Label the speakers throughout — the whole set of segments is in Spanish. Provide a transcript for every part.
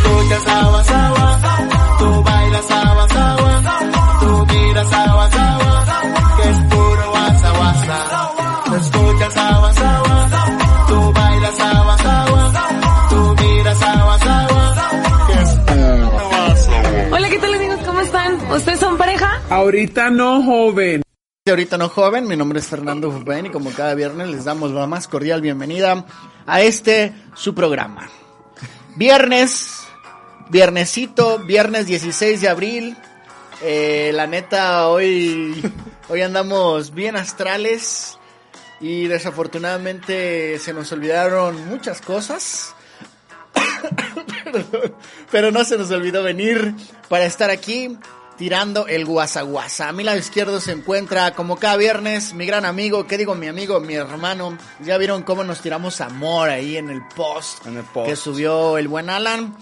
Speaker 1: chica saba saba, tú bailas saba saba, tú miras saba saba, que es puro guasa guasa. Tú escuchas saba saba, tú bailas saba saba, tú miras saba saba, que es puro guasa guasa.
Speaker 2: Hola, ¿qué tal amigos? ¿Cómo están? ¿Ustedes son pareja?
Speaker 3: Ahorita no, joven.
Speaker 1: De ahorita no joven, mi nombre es Fernando Fubén y como cada viernes les damos la más cordial bienvenida a este su programa. Viernes, viernesito, viernes 16 de abril. Eh, la neta, hoy, hoy andamos bien astrales y desafortunadamente se nos olvidaron muchas cosas. Perdón, Pero no se nos olvidó venir para estar aquí tirando el guasaguasa. A mi lado izquierdo se encuentra, como cada viernes, mi gran amigo, ¿qué digo mi amigo? Mi hermano. Ya vieron cómo nos tiramos amor ahí en el post,
Speaker 3: En el post.
Speaker 1: que subió el buen Alan.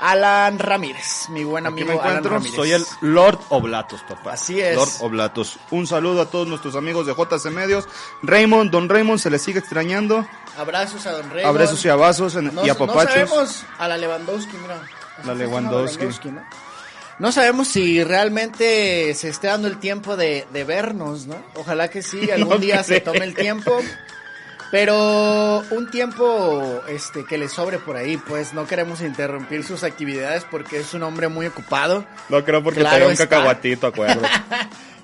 Speaker 1: Alan Ramírez, mi buen
Speaker 4: Aquí
Speaker 1: amigo
Speaker 4: me encuentro,
Speaker 1: Alan Ramírez.
Speaker 4: soy el Lord Oblatos, papá.
Speaker 1: Así es.
Speaker 4: Lord Oblatos. Un saludo a todos nuestros amigos de JC Medios. Raymond, don Raymond, se le sigue extrañando.
Speaker 1: Abrazos a Don Rey.
Speaker 4: Abrazos y abazos en-
Speaker 1: No-
Speaker 4: y
Speaker 1: No
Speaker 4: apapachos.
Speaker 1: sabemos a la Lewandowski, mira. Así
Speaker 4: La
Speaker 1: se llama
Speaker 4: Lewandowski.
Speaker 1: ¿no? No sabemos si realmente se esté dando el tiempo de, de vernos, ¿no? Ojalá que sí, algún
Speaker 4: No
Speaker 1: día se
Speaker 4: creo.
Speaker 1: tome el tiempo. Pero un tiempo este que le sobre por ahí, pues no queremos interrumpir sus actividades porque es un hombre muy ocupado.
Speaker 4: no creo porque
Speaker 1: Claro
Speaker 4: te dio un
Speaker 1: está.
Speaker 4: cacahuatito, acuerdo.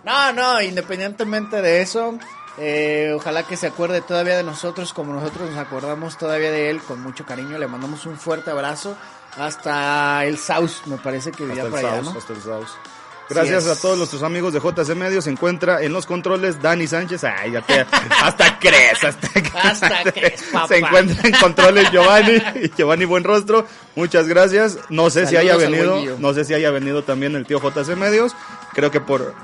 Speaker 1: No, no, independientemente de eso, eh, ojalá que se acuerde todavía de nosotros como nosotros nos acordamos todavía de él con mucho cariño. Le mandamos un fuerte abrazo hasta el South, me parece que vivía
Speaker 4: hasta el
Speaker 1: por allá,
Speaker 4: saus,
Speaker 1: ¿no?
Speaker 4: hasta el saus. Gracias
Speaker 1: Así es.
Speaker 4: a todos nuestros amigos de JC Medios. Se encuentra en los controles Dani Sánchez. Ay, ya te- hasta crees, hasta crees.
Speaker 1: Hasta crees, papá.
Speaker 4: Se encuentra en controles Giovanni y Giovanni Buenrostro. Muchas gracias. No sé si
Speaker 1: Saludos
Speaker 4: haya
Speaker 1: al
Speaker 4: venido,
Speaker 1: güeyillo.
Speaker 4: no sé si haya venido también el tío JC Medios. Creo que por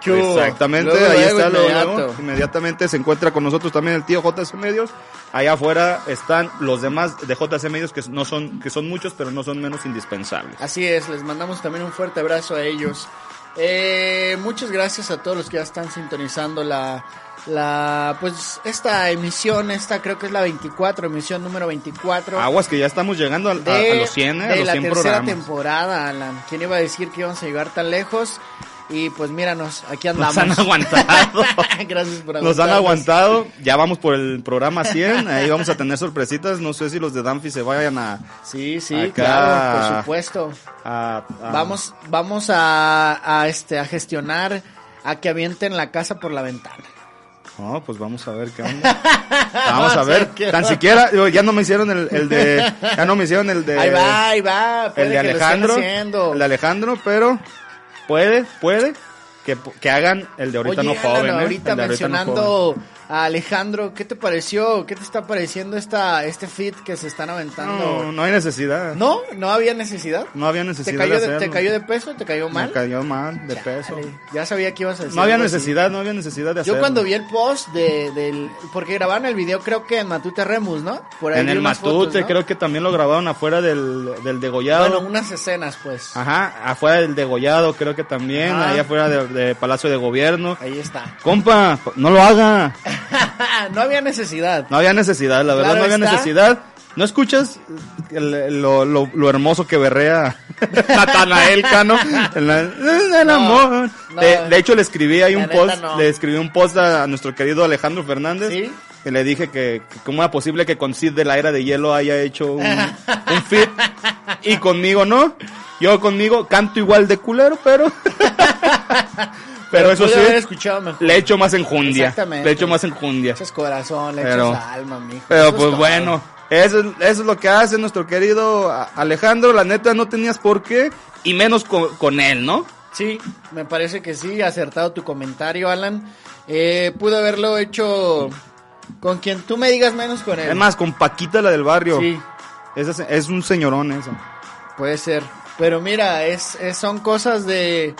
Speaker 1: ¿Qué hubo?
Speaker 4: Exactamente,
Speaker 1: Luego,
Speaker 4: ahí
Speaker 1: luego,
Speaker 4: está luego,
Speaker 1: inmediato.
Speaker 4: luego. Inmediatamente se encuentra con nosotros también el tío JC Medios. Allá afuera están los demás de JC Medios que no son que son muchos, pero no son menos indispensables.
Speaker 1: Así es, les mandamos también un fuerte abrazo a ellos. Eh, muchas gracias a todos los que ya están sintonizando la, la, pues esta emisión, esta creo que es la 24, emisión número 24.
Speaker 4: Aguas que ya estamos llegando al- a,
Speaker 1: de,
Speaker 4: a los 100, eh,
Speaker 1: de
Speaker 4: a los
Speaker 1: la
Speaker 4: 100
Speaker 1: tercera
Speaker 4: programas.
Speaker 1: temporada, Alan. ¿Quién iba a decir que íbamos a llegar tan lejos? Y pues míranos, aquí andamos.
Speaker 4: Nos han aguantado.
Speaker 1: Gracias por
Speaker 4: Nos han
Speaker 1: aguantarnos.
Speaker 4: aguantado, ya vamos por el programa 100, ahí vamos a tener sorpresitas, no sé si los de Danfi se vayan a...
Speaker 1: Sí, sí,
Speaker 4: Acá. Ah.
Speaker 1: claro, por supuesto.
Speaker 4: a- a-
Speaker 1: Vamos, vamos a, a, este, a gestionar a que avienten la casa por la ventana.
Speaker 4: No, pues vamos a ver qué onda. Vamos a ver,
Speaker 1: qué
Speaker 4: tan
Speaker 1: onda.
Speaker 4: siquiera, digo, ya no me hicieron el, el de... Ya no me hicieron el de...
Speaker 1: ahí va, ahí va. Puede
Speaker 4: Eh, el
Speaker 1: que lo
Speaker 4: de
Speaker 1: estén
Speaker 4: Alejandro,
Speaker 1: haciendo.
Speaker 4: el de Alejandro, pero puede, puede que, que hagan el de ahorita
Speaker 1: Oye,
Speaker 4: no
Speaker 1: Alan,
Speaker 4: joven. ¿eh?
Speaker 1: ahorita
Speaker 4: El de ahorita no
Speaker 1: mencionando
Speaker 4: joven.
Speaker 1: a Alejandro, ¿qué te pareció? ¿Qué te está pareciendo esta, este fit que se están aventando?
Speaker 4: No, no hay necesidad. No,
Speaker 1: No, no había necesidad.
Speaker 4: había
Speaker 1: ¿Te
Speaker 4: necesidad
Speaker 1: cayó,
Speaker 4: de
Speaker 1: de, ¿Te
Speaker 4: hacerlo.
Speaker 1: cayó de peso? ¿Te cayó mal?
Speaker 4: Me cayó mal, de
Speaker 1: Chale,
Speaker 4: peso.
Speaker 1: Ya sabía que ibas a decir.
Speaker 4: No había
Speaker 1: algo así.
Speaker 4: necesidad, no había necesidad de hacerlo.
Speaker 1: Yo cuando vi el post de, del... Porque grabaron el video creo que en Matute Remus, ¿no? Por ahí
Speaker 4: En
Speaker 1: vi
Speaker 4: el
Speaker 1: unas
Speaker 4: Matute,
Speaker 1: fotos, ¿no?
Speaker 4: creo que también lo grabaron afuera del, del degollado.
Speaker 1: Bueno, unas escenas, pues.
Speaker 4: Ah. Ajá, afuera del degollado, creo que también,
Speaker 1: Ajá.
Speaker 4: ahí afuera de, de Palacio de Gobierno.
Speaker 1: Ahí está.
Speaker 4: Compa, no lo haga.
Speaker 1: no había necesidad.
Speaker 4: No había necesidad, la verdad
Speaker 1: Claro
Speaker 4: no había
Speaker 1: está.
Speaker 4: necesidad. ¿No escuchas el- lo, lo- lo hermoso que berrea Natanael Cano? En la- en el
Speaker 1: No,
Speaker 4: amor.
Speaker 1: no.
Speaker 4: De, de hecho, le escribí ahí
Speaker 1: La
Speaker 4: un
Speaker 1: neta,
Speaker 4: post,
Speaker 1: no.
Speaker 4: le escribí un post a, a nuestro querido Alejandro Fernández.
Speaker 1: ¿Sí?
Speaker 4: Que le dije que, que cómo era posible que con Sid de la era de hielo haya hecho un, un fit y conmigo no. Yo conmigo canto igual de culero, pero. pero, eso
Speaker 1: pude haber
Speaker 4: sí,
Speaker 1: escuchado mejor.
Speaker 4: le echo más enjundia.
Speaker 1: Exactamente.
Speaker 4: Le echo más enjundia.
Speaker 1: Echas corazón, le
Speaker 4: Pero-
Speaker 1: echas alma, mijo.
Speaker 4: Pero
Speaker 1: Eso es
Speaker 4: pues
Speaker 1: todo.
Speaker 4: bueno, eso, es- eso es lo que hace nuestro querido A- Alejandro. La neta, no tenías por qué, y menos co- con, él, ¿no?
Speaker 1: Sí, me parece que sí, acertado tu comentario, Alan. Eh, pudo haberlo hecho con quien tú me digas menos con él.
Speaker 4: Es más, con Paquita, la del barrio.
Speaker 1: sí,
Speaker 4: Esa es, es un señorón, eso.
Speaker 1: puede ser. Pero mira, es, es- son cosas de,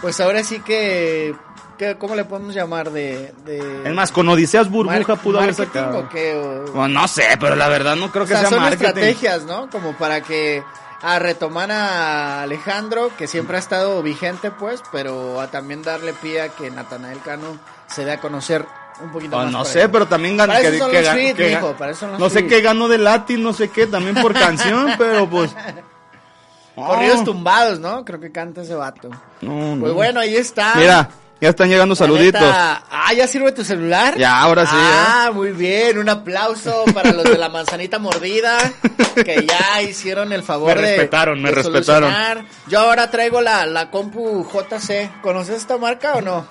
Speaker 1: pues ahora sí que, que- ¿cómo le podemos llamar? De, de
Speaker 4: Es más, con Odiseas Burbuja
Speaker 1: mar-
Speaker 4: pudo haber
Speaker 1: marketing
Speaker 4: sacado.
Speaker 1: o qué, o-
Speaker 4: Bueno, no sé, pero la verdad no creo
Speaker 1: o
Speaker 4: que
Speaker 1: sea,
Speaker 4: sea
Speaker 1: son
Speaker 4: marketing.
Speaker 1: estrategias, ¿no? Como para que a retomar a Alejandro, que siempre ha estado vigente, pues, pero a también darle pie a que Natanael Cano se dé a conocer un poquito más.
Speaker 4: Bueno, Pues, Ah, no
Speaker 1: para
Speaker 4: sé,
Speaker 1: él.
Speaker 4: pero también ganó.
Speaker 1: Para eso son los
Speaker 4: gan-
Speaker 1: tweets,
Speaker 4: que gan-
Speaker 1: mijo, para eso son los
Speaker 4: no sé
Speaker 1: tweets.
Speaker 4: qué ganó de Latin, no sé qué, también por canción, pero pues. Oh.
Speaker 1: Corridos tumbados, ¿no? Creo que canta ese vato.
Speaker 4: No, no.
Speaker 1: Pues bueno, ahí está.
Speaker 4: Mira, ya están llegando
Speaker 1: La
Speaker 4: saluditos.
Speaker 1: neta, Ah, ¿ya sirve tu celular?
Speaker 4: Ya, ahora sí, ¿eh?
Speaker 1: Ah, muy bien. Un aplauso para los de la manzanita mordida que ya hicieron el favor
Speaker 4: Me
Speaker 1: de.
Speaker 4: respetaron, me
Speaker 1: de
Speaker 4: respetaron.
Speaker 1: solucionar. Yo ahora traigo la, la compu JC. ¿Conoces esta marca o no?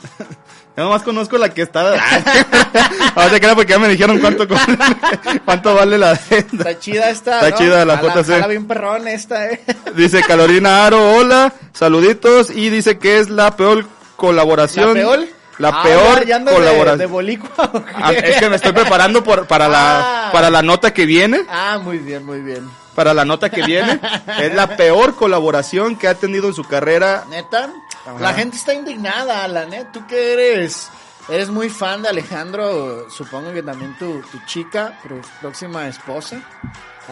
Speaker 4: Yo nomás conozco la que está. Ah, Ahora te creo porque ya me dijeron cuánto, co- cuánto vale la de-
Speaker 1: Está chida esta.
Speaker 4: Está
Speaker 1: ¿no?
Speaker 4: chida la
Speaker 1: Jala-
Speaker 4: JC.
Speaker 1: jala bien perrón esta, eh.
Speaker 4: Dice Carolina Aro, hola, saluditos. Y dice que es la peor colaboración.
Speaker 1: ¿La peor?
Speaker 4: La
Speaker 1: Ah,
Speaker 4: peor
Speaker 1: ya ando de- De,
Speaker 4: colaboración.
Speaker 1: bolicua, ¿o qué?
Speaker 4: Ah, es que me estoy preparando por, para, la,
Speaker 1: Ah.
Speaker 4: para la nota que viene.
Speaker 1: Ah, muy bien, muy bien.
Speaker 4: Para la nota que viene. Es la peor colaboración que ha tenido en su carrera.
Speaker 1: ¿Neta?
Speaker 4: Ajá.
Speaker 1: La gente está indignada, la neta. ¿Tú qué eres? Eres muy fan de Alejandro, supongo que también tu, tu chica, pro- próxima esposa.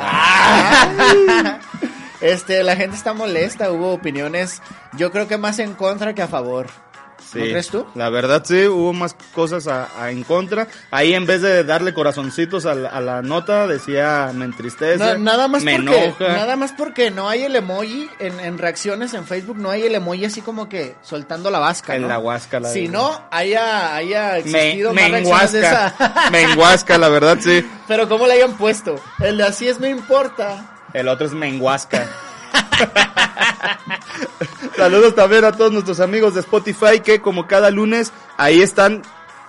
Speaker 1: Ah. Este, la gente está molesta, hubo opiniones, yo creo que más en contra que a favor. ¿No crees tú?
Speaker 4: La verdad sí, hubo más cosas a, a en contra. Ahí en vez de darle corazoncitos a la, a la nota, decía me entristece,
Speaker 1: Na- nada más
Speaker 4: me
Speaker 1: porque,
Speaker 4: enoja.
Speaker 1: Nada más porque no hay el emoji en, en reacciones en Facebook, no hay el emoji así como que soltando la vasca.
Speaker 4: En
Speaker 1: ¿no?
Speaker 4: la huasca, la
Speaker 1: Si
Speaker 4: de-
Speaker 1: no, haya, haya
Speaker 4: me,
Speaker 1: existido
Speaker 4: me
Speaker 1: más reacciones de
Speaker 4: enguasca,
Speaker 1: esa.
Speaker 4: me enguasca, la verdad sí.
Speaker 1: Pero ¿cómo le hayan puesto? El de así es, no importa.
Speaker 4: El otro es menguasca. Saludos también a todos nuestros amigos de Spotify que como cada lunes ahí están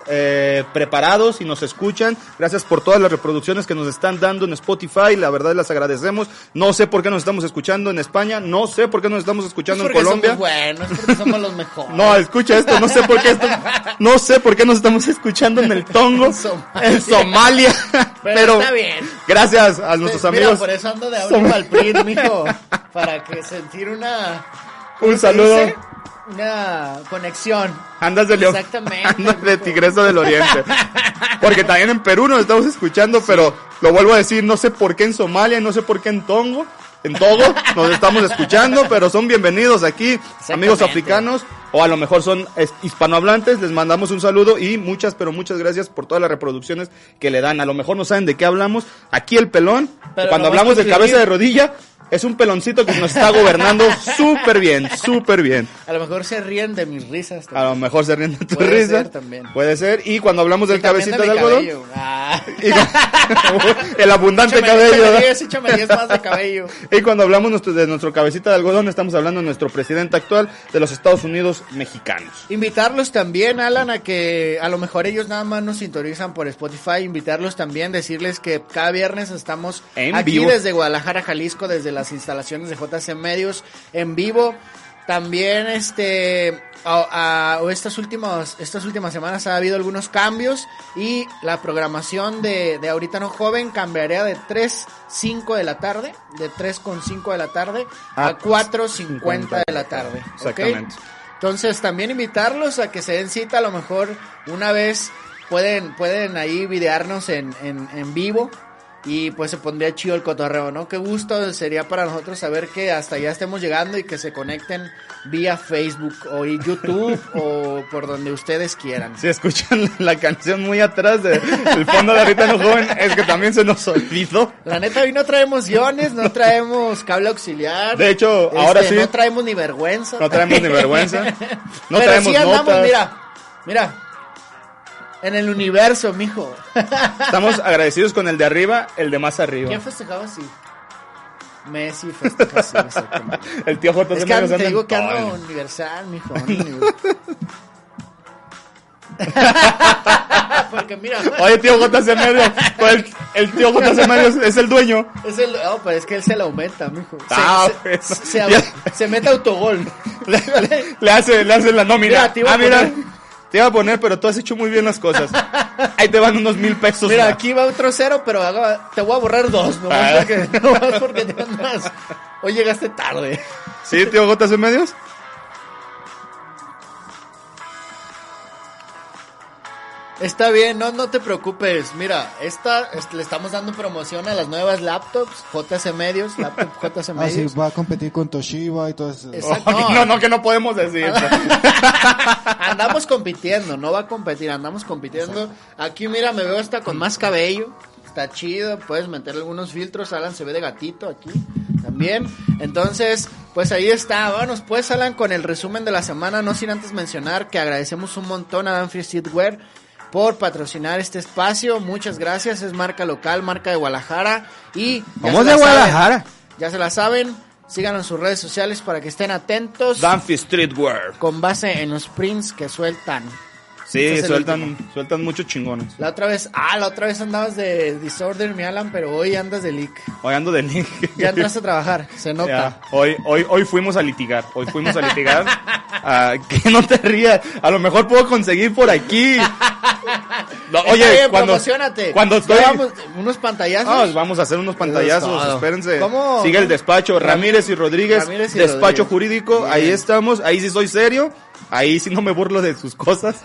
Speaker 4: eh, preparados y nos escuchan. Gracias por todas las reproducciones que nos están dando en Spotify. La verdad las agradecemos. No sé por qué nos estamos escuchando en España. No sé por qué nos estamos escuchando en
Speaker 1: porque
Speaker 4: Colombia.
Speaker 1: somos buenos, es porque somos los mejores.
Speaker 4: No, escucha esto, no sé por qué esto, no sé por qué nos estamos escuchando en el Tongo, en
Speaker 1: En
Speaker 4: Somalia,
Speaker 1: Somalia.
Speaker 4: pero,
Speaker 1: Pero está bien.
Speaker 4: gracias a pues, nuestros
Speaker 1: Mira,
Speaker 4: amigos.
Speaker 1: por eso ando de
Speaker 4: Som-
Speaker 1: ahorita al PRI, mijo. Para que sentir una... ¿cómo
Speaker 4: Un
Speaker 1: se
Speaker 4: saludo. Ah.
Speaker 1: dice? Una conexión.
Speaker 4: Andas de León.
Speaker 1: Exactamente,
Speaker 4: Andas de
Speaker 1: mijo.
Speaker 4: Tigresa del Oriente. Porque también en Perú nos estamos escuchando, pero lo vuelvo a decir, no sé por qué en Somalia, no sé por qué en Tongo, en Togo nos estamos escuchando, pero son bienvenidos aquí, amigos africanos, o a lo mejor son es- hispanohablantes, les mandamos un saludo y muchas, pero muchas gracias por todas las reproducciones que le dan. A lo mejor no saben de qué hablamos. Aquí el pelón,
Speaker 1: Pero
Speaker 4: cuando
Speaker 1: lo vas a
Speaker 4: hablamos de
Speaker 1: conseguir.
Speaker 4: cabeza de rodilla, es un peloncito que nos está gobernando súper bien, súper bien.
Speaker 1: A lo mejor se ríen de mis risas.
Speaker 4: A lo mejor se ríen de tu
Speaker 1: Puede
Speaker 4: risa.
Speaker 1: ser también.
Speaker 4: Puede ser. Y cuando hablamos del cabecita de,
Speaker 1: del
Speaker 4: algodón.
Speaker 1: Ah.
Speaker 4: y cu- el abundante
Speaker 1: Échame-
Speaker 4: cabello.
Speaker 1: échame
Speaker 4: ¿no?
Speaker 1: 10, échame 10 más de cabello.
Speaker 4: Y cuando hablamos nuestro- de nuestro cabecita de algodón, estamos hablando de nuestro presidente actual de los Estados Unidos mexicanos.
Speaker 1: Invitarlos también, Alan, a que a lo mejor ellos nada más nos sintonizan por Spotify. Invitarlos también, decirles que cada viernes estamos
Speaker 4: En
Speaker 1: aquí
Speaker 4: vivo.
Speaker 1: desde Guadalajara, Jalisco, desde las instalaciones de JC Medios en vivo. También, este, a- a- o estas últimas, estas últimas semanas ha habido algunos cambios y la programación de, de Ahorita No Joven cambiaría de 3, 5 de la tarde, de 3 con 5 de la tarde
Speaker 4: A
Speaker 1: a 4, 50 de la tarde. ¿ok?
Speaker 4: Exactamente.
Speaker 1: Entonces también invitarlos a que se den cita, a lo mejor una vez pueden, pueden ahí videarnos en, en, en vivo y pues se pondría chido el cotorreo, ¿no? Qué gusto sería para nosotros saber que hasta allá estemos llegando y que se conecten vía Facebook o y YouTube o por donde ustedes quieran.
Speaker 4: Si escuchan la canción muy atrás del fondo de ahorita no joven, es que también se nos olvidó.
Speaker 1: La neta, hoy no traemos guiones, no traemos cable auxiliar. Este,
Speaker 4: De hecho, ahora sí.
Speaker 1: No traemos ni vergüenza.
Speaker 4: No traemos ni vergüenza. No
Speaker 1: Pero
Speaker 4: traemos
Speaker 1: sí andamos,
Speaker 4: notas.
Speaker 1: mira, mira. En el universo, mijo.
Speaker 4: Estamos agradecidos con el de arriba, el de más arriba.
Speaker 1: ¿Quién festejaba así? Messi festeja así, exactamente.
Speaker 4: El tío J.
Speaker 1: Es que ando- te digo que ando universal, mijo. ando universal. Porque mira,
Speaker 4: Oye, tío JC Medios, pues el, el tío JC Medios es el dueño.
Speaker 1: es el, oh, pero es que él se lo aumenta, mijo. Se,
Speaker 4: Ah,
Speaker 1: se-
Speaker 4: pues,
Speaker 1: se- se-
Speaker 4: ya.
Speaker 1: se mete autogol.
Speaker 4: Le hace, le hace la nómina.
Speaker 1: Mira, te iba a
Speaker 4: ah, mira,
Speaker 1: poner-
Speaker 4: te iba a poner, pero tú has hecho muy bien las cosas. Ahí te van unos mil pesos.
Speaker 1: Mira,
Speaker 4: más.
Speaker 1: aquí va otro cero, pero haga- te voy a borrar dos, nomás
Speaker 4: Ah.
Speaker 1: porque, nomás porque te andas. Hoy llegaste tarde.
Speaker 4: ¿Sí, tío JC Medios?
Speaker 1: Está bien, no, no te preocupes. Mira, esta este, le estamos dando promoción a las nuevas laptops, JC Medios, laptop JC
Speaker 5: Ah, sí,
Speaker 1: Medios.
Speaker 5: va a competir con Toshiba y todo eso.
Speaker 1: Exacto. Ah.
Speaker 4: Oh, que no, no, que no podemos decir.
Speaker 1: Andamos compitiendo, no va a competir, andamos compitiendo. Aquí mira, me veo hasta con más cabello. Está chido, puedes meter algunos filtros, Alan se ve de gatito aquí también. Entonces, Pues ahí está, vámonos pues Alan con el resumen de la semana, no sin antes mencionar que agradecemos un montón a Danfree Streetwear por patrocinar este espacio, muchas gracias, es marca local, marca de Guadalajara y... ya
Speaker 4: Vamos
Speaker 1: se
Speaker 4: de
Speaker 1: la saben,
Speaker 4: Guadalajara.
Speaker 1: ya se la saben, síganos en sus redes sociales para que estén atentos
Speaker 4: Danfi Streetwear.
Speaker 1: con base en los prints que sueltan.
Speaker 4: Sí,
Speaker 1: Este es el
Speaker 4: sueltan,
Speaker 1: último.
Speaker 4: sueltan muchos chingones.
Speaker 1: La otra vez, ah, la otra vez andabas de Disorder, mi Alan, pero hoy andas de leak.
Speaker 4: Hoy ando de Nick.
Speaker 1: Ya entraste a trabajar, se nota.
Speaker 4: Ya, hoy, hoy, hoy fuimos a litigar. Hoy fuimos a litigar. Ah, que no te rías. A lo mejor puedo conseguir por aquí. No,
Speaker 1: Está
Speaker 4: oye,
Speaker 1: bien,
Speaker 4: cuando,
Speaker 1: Eh, promocionate.
Speaker 4: cuando
Speaker 1: Ya
Speaker 4: estoy.
Speaker 1: vamos- unos pantallazos.
Speaker 4: Ah, vamos a hacer unos pantallazos,
Speaker 1: todo.
Speaker 4: espérense.
Speaker 1: ¿Cómo?
Speaker 4: Sigue el despacho, Ramírez y Rodríguez,
Speaker 1: Ramírez y
Speaker 4: despacho
Speaker 1: Rodríguez.
Speaker 4: jurídico,
Speaker 1: Bien.
Speaker 4: ahí estamos, ahí sí soy serio, ahí sí no me burlo de sus cosas.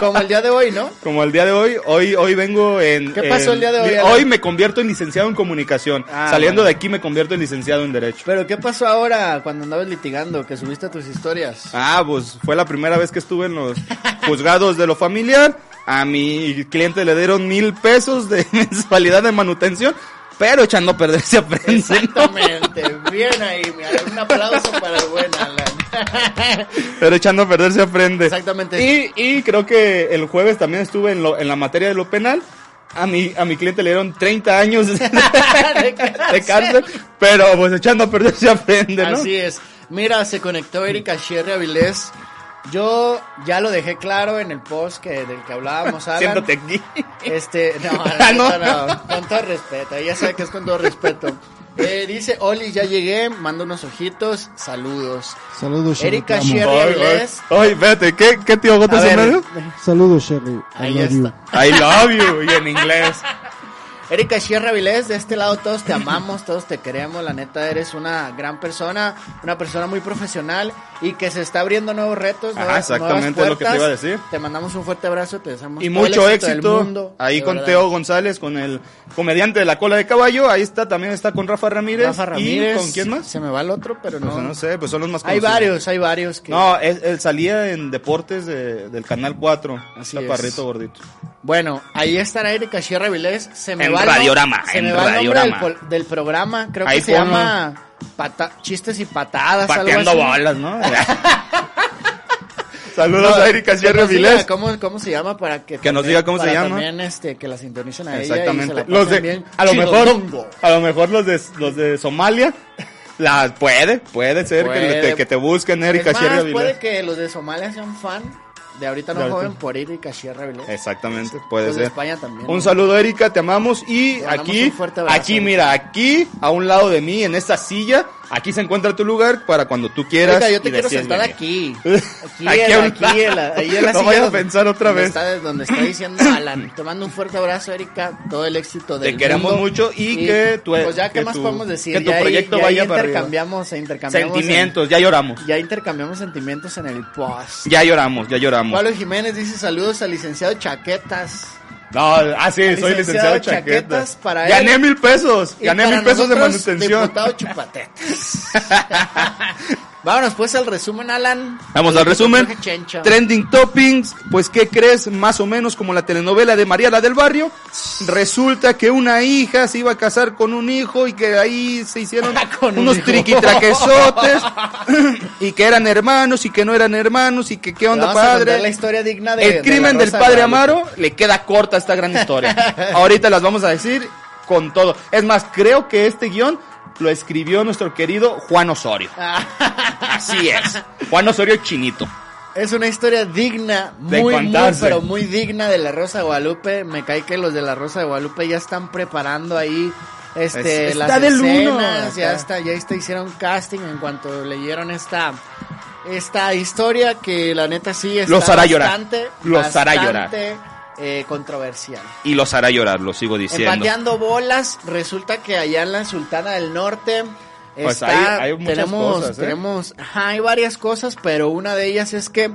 Speaker 1: Como el día de hoy, ¿no?
Speaker 4: Como el día de hoy, hoy, hoy vengo en...
Speaker 1: ¿Qué pasó
Speaker 4: en-
Speaker 1: el día de hoy,
Speaker 4: mi-
Speaker 1: Alan?
Speaker 4: Hoy me convierto en licenciado en comunicación,
Speaker 1: Ah,
Speaker 4: saliendo
Speaker 1: bueno.
Speaker 4: de aquí me convierto en licenciado en derecho.
Speaker 1: Pero ¿qué pasó ahora cuando andabas litigando, que subiste tus historias?
Speaker 4: Ah, pues fue la primera vez que estuve en los juzgados de lo familiar. A mi cliente le dieron mil pesos de mensualidad de manutención, pero echando a perder se aprende. ¿no?
Speaker 1: Exactamente, bien ahí, mira, un aplauso para el buen Alan.
Speaker 4: Pero echando a perder se aprende.
Speaker 1: Exactamente.
Speaker 4: Y, y creo que el jueves también estuve en, lo- en la materia de lo penal. A mi, a mi cliente le dieron 30 años de, de cárcel, pero pues echando a perder se aprende, ¿no?
Speaker 1: Así es. Mira, se conectó Erika Sherry Avilés. Yo ya lo dejé claro en el post que, del que hablábamos, Alan.
Speaker 4: Siéntate aquí.
Speaker 1: Este, no,
Speaker 4: Ah,
Speaker 1: no,
Speaker 4: no.
Speaker 1: no, con todo respeto, ella sabe que es con todo respeto. Eh, dice, Oli, ya llegué, mando unos ojitos, saludos.
Speaker 5: Saludos, Sherry.
Speaker 1: Erika
Speaker 5: te amo.
Speaker 1: Sherry.
Speaker 4: Ay, ay, ay, vete, ¿qué, qué tío
Speaker 1: A
Speaker 4: Gotas en
Speaker 1: ver,
Speaker 4: medio?
Speaker 5: Saludos, Sherry. I
Speaker 1: Ahí
Speaker 5: love
Speaker 1: está.
Speaker 5: you.
Speaker 4: I love you, y en inglés.
Speaker 1: Erika Sierra Vilés, de este lado todos te amamos, todos te queremos, la neta eres una gran persona, una persona muy profesional y que se está abriendo nuevos retos,
Speaker 4: Ajá,
Speaker 1: nuevas- nuevas
Speaker 4: exactamente, es lo que te
Speaker 1: puertas.
Speaker 4: iba a decir.
Speaker 1: Te mandamos un fuerte abrazo, te deseamos
Speaker 4: Y
Speaker 1: todo el
Speaker 4: mucho
Speaker 1: del
Speaker 4: éxito
Speaker 1: mundo,
Speaker 4: ahí
Speaker 1: de
Speaker 4: con
Speaker 1: verdad.
Speaker 4: Teo González, con el comediante de la cola de caballo. Ahí está, también está con Rafa Ramírez.
Speaker 1: Rafa Ramírez.
Speaker 4: ¿Y con quién más?
Speaker 1: Se me va el otro, pero
Speaker 4: Pues,
Speaker 1: no.
Speaker 4: no. sé, pues son los más
Speaker 1: hay
Speaker 4: conocidos.
Speaker 1: varios, hay varios que
Speaker 4: No, él, él salía en Deportes de- del Canal 4.
Speaker 1: Así
Speaker 4: Así
Speaker 1: es.
Speaker 4: Chaparrito gordito.
Speaker 1: Bueno, ahí estará Erika Sierra Vilés. Se me
Speaker 4: En
Speaker 1: va el nom-
Speaker 4: Radiorama,
Speaker 1: se
Speaker 4: en
Speaker 1: me va el nombre
Speaker 4: Radiorama.
Speaker 1: Del, pol- del programa. Creo
Speaker 4: Ahí
Speaker 1: que se
Speaker 4: ponlo.
Speaker 1: llama Pata- Chistes y Patadas.
Speaker 4: Pateando
Speaker 1: algo así.
Speaker 4: bolas, ¿no? Saludos a Erika Sierra
Speaker 1: Que nos diga
Speaker 4: Vilés.
Speaker 1: ¿Cómo, ¿Cómo se llama? Para que,
Speaker 4: Que nos
Speaker 1: también-
Speaker 4: diga cómo se
Speaker 1: para
Speaker 4: llama.
Speaker 1: También este, que la sintonicen a ella.
Speaker 4: Exactamente.
Speaker 1: Y se la
Speaker 4: los de,
Speaker 1: pasen bien
Speaker 4: a lo mejor,
Speaker 1: chidondongo.
Speaker 4: a lo mejor los de, los de Somalia. La, puede, puede ser que le-
Speaker 1: Puede.
Speaker 4: que, te, que te busquen Erika
Speaker 1: Es más,
Speaker 4: Sierra
Speaker 1: puede
Speaker 4: Vilés.
Speaker 1: que los de Somalia sean fan de Ahorita No
Speaker 4: De ahorita.
Speaker 1: Joven por Erika Sierra Vilés.
Speaker 4: Exactamente, puede
Speaker 1: Los de
Speaker 4: ser.
Speaker 1: España también.
Speaker 4: Un saludo, Erika, te amamos. Y
Speaker 1: Te mandamos
Speaker 4: aquí,
Speaker 1: un fuerte abrazo,
Speaker 4: aquí,
Speaker 1: Erika.
Speaker 4: mira, aquí, a un lado de mí, en esta silla, aquí se encuentra tu lugar para cuando tú quieras.
Speaker 1: Oiga, yo te
Speaker 4: y
Speaker 1: quiero
Speaker 4: decides
Speaker 1: sentar
Speaker 4: venir.
Speaker 1: aquí. Aquí,
Speaker 4: Aquí
Speaker 1: en,
Speaker 4: a un
Speaker 1: aquí en la,
Speaker 4: lado.
Speaker 1: ahí en la
Speaker 4: No
Speaker 1: silla
Speaker 4: vayas a
Speaker 1: donde-
Speaker 4: pensar otra
Speaker 1: donde
Speaker 4: vez.
Speaker 1: Está, donde está diciendo Alan. Te mando un fuerte abrazo, Erika. Todo el éxito del
Speaker 4: Te queremos
Speaker 1: mundo.
Speaker 4: mucho y que tu- e-
Speaker 1: Pues ya, ¿qué
Speaker 4: que
Speaker 1: más
Speaker 4: tu-
Speaker 1: podemos decir?
Speaker 4: que tu
Speaker 1: Ya ahí-
Speaker 4: proyecto
Speaker 1: ya ahí
Speaker 4: vaya para arriba.
Speaker 1: intercambiamos, intercambiamos
Speaker 4: Sentimientos, ya lloramos.
Speaker 1: en- ya intercambiamos sentimientos en el post.
Speaker 4: Ya lloramos, ya lloramos.
Speaker 1: Pablo Jiménez dice saludos al licenciado Chaquetas.
Speaker 4: No, ah, sí, soy
Speaker 1: Licenciado
Speaker 4: licenciado en
Speaker 1: Chaquetas
Speaker 4: Chaquetas.
Speaker 1: para él.
Speaker 4: Gané mil pesos,
Speaker 1: Y
Speaker 4: gané
Speaker 1: para
Speaker 4: mil pesos de
Speaker 1: nosotros,
Speaker 4: manutención.
Speaker 1: Diputado Chupatetas. Vámonos pues al resumen, Alan.
Speaker 4: Vamos al resumen.
Speaker 1: Jorge Chencho.
Speaker 4: Trending toppings, pues ¿qué crees? Más o menos como la telenovela de María la del Barrio. Resulta que una hija se iba a casar con un hijo y que ahí se hicieron
Speaker 1: Con un
Speaker 4: unos
Speaker 1: hijo.
Speaker 4: triquitraquesotes y que eran hermanos y que no eran hermanos y que qué onda
Speaker 1: Vamos a contar
Speaker 4: padre.
Speaker 1: la historia digna de- de la
Speaker 4: El crimen del
Speaker 1: Rosa de
Speaker 4: padre
Speaker 1: Guadalupe.
Speaker 4: Amaro le queda corta a esta gran historia. Ahorita las vamos a decir con todo. Es más, creo que este guión lo escribió nuestro querido Juan Osorio.
Speaker 1: Ah.
Speaker 4: Así es. Juan Osorio Chinito.
Speaker 1: Es una historia digna,
Speaker 4: De
Speaker 1: muy, muy,
Speaker 4: contarse.
Speaker 1: pero muy digna de la Rosa de Guadalupe. Me cae que los de la Rosa de Guadalupe ya están preparando ahí este,
Speaker 4: Es-
Speaker 1: las
Speaker 4: está del uno,
Speaker 1: escenas, ya
Speaker 4: acá.
Speaker 1: está, ya está, hicieron casting en cuanto leyeron esta, esta historia que la neta sí está
Speaker 4: Los hará llorar.
Speaker 1: bastante,
Speaker 4: Los hará llorar.
Speaker 1: bastante, eh, controversial.
Speaker 4: Y los hará llorar, lo sigo diciendo.
Speaker 1: Empateando bolas, resulta que allá en la Sultana del Norte
Speaker 4: Pues
Speaker 1: está,
Speaker 4: hay- hay muchas
Speaker 1: tenemos,
Speaker 4: cosas, ¿eh?
Speaker 1: tenemos, ajá, hay varias cosas, pero una de ellas es que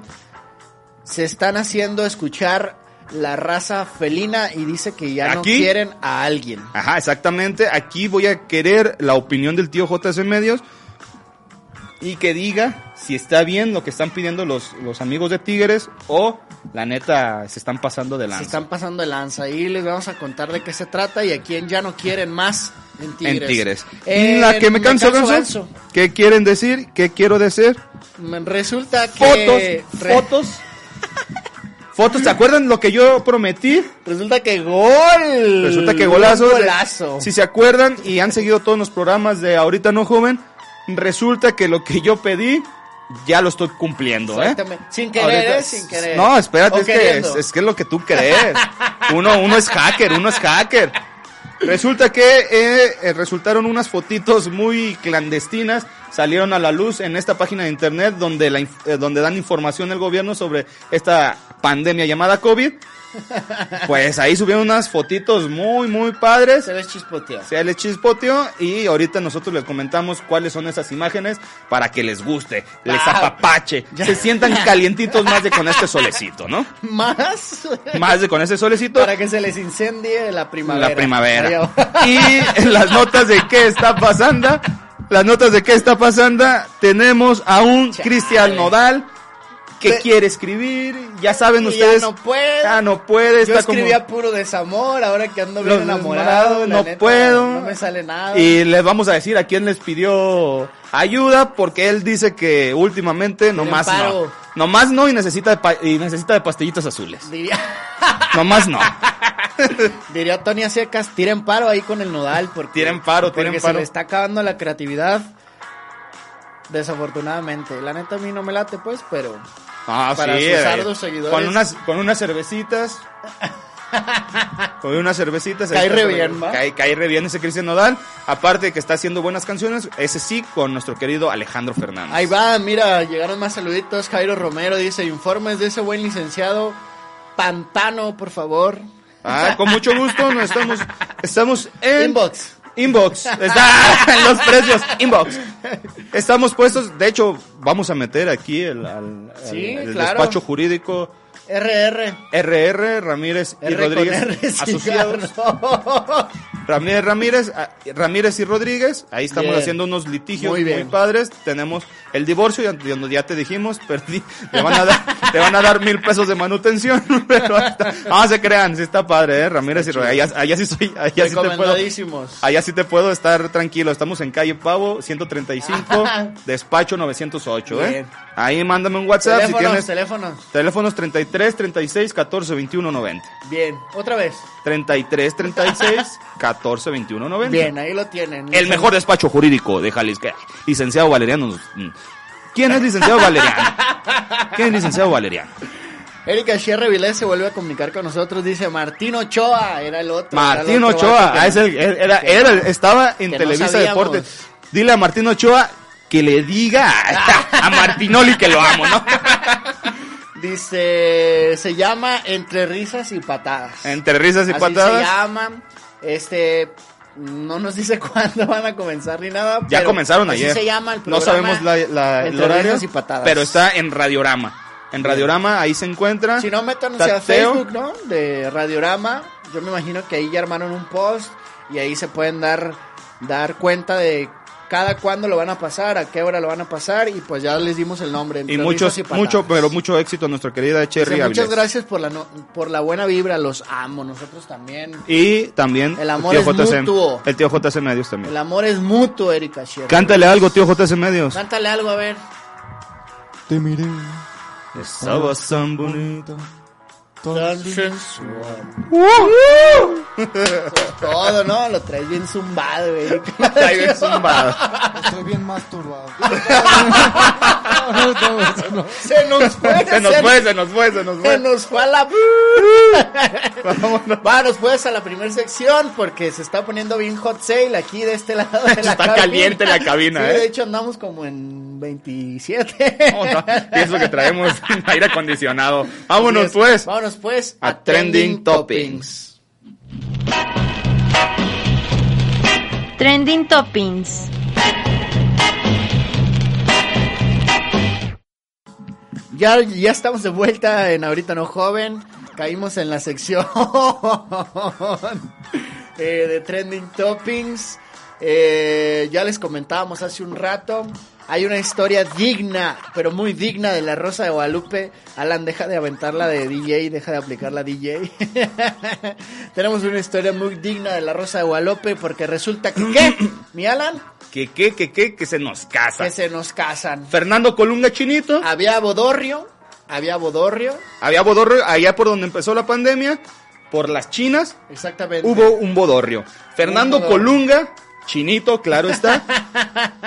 Speaker 1: se están haciendo escuchar la raza felina y dice que ya no
Speaker 4: ¿Aquí?
Speaker 1: quieren a alguien.
Speaker 4: Ajá, exactamente. Aquí voy a querer la opinión del tío JS Medios. y que diga si está bien lo que están pidiendo los, los amigos de Tigres o la neta se están pasando de
Speaker 1: Se
Speaker 4: lanza.
Speaker 1: están pasando de lanza y les vamos a contar de qué se trata y a quién ya no quieren más en Tigres.
Speaker 4: En Tigres.
Speaker 1: En
Speaker 4: la que me canso, Ganso, ¿Qué quieren decir? ¿Qué quiero decir?
Speaker 1: Me- Resulta que...
Speaker 4: Fotos,
Speaker 1: re-
Speaker 4: fotos. Fotos, ¿se acuerdan lo que yo prometí?
Speaker 1: Resulta que gol.
Speaker 4: Resulta que golazo.
Speaker 1: Un Golazo.
Speaker 4: Si se acuerdan y han seguido todos los programas de Ahorita No Joven, resulta que lo que yo pedí ya lo estoy cumpliendo, ¿eh?
Speaker 1: Exactamente. Sin querer,
Speaker 4: Ahorita-
Speaker 1: ¿eh? Sin querer.
Speaker 4: No, espérate,
Speaker 1: O
Speaker 4: es que, es,
Speaker 1: queriendo.
Speaker 4: es que es lo que tú crees. Uno, uno es hacker, uno es hacker. Resulta que eh, eh, resultaron unas fotitos muy clandestinas, salieron a la luz en esta página de internet donde, la, inf- eh, donde dan información el gobierno sobre esta pandemia llamada COVID. Pues ahí subieron unas fotitos muy, muy padres.
Speaker 1: Se ve chispoteado.
Speaker 4: Se les chispoteo y ahorita nosotros les comentamos cuáles son esas imágenes para que les guste, les
Speaker 1: Ah,
Speaker 4: apapache,
Speaker 1: ya.
Speaker 4: se sientan calientitos más de con este solecito, ¿no?
Speaker 1: Más
Speaker 4: Más de con este solecito.
Speaker 1: para que se les incendie la primavera.
Speaker 4: La primavera.
Speaker 1: Ahí va.
Speaker 4: Y en las notas de qué está pasando, las notas de qué está pasando, tenemos a un
Speaker 1: Chale.
Speaker 4: Cristian Nodal que
Speaker 1: Pe-
Speaker 4: quiere escribir, ya saben
Speaker 1: Y
Speaker 4: ustedes.
Speaker 1: ya no puede.
Speaker 4: ya no puede,
Speaker 1: Yo
Speaker 4: está como-
Speaker 1: escribía puro desamor, ahora que ando bien
Speaker 4: Los
Speaker 1: enamorado,
Speaker 4: desmarados,
Speaker 1: la
Speaker 4: no
Speaker 1: neta,
Speaker 4: puedo.
Speaker 1: No me sale nada.
Speaker 4: Y les vamos a decir a quién les pidió ayuda, porque él dice que últimamente nomás no.
Speaker 1: paro.
Speaker 4: Nomás no y necesita de, pa- y necesita de pastillitas azules.
Speaker 1: Diría,
Speaker 4: Nomás no.
Speaker 1: diría Tony Acecas, tiren paro ahí con el nodal. Porque,
Speaker 4: Tiren paro, tiren
Speaker 1: porque
Speaker 4: paro.
Speaker 1: se le está acabando la creatividad. Desafortunadamente. La neta a mí no me late, pues, pero...
Speaker 4: Ah,
Speaker 1: Para
Speaker 4: sí,
Speaker 1: sus
Speaker 4: eh.
Speaker 1: arduos seguidores.
Speaker 4: Con unas, con unas cervecitas. Con unas cervecitas.
Speaker 1: Cae
Speaker 4: ahí está
Speaker 1: re
Speaker 4: sobre-
Speaker 1: bien, ¿va?
Speaker 4: Cae, cae re bien ese Cristian Nodal. Aparte de que está haciendo buenas canciones, ese sí, con nuestro querido Alejandro Fernández.
Speaker 1: Ahí va, mira, llegaron más saluditos. Jairo Romero dice, informes de ese buen licenciado Pantano, por favor.
Speaker 4: Ah, con mucho gusto, nos estamos, estamos en...
Speaker 1: Inbox.
Speaker 4: Inbox. Está en los precios. Inbox. Estamos puestos. De hecho, vamos a meter aquí el, al- al-
Speaker 1: Sí,
Speaker 4: el
Speaker 1: claro.
Speaker 4: despacho jurídico
Speaker 1: RR.
Speaker 4: RR Ramírez y
Speaker 1: R con
Speaker 4: Rodríguez
Speaker 1: R,
Speaker 4: asociados.
Speaker 1: cigarro.
Speaker 4: Ramírez Ramírez, a- Ramírez y Rodríguez. Ahí estamos
Speaker 1: Bien.
Speaker 4: haciendo unos litigios
Speaker 1: Muy
Speaker 4: muy,
Speaker 1: bien.
Speaker 4: padres. Tenemos el divorcio, ya, ya- ya te dijimos, perdí. Te van a dar, te van a dar mil pesos de manutención. pero hasta- ah, se crean, sí está padre, eh, Ramírez y Rodríguez. Allá, allá sí soy, allá sí te puedo.
Speaker 1: Recomendadísimos.
Speaker 4: Allá sí te puedo estar tranquilo. Estamos en calle Pavo 135, despacho 908, ¿eh?
Speaker 1: Bien.
Speaker 4: Ahí mándame un WhatsApp
Speaker 1: teléfonos,
Speaker 4: si tienes.
Speaker 1: teléfonos.
Speaker 4: Teléfonos 33 36 14 21 90.
Speaker 1: Bien, otra vez.
Speaker 4: 33 36 14 21 90.
Speaker 1: Bien, ahí lo tienen.
Speaker 4: El mejor despacho jurídico de Jalisco. Licenciado Valeriano. mm. ¿Quién es licenciado Valeriano? ¿Quién es licenciado Valeriano?
Speaker 1: Erika Sierra Vilés se vuelve a comunicar con nosotros. Dice Martín Ochoa, era el otro. era el
Speaker 4: Martín
Speaker 1: otro
Speaker 4: Ochoa,
Speaker 1: vato que
Speaker 4: ah, es
Speaker 1: no-
Speaker 4: el, él era,
Speaker 1: que
Speaker 4: él
Speaker 1: no-
Speaker 4: estaba en
Speaker 1: que no
Speaker 4: Televisa
Speaker 1: sabíamos.
Speaker 4: Deportes. Dile a Martín Ochoa que le diga a, a Martinoli que lo amo, ¿no?
Speaker 1: Dice, se llama Entre risas y patadas.
Speaker 4: Entre risas y
Speaker 1: Así se
Speaker 4: patadas.
Speaker 1: llaman. Este, no nos dice cuándo van a comenzar ni nada.
Speaker 4: Ya
Speaker 1: pero
Speaker 4: comenzaron
Speaker 1: así
Speaker 4: ayer.
Speaker 1: se llama el
Speaker 4: no
Speaker 1: programa.
Speaker 4: sabemos la, la- el
Speaker 1: Entre
Speaker 4: horario,
Speaker 1: risas y patadas.
Speaker 4: pero está en Radiorama. En Radiorama ahí se encuentra.
Speaker 1: Si no, métanos
Speaker 4: Está
Speaker 1: a
Speaker 4: Teo.
Speaker 1: Facebook, ¿no? De Radiorama. Yo me imagino que ahí ya armaron un post y ahí se pueden dar, dar cuenta de cada cuándo lo van a pasar, a qué hora lo van a pasar y pues ya les dimos el nombre.
Speaker 4: Y
Speaker 1: Entre
Speaker 4: muchos,
Speaker 1: risas y patadas.
Speaker 4: mucho, pero mucho éxito a nuestra querida Cherry
Speaker 1: Dice, Muchas
Speaker 4: Avilés.
Speaker 1: gracias por la, no- por la buena vibra, los amo, nosotros también.
Speaker 4: Y también
Speaker 1: El amor es mutuo.
Speaker 4: El tío JC Medios también.
Speaker 1: El amor es mutuo, Erika Sherry.
Speaker 4: Cántale algo, tío JC Medios.
Speaker 1: Cántale algo, a ver.
Speaker 5: Te miré.
Speaker 4: Estabas tan bonito.
Speaker 1: Todo, ¿no? Lo traes bien zumbado, güey.
Speaker 4: Ahí ves un vado.
Speaker 5: Estoy bien masturbado.
Speaker 1: Se nos fue.
Speaker 4: Se nos fue, se nos fue, se nos
Speaker 1: Se
Speaker 4: fue.
Speaker 1: nos fue a la... Vámonos pues a la primera sección porque se está poniendo bien hot sale aquí de este lado de la
Speaker 4: Está
Speaker 1: cabina.
Speaker 4: caliente la cabina,
Speaker 1: Sí,
Speaker 4: ¿eh?
Speaker 1: de hecho andamos como en 27.
Speaker 4: No, no, Pienso que traemos aire acondicionado. Vámonos
Speaker 1: Así es.
Speaker 4: pues.
Speaker 1: Vámonos pues
Speaker 4: a Trending Toppings.
Speaker 6: Trending Toppings.
Speaker 1: Ya, ya estamos de vuelta en Ahorita No Joven. Caímos en la sección eh, de Trending Toppings. Eh, ya les comentábamos hace un rato Hay una historia digna, pero muy digna de la Rosa de Guadalupe. Alan, deja de aventarla de DJ, deja de aplicarla DJ. Tenemos una historia muy digna de la Rosa de Guadalupe porque resulta que, ¿qué? Mi Alan,
Speaker 4: Que, que, que, que, que se nos casa.
Speaker 1: que se Ah. nos casan.
Speaker 4: Fernando Colunga Chinito.
Speaker 1: Había Bodorrio, había Bodorrio,
Speaker 4: Había bodorrio allá por donde empezó la pandemia, por las chinas,
Speaker 1: exactamente.
Speaker 4: hubo un bodorrio. Fernando
Speaker 1: bodorrio.
Speaker 4: Colunga, chinito, claro está,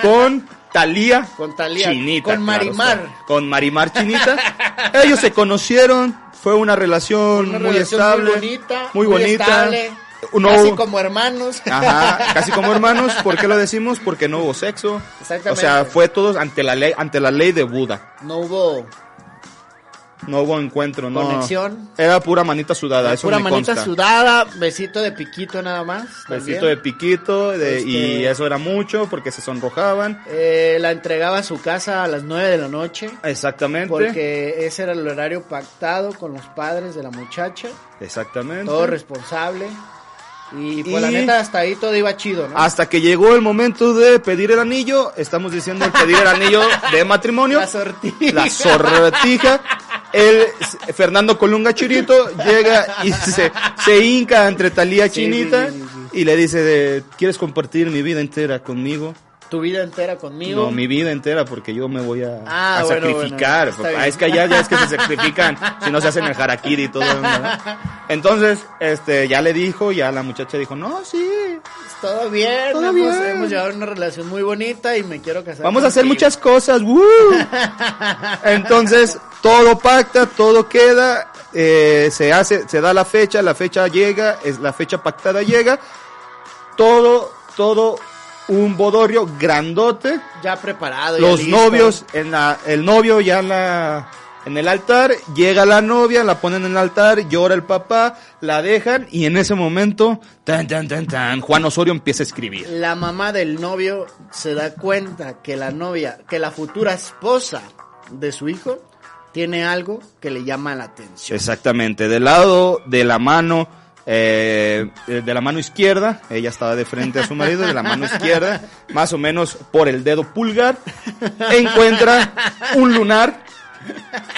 Speaker 4: con Talía,
Speaker 1: Con Thalía,
Speaker 4: chinita,
Speaker 1: con
Speaker 4: claro
Speaker 1: Marimar.
Speaker 4: está, con Marimar chinita. Ellos se conocieron, fue una relación
Speaker 1: Una
Speaker 4: muy
Speaker 1: relación
Speaker 4: estable,
Speaker 1: muy bonita,
Speaker 4: muy
Speaker 1: muy
Speaker 4: bonita.
Speaker 1: estable,
Speaker 4: No
Speaker 1: Casi
Speaker 4: hubo- Ah,
Speaker 1: como hermanos.
Speaker 4: Ajá, casi como hermanos, ¿por qué lo decimos? Porque no hubo sexo.
Speaker 1: Exactamente.
Speaker 4: O sea, fue todos ante la ley, ante la ley de Buda.
Speaker 1: No hubo
Speaker 4: No hubo encuentro, no.
Speaker 1: Conexión.
Speaker 4: Era pura manita sudada, eso
Speaker 1: pura
Speaker 4: me
Speaker 1: manita
Speaker 4: consta.
Speaker 1: sudada, besito de piquito nada más.
Speaker 4: Besito
Speaker 1: también.
Speaker 4: de piquito, de-
Speaker 1: Este-
Speaker 4: y eso era mucho porque se sonrojaban.
Speaker 1: Eh, la entregaba a su casa a las 9 de la noche.
Speaker 4: Exactamente.
Speaker 1: Porque ese era el horario pactado con los padres de la muchacha.
Speaker 4: Exactamente.
Speaker 1: Todo responsable. Y pues
Speaker 4: Y-
Speaker 1: la neta, hasta ahí todo iba chido, ¿no?
Speaker 4: Hasta que llegó el momento de pedir el anillo. Estamos diciendo el pedir el anillo de matrimonio.
Speaker 1: la sortija.
Speaker 4: La sortija. El S- Fernando Colunga Chirito llega y se, se hinca entre Talía
Speaker 1: Sí,
Speaker 4: Chinita
Speaker 1: sí, sí, sí,
Speaker 4: y le dice de, ¿quieres compartir mi vida entera conmigo?
Speaker 1: Tu vida entera conmigo.
Speaker 4: No, mi vida entera, porque yo me voy a,
Speaker 1: Ah,
Speaker 4: a
Speaker 1: bueno, bueno,
Speaker 4: sacrificar.
Speaker 1: está
Speaker 4: papá.
Speaker 1: bien.
Speaker 4: Es que allá ya es que se sacrifican, si no se hacen el harakiri y todo. ¿verdad? Entonces, este, ya le dijo, ya la muchacha dijo, no, sí,
Speaker 1: Todo bien.
Speaker 4: Todo
Speaker 1: hemos,
Speaker 4: bien.
Speaker 1: hemos llevado una relación muy bonita y me quiero casar.
Speaker 4: vamos a hacer
Speaker 1: contigo.
Speaker 4: muchas cosas. ¡woo! Entonces, todo pacta, todo queda, eh, se hace, se da la fecha, la fecha llega, es la fecha pactada llega, todo, todo un bodorrio grandote.
Speaker 1: Ya preparado. ya
Speaker 4: los
Speaker 1: listo.
Speaker 4: novios en la el novio ya en la en el altar llega la novia la ponen en el altar llora el papá la dejan y en ese momento tan tan tan tan Juan Osorio empieza a escribir
Speaker 1: La mamá del novio se da cuenta que la novia, que la futura esposa de su hijo tiene algo que le llama la atención.
Speaker 4: exactamente del lado de la mano eh, de la mano izquierda ella estaba de frente a su marido de la mano izquierda más o menos por el dedo pulgar encuentra un lunar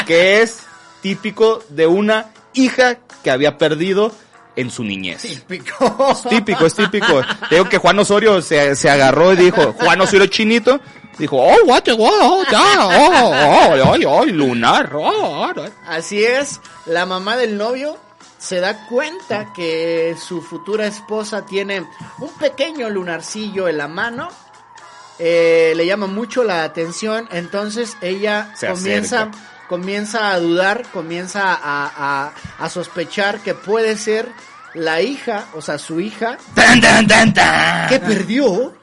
Speaker 4: que es típico de una hija que había perdido en su niñez.
Speaker 1: Típico.
Speaker 4: Es típico, es típico. Te Digo que Juan Osorio se, se agarró y dijo, Juan Osorio chinito, dijo, oh, what, the- wow, oh, ya, oh, oh, oh, oh, lunar, oh, oh, oh".
Speaker 1: Así es, la mamá del novio se da cuenta que su futura esposa tiene un pequeño lunarcillo en la mano. eh, le llama mucho la atención, entonces ella
Speaker 4: Se
Speaker 1: comienza,
Speaker 4: acerca.
Speaker 1: comienza a dudar, comienza a, a- a sospechar que puede ser la hija, o sea, su hija,
Speaker 4: Tan, tan, tan, tan.
Speaker 1: que perdió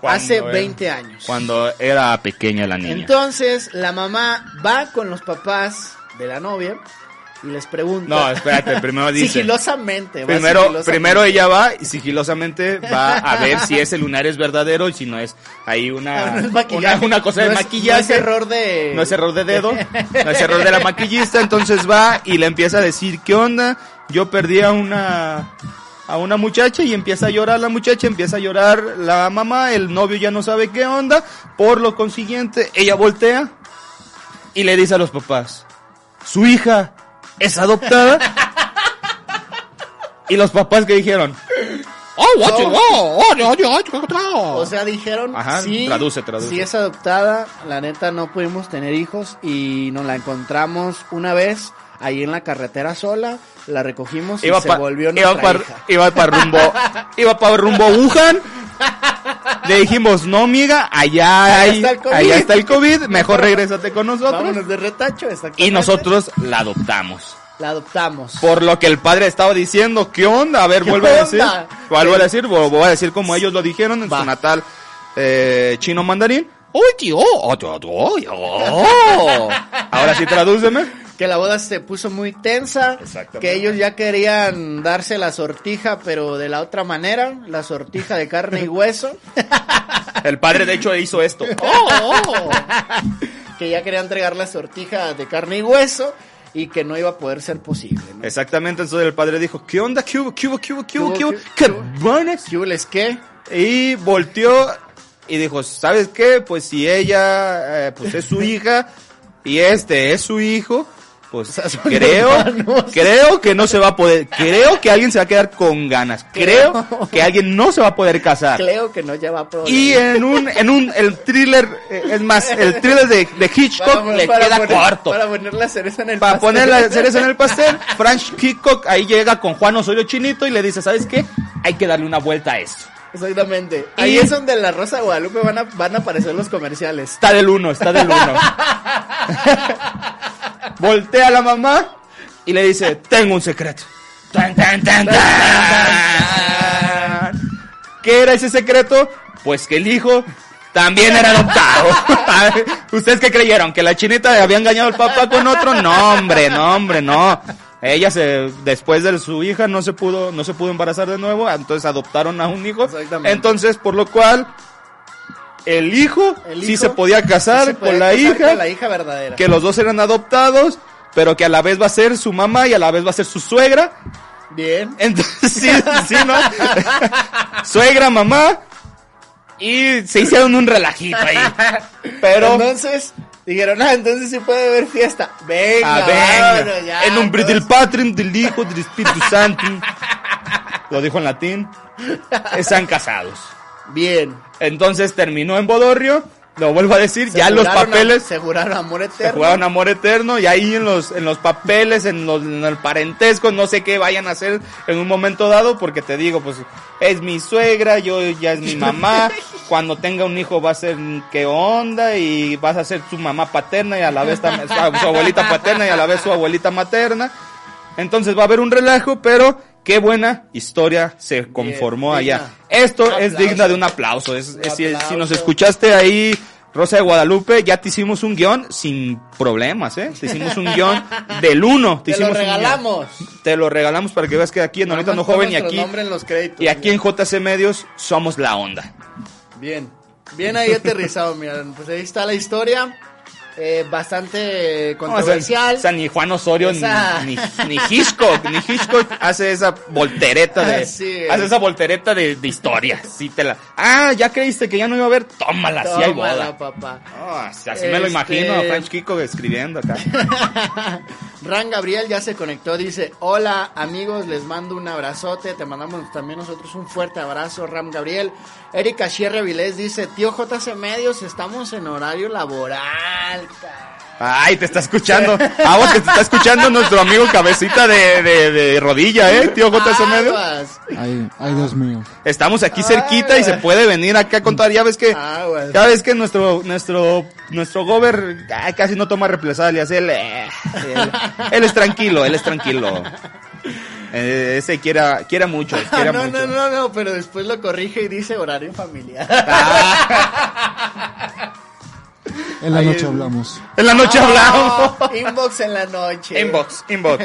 Speaker 4: Cuando
Speaker 1: hace
Speaker 4: era-
Speaker 1: 20 años.
Speaker 4: Cuando era pequeña la niña.
Speaker 1: Entonces la mamá va con los papás de la novia y les pregunta.
Speaker 4: no, espérate, primero dice.
Speaker 1: Sigilosamente. va
Speaker 4: Primero,
Speaker 1: sigilosamente.
Speaker 4: primero ella va y sigilosamente va a ver si ese lunar es verdadero y si no es. Hay
Speaker 1: Ah,
Speaker 4: una,
Speaker 1: no es
Speaker 4: una,
Speaker 1: maquillaje.
Speaker 4: una cosa de
Speaker 1: No es- No
Speaker 4: maquillaje.
Speaker 1: es error de.
Speaker 4: No es error de dedo, no es error de la maquillista, entonces va y le empieza a decir, ¿qué onda? Yo perdí a una, a una muchacha y empieza a llorar la muchacha, empieza a llorar la mamá, el novio ya no sabe qué onda, por lo consiguiente, ella voltea y le dice a los papás, su hija es adoptada. y los papás que dijeron, oh, what you- oh, oh, oh, oh, oh, oh".
Speaker 1: O sea, dijeron.
Speaker 4: Ajá,
Speaker 1: sí,
Speaker 4: traduce, traduce.
Speaker 1: Si es adoptada, la neta no pudimos tener hijos y nos la encontramos una vez ahí en la carretera sola. La recogimos y
Speaker 4: iba
Speaker 1: se
Speaker 4: pa-
Speaker 1: volvió nuestra
Speaker 4: iba para
Speaker 1: hija.
Speaker 4: iba pa rumbo iba para rumbo Wuhan le dijimos no amiga allá
Speaker 1: Allá
Speaker 4: hay-
Speaker 1: está el COVID.
Speaker 4: allá está el covid mejor regrésate con nosotros
Speaker 1: Vámonos de retacho, exactamente.
Speaker 4: y nosotros la adoptamos
Speaker 1: La adoptamos.
Speaker 4: por lo que el padre estaba diciendo qué onda a ver
Speaker 1: ¿Qué
Speaker 4: vuelve a decir
Speaker 1: onda?
Speaker 4: vuelve a decir vu- vuelve a decir como ellos lo dijeron en
Speaker 1: Va.
Speaker 4: su natal eh, chino mandarín Oye, tío, oh, tío, tío, oh. Ahora sí tradúceme.
Speaker 1: Que la boda se puso muy tensa.
Speaker 4: Exactamente.
Speaker 1: Que ellos ya querían darse la sortija, pero de la otra manera. La sortija de carne y hueso.
Speaker 4: El padre de hecho hizo esto.
Speaker 1: que ya quería entregar la sortija de carne y hueso y que no iba a poder ser posible. ¿no?
Speaker 4: Exactamente, entonces el padre dijo, ¿qué onda? ¿Qué hubo? ¿Qué hubo? ¿Qué hubo? ¿Qué hubo? ¿Qué
Speaker 1: ¿Qué
Speaker 4: hubo?
Speaker 1: hubo?
Speaker 4: ¿Qué hubo?
Speaker 1: ¿Qué hubo? ¿Les qué?
Speaker 4: Y volteó y dijo, ¿sabes qué? Pues si ella, eh, pues es su hija y este es su hijo, pues
Speaker 1: sea, son
Speaker 4: creo,
Speaker 1: hermanos.
Speaker 4: creo que no se va a poder, creo que alguien se va a quedar con ganas, creo que alguien no se va a poder casar.
Speaker 1: Creo que no, ya va a probar.
Speaker 4: Y en un, en un, el thriller, eh, es más, el thriller de, de Hitchcock
Speaker 1: Para-
Speaker 4: le
Speaker 1: para
Speaker 4: queda
Speaker 1: poner-
Speaker 4: corto.
Speaker 1: Para poner la cereza en el
Speaker 4: Para
Speaker 1: pastel.
Speaker 4: poner la cereza en el pastel, Frank Hitchcock ahí llega con Juan Osorio Chinito y le dice, ¿sabes qué? Hay que darle una vuelta a esto.
Speaker 1: Exactamente. Ahí
Speaker 4: Y-
Speaker 1: es donde en la Rosa de Guadalupe van a, van a aparecer los comerciales.
Speaker 4: Está del uno, está del uno. Voltea a la mamá y le dice, tengo un secreto. Tan, tan, tan, tan. ¿Qué era ese secreto? Pues que el hijo también era adoptado. A ver, ¿Ustedes qué creyeron? ¿Que la chinita había engañado al papá con otro? No, hombre, no, hombre, no. Ella se, después de su hija no se pudo, no se pudo embarazar de nuevo, entonces adoptaron a un hijo.
Speaker 1: Exactamente.
Speaker 4: Entonces, por lo cual, el hijo,
Speaker 1: El
Speaker 4: sí
Speaker 1: hijo
Speaker 4: se podía casar
Speaker 1: se podía
Speaker 4: con la
Speaker 1: casar
Speaker 4: hija,
Speaker 1: con la hija verdadera.
Speaker 4: que los dos eran adoptados, pero que a la vez va a ser su mamá y a la vez va a ser su suegra.
Speaker 1: Bien.
Speaker 4: Entonces, sí, sí, ¿no? suegra, mamá. Y se hicieron un relajito ahí. Pero,
Speaker 1: Entonces dijeron, ah, entonces sí puede haber fiesta. Venga,
Speaker 4: a ver,
Speaker 1: vámonos, ya,
Speaker 4: Ah, en nombre del
Speaker 1: todos-
Speaker 4: Patrín, del Hijo, del Espíritu Santo. Lo dijo en latín. Están casados.
Speaker 1: Bien.
Speaker 4: Entonces terminó en Bodorrio. Lo vuelvo a decir, ya
Speaker 1: Aseguraron
Speaker 4: los
Speaker 1: a-
Speaker 4: papeles.
Speaker 1: Aseguraron amor
Speaker 4: Se
Speaker 1: eterno.
Speaker 4: jugaron amor eterno y ahí en los, en los papeles, en, los, en el parentesco, no sé qué vayan a hacer en un momento dado, porque te digo, pues es mi suegra, yo ya es mi mamá, cuando tenga un hijo va a ser mm, qué onda y vas a ser su mamá paterna y a la vez tam- su, su abuelita paterna y a la vez su abuelita materna. Entonces va a haber un relajo, pero qué buena historia se conformó
Speaker 1: digna.
Speaker 4: allá. Esto
Speaker 1: Un
Speaker 4: es
Speaker 1: aplauso.
Speaker 4: digna de un aplauso. Es, es- si, si nos
Speaker 1: aplauso.
Speaker 4: escuchaste ahí, Rosa de Guadalupe, ya te hicimos un guión sin problemas, ¿eh? Te hicimos un guión del uno. Te,
Speaker 1: Te
Speaker 4: hicimos
Speaker 1: lo
Speaker 4: un guión.
Speaker 1: regalamos.
Speaker 4: Te lo regalamos para que veas que aquí en Ahorita No Joven y
Speaker 1: Nuestro
Speaker 4: aquí,
Speaker 1: nombre en los créditos.
Speaker 4: y aquí en JC Medios somos la onda.
Speaker 1: Bien, bien ahí aterrizado, miren, pues ahí está la historia, eh, bastante eh,
Speaker 4: No, o sea,
Speaker 1: controversial.
Speaker 4: o sea, ni Juan Osorio, ni-
Speaker 1: Esa-
Speaker 4: ni, ni Hitchcock, ni Hitchcock hace esa voltereta de,
Speaker 1: Así es.
Speaker 4: hace esa voltereta de, de historia. Sí te la, ah, ya creíste que ya no iba a haber, tómala, sí hay
Speaker 1: Tómala,
Speaker 4: boda.
Speaker 1: papá.
Speaker 4: Ah, así me lo
Speaker 1: Este-
Speaker 4: imagino, a Frank Kiko escribiendo acá.
Speaker 1: Ran Gabriel ya se conectó, dice, hola amigos, les mando un abrazote, te mandamos también nosotros un fuerte abrazo, Ram Gabriel. Erika Sierra Vilés dice, tío JC Medios, estamos en horario laboral. ca-".
Speaker 4: Ay, te está escuchando. Vamos, que te está escuchando nuestro amigo cabecita de, de, de rodilla, ¿eh? Tío JS
Speaker 1: Ah,
Speaker 4: Medio.
Speaker 1: Aguas,
Speaker 5: Ay, ay, Dios mío.
Speaker 4: Estamos aquí cerquita y se puede venir acá a contar. Ya ves que,
Speaker 1: Ah, bueno.
Speaker 4: ya ves que nuestro, nuestro, nuestro gober ah, casi no toma represalias. Él, eh, él, él es tranquilo, él es tranquilo. Eh, ese quiera, quiera mucho, quiera
Speaker 1: Ah, no, no,
Speaker 4: mucho.
Speaker 1: no, no, pero después lo corrige y dice horario familiar.
Speaker 5: En la noche hablamos.
Speaker 4: En la noche hablamos.
Speaker 1: Ah, Inbox en la noche.
Speaker 4: Inbox, inbox.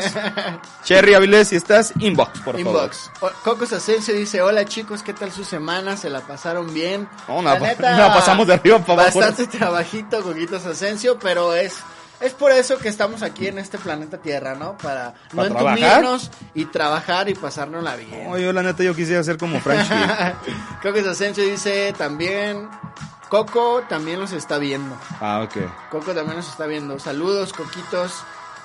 Speaker 4: Cherry Avilés, si estás, inbox, por favor.
Speaker 1: Inbox. O- Cocos Asensio dice, hola chicos, ¿qué tal su semana? ¿Se la pasaron bien?
Speaker 4: No, la- la pasamos de arriba para abajo.
Speaker 1: Bastante trabajito, Coquitos Asensio, pero es... Es por eso que estamos aquí en este planeta Tierra, ¿no? Para no
Speaker 4: ¿Para trabajar?
Speaker 1: entumirnos y trabajar y pasárnosla bien.
Speaker 4: No, yo la neta yo quisiera ser como Frank Kiko.
Speaker 1: Cocos Asensio dice también... Coco también los está viendo.
Speaker 4: Ah, ok.
Speaker 1: Coco también nos está viendo. Saludos, Coquitos.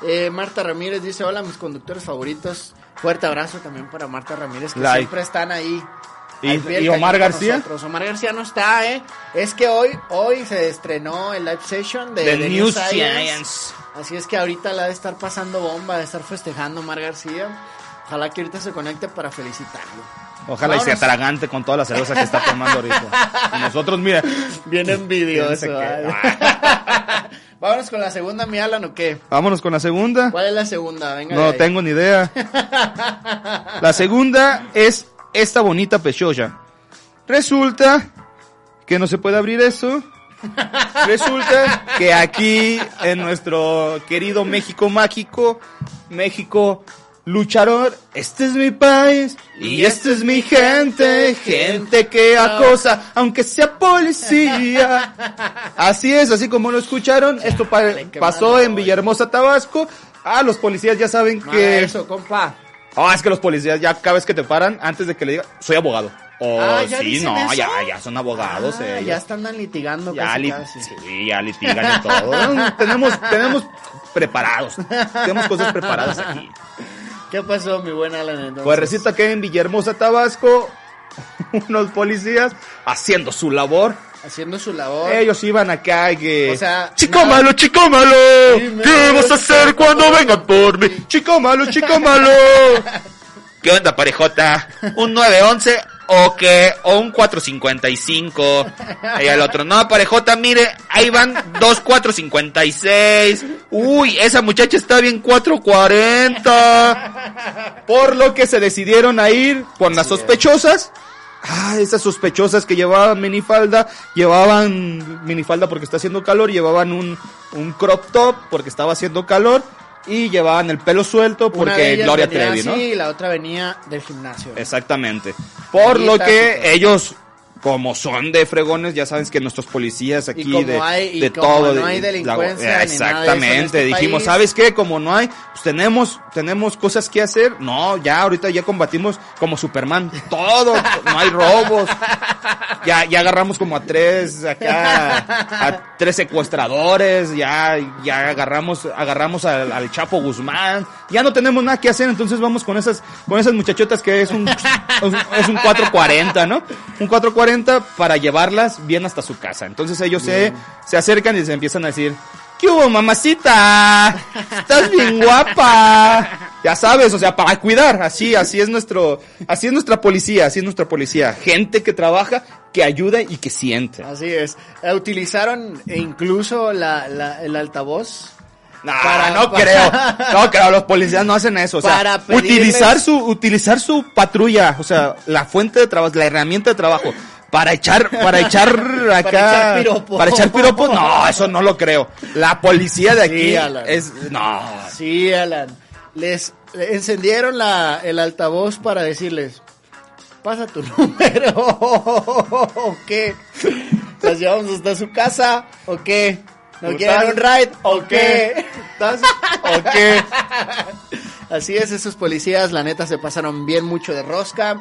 Speaker 1: Eh, Marta Ramírez dice, hola, mis conductores favoritos. Fuerte abrazo también para Marta Ramírez, que
Speaker 4: Like.
Speaker 1: siempre están ahí.
Speaker 4: ¿Y-
Speaker 1: al pie del
Speaker 4: y
Speaker 1: cañón
Speaker 4: Omar
Speaker 1: con
Speaker 4: García?
Speaker 1: nosotros. Omar García no está, ¿eh? Es que hoy hoy se estrenó el live session de,
Speaker 4: Del
Speaker 1: de
Speaker 4: New Science.
Speaker 1: Así es que ahorita la ha de estar pasando bomba, de estar festejando Omar García. Ojalá que ahorita se conecte para felicitarlo.
Speaker 4: Ojalá y
Speaker 1: Vámonos.
Speaker 4: se atragante con toda la cerveza que está tomando ahorita. Y nosotros, mira.
Speaker 1: Bien envidioso.
Speaker 4: Piensa que-
Speaker 1: ¿vale? ¿eh? Vámonos con la segunda, mi Alan, ¿o qué?
Speaker 4: Vámonos con la segunda.
Speaker 1: ¿Cuál es la segunda? Venga. de
Speaker 4: No
Speaker 1: ahí.
Speaker 4: tengo ni idea. La segunda es esta bonita pechoya. Resulta que no se puede abrir eso. Resulta que aquí en nuestro querido México mágico, México luchador, este es mi país y esta es mi gente, gente que acosa, aunque sea policía. Así es, así como lo escucharon, esto pa-
Speaker 1: qué
Speaker 4: pasó
Speaker 1: malo,
Speaker 4: en Villahermosa, Tabasco. Ah, los policías ya saben
Speaker 1: No haga
Speaker 4: que
Speaker 1: eso, compa.
Speaker 4: Ah, es que los policías ya cada vez que te paran, antes de que le digas, soy abogado. O
Speaker 1: Ah, ¿ya
Speaker 4: sí,
Speaker 1: dicen
Speaker 4: no,
Speaker 1: eso?
Speaker 4: ya, ya son abogados.
Speaker 1: Ah,
Speaker 4: ellos.
Speaker 1: ya están litigando
Speaker 4: Ya,
Speaker 1: casi,
Speaker 4: li-
Speaker 1: casi.
Speaker 4: sí, ya litigan y todo. tenemos, tenemos preparados. Tenemos cosas preparadas aquí.
Speaker 1: ¿Qué pasó, mi buen Alan? entonces?
Speaker 4: Pues recita que en Villahermosa, Tabasco, unos policías haciendo su labor.
Speaker 1: Haciendo su labor.
Speaker 4: Ellos iban acá y que...
Speaker 1: O sea,
Speaker 4: ¡Chico
Speaker 1: no.
Speaker 4: malo, chico malo!
Speaker 1: Dime,
Speaker 4: ¿Qué vas a hacer cuando vengan por mí? ¡Chico malo, chico malo! ¿Qué onda, parejota? ¿Un 911 o qué? ¿O un 455? Y el otro, no, parejota, mire, ahí van dos 456. Uy, esa muchacha está bien 440. Por lo que se decidieron a ir con las sospechosas. Ah, esas sospechosas que llevaban minifalda, llevaban minifalda porque está haciendo calor, llevaban un, un crop top porque estaba haciendo calor y llevaban el pelo suelto
Speaker 1: Una de
Speaker 4: porque
Speaker 1: ellas
Speaker 4: Gloria
Speaker 1: venía
Speaker 4: Trevi, ¿no?
Speaker 1: así y la otra venía del gimnasio.
Speaker 4: Exactamente. Por
Speaker 1: Ahí
Speaker 4: lo
Speaker 1: está,
Speaker 4: que
Speaker 1: chico.
Speaker 4: ellos, como son de fregones, ya sabes que nuestros policías aquí
Speaker 1: como
Speaker 4: de,
Speaker 1: hay- y
Speaker 4: de
Speaker 1: como
Speaker 4: todo.
Speaker 1: no
Speaker 4: de-
Speaker 1: hay
Speaker 4: la-
Speaker 1: delincuencia ni nada de eso en
Speaker 4: exactamente.
Speaker 1: este
Speaker 4: Dijimos,
Speaker 1: país.
Speaker 4: ¿sabes qué? Como no hay, pues tenemos, tenemos cosas que hacer. No, ya ahorita ya combatimos como Superman todo. no hay robos. Ya, ya agarramos como a tres acá, a tres secuestradores, ya, ya agarramos, agarramos al, al Chapo Guzmán, ya no tenemos nada que hacer, entonces vamos con esas, con esas muchachotas que es un, es un, es un 440, ¿no? Un 440 para llevarlas bien hasta su casa. Entonces ellos se, se acercan y se empiezan a decir, ¿qué hubo mamacita? Estás bien guapa. Ya sabes, o sea, para cuidar, así, así es nuestro, así es nuestra policía, así es nuestra policía. Gente que trabaja, que ayuda y que siente.
Speaker 1: Así es. Eh, Utilizaron e incluso la, la- el altavoz.
Speaker 4: No,
Speaker 1: Para-
Speaker 4: no
Speaker 1: para-
Speaker 4: creo, no creo, los policías no hacen eso, o sea,
Speaker 1: Para pedirles-
Speaker 4: utilizar su, utilizar su patrulla, o sea, la fuente de trabajo, la herramienta de trabajo. Para echar, para echar acá.
Speaker 1: echar piropo.
Speaker 4: Para echar piropo, no, eso no lo creo. La policía de
Speaker 1: Sí,
Speaker 4: aquí
Speaker 1: Alan.
Speaker 4: es, no.
Speaker 1: Sí, Alan. Les encendieron la, el altavoz para decirles, pasa tu número o qué. Las llevamos hasta su casa o qué. ¿No quieren un ride o qué?
Speaker 4: ¿Estás? ¿O qué?
Speaker 1: Así es, esos policías, la neta, se pasaron bien mucho de rosca.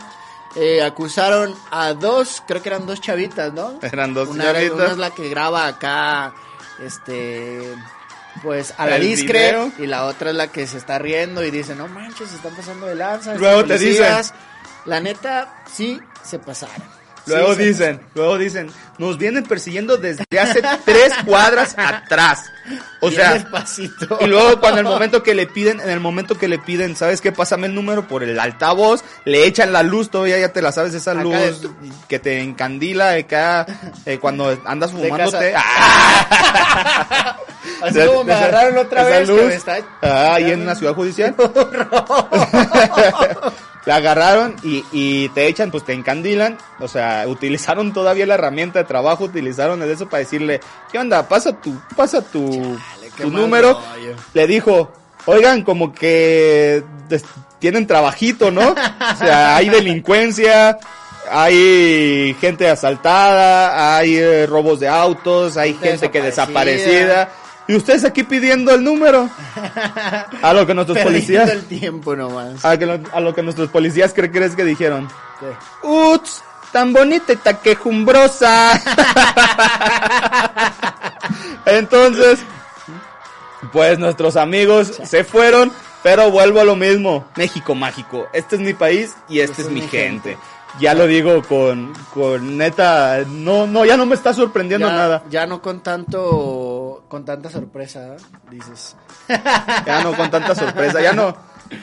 Speaker 1: Eh, acusaron a dos, creo que eran dos chavitas, ¿no?
Speaker 4: Eran dos
Speaker 1: Una era-
Speaker 4: chavitas.
Speaker 1: una es la que graba acá, este, pues a la
Speaker 4: El
Speaker 1: discre,
Speaker 4: video.
Speaker 1: y la otra es la que se está riendo y dice, no manches, se están pasando de lanza. estos
Speaker 4: Luego te dicen.
Speaker 1: policías". La neta, sí se pasaron. Sí
Speaker 4: Luego
Speaker 1: se
Speaker 4: dicen, luego dicen, nos vienen persiguiendo desde hace tres cuadras atrás. O
Speaker 1: Bien
Speaker 4: sea,
Speaker 1: despacito.
Speaker 4: y luego cuando el momento que le piden, en el momento que le piden, ¿sabes qué? Pásame el número por el altavoz, le echan la luz, todavía ya te la sabes, esa
Speaker 1: Acá
Speaker 4: luz
Speaker 1: de tu-
Speaker 4: que te encandila acá eh, cuando andas
Speaker 1: De
Speaker 4: fumándote.
Speaker 1: casa. Así
Speaker 4: De-
Speaker 1: como me
Speaker 4: de esa-
Speaker 1: agarraron otra
Speaker 4: esa
Speaker 1: vez. que
Speaker 4: luz.
Speaker 1: me está-
Speaker 4: Ah, ahí en la ciudad judicial. la agarraron y, y te echan, pues te encandilan. O sea, utilizaron todavía la herramienta de trabajo, utilizaron el de eso para decirle, ¿qué onda? Pasa tu, pasa tu,
Speaker 1: Chale, qué
Speaker 4: tu
Speaker 1: mal
Speaker 4: número.
Speaker 1: rollo.
Speaker 4: Le dijo, oigan, como que des- tienen trabajito, ¿no? O sea, hay delincuencia. Hay gente asaltada, hay eh, robos de autos, hay
Speaker 1: Gente
Speaker 4: gente que
Speaker 1: desaparecida.
Speaker 4: desaparecida. Y ustedes aquí pidiendo el número. A lo que nuestros
Speaker 1: Perdiendo
Speaker 4: policías.
Speaker 1: el tiempo nomás.
Speaker 4: A, que lo, a lo que nuestros policías cre- crees que dijeron.
Speaker 1: ¿Qué?
Speaker 4: ¡Uts! Tan bonita y tan quejumbrosa. Entonces, pues nuestros amigos se fueron, pero vuelvo a lo mismo. México mágico. Este es mi país y este es, mi gente. Ya lo digo con, con neta, no, no, ya no me está sorprendiendo
Speaker 1: ya,
Speaker 4: nada.
Speaker 1: Ya no con tanto, con tanta sorpresa, ¿eh? dices.
Speaker 4: Ya no con tanta sorpresa, ya no.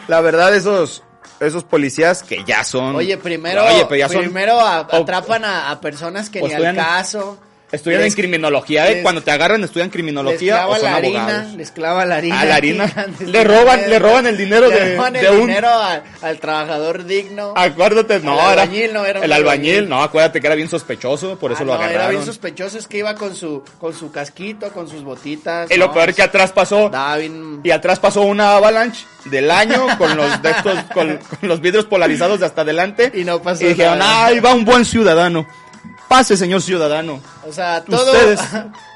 Speaker 4: La verdad, esos, esos policías que ya son.
Speaker 1: Oye, primero,
Speaker 4: Mm. Oye, pero ya son-
Speaker 1: primero a-
Speaker 4: o-
Speaker 1: atrapan a, a personas que
Speaker 4: o
Speaker 1: ni al
Speaker 4: estudian-
Speaker 1: caso.
Speaker 4: Estudian
Speaker 1: Les-
Speaker 4: en criminología, eh.
Speaker 1: les-
Speaker 4: Cuando te agarran, estudian
Speaker 1: Les
Speaker 4: criminología o
Speaker 1: clava
Speaker 4: son
Speaker 1: la harina,
Speaker 4: abogados.
Speaker 1: les clava la harina.
Speaker 4: Ah, la harina.
Speaker 1: Antes
Speaker 4: Le
Speaker 1: de
Speaker 4: roban-
Speaker 1: comer.
Speaker 4: le roban el dinero
Speaker 1: Le
Speaker 4: de-
Speaker 1: roban el
Speaker 4: de un- Ah,
Speaker 1: dinero al, al trabajador digno.
Speaker 4: Acuérdate, no,
Speaker 1: El
Speaker 4: era.
Speaker 1: albañil no era un
Speaker 4: el albañil,
Speaker 1: albañil.
Speaker 4: no, acuérdate que era bien sospechoso, por eso
Speaker 1: Ah,
Speaker 4: lo
Speaker 1: no, Era bien
Speaker 4: agarraron.
Speaker 1: sospechoso, es que iba con su, con su casquito, con sus botitas.
Speaker 4: Y lo peor que atrás pasó.
Speaker 1: Estaba bien-
Speaker 4: Y atrás pasó una avalanche del año con los de estos- con, con los vidrios polarizados de hasta adelante.
Speaker 1: Y no pasó
Speaker 4: dijeron,
Speaker 1: nada.
Speaker 4: ahí va un buen ciudadano. Pase, señor ciudadano.
Speaker 1: O sea, todo...
Speaker 4: Ustedes,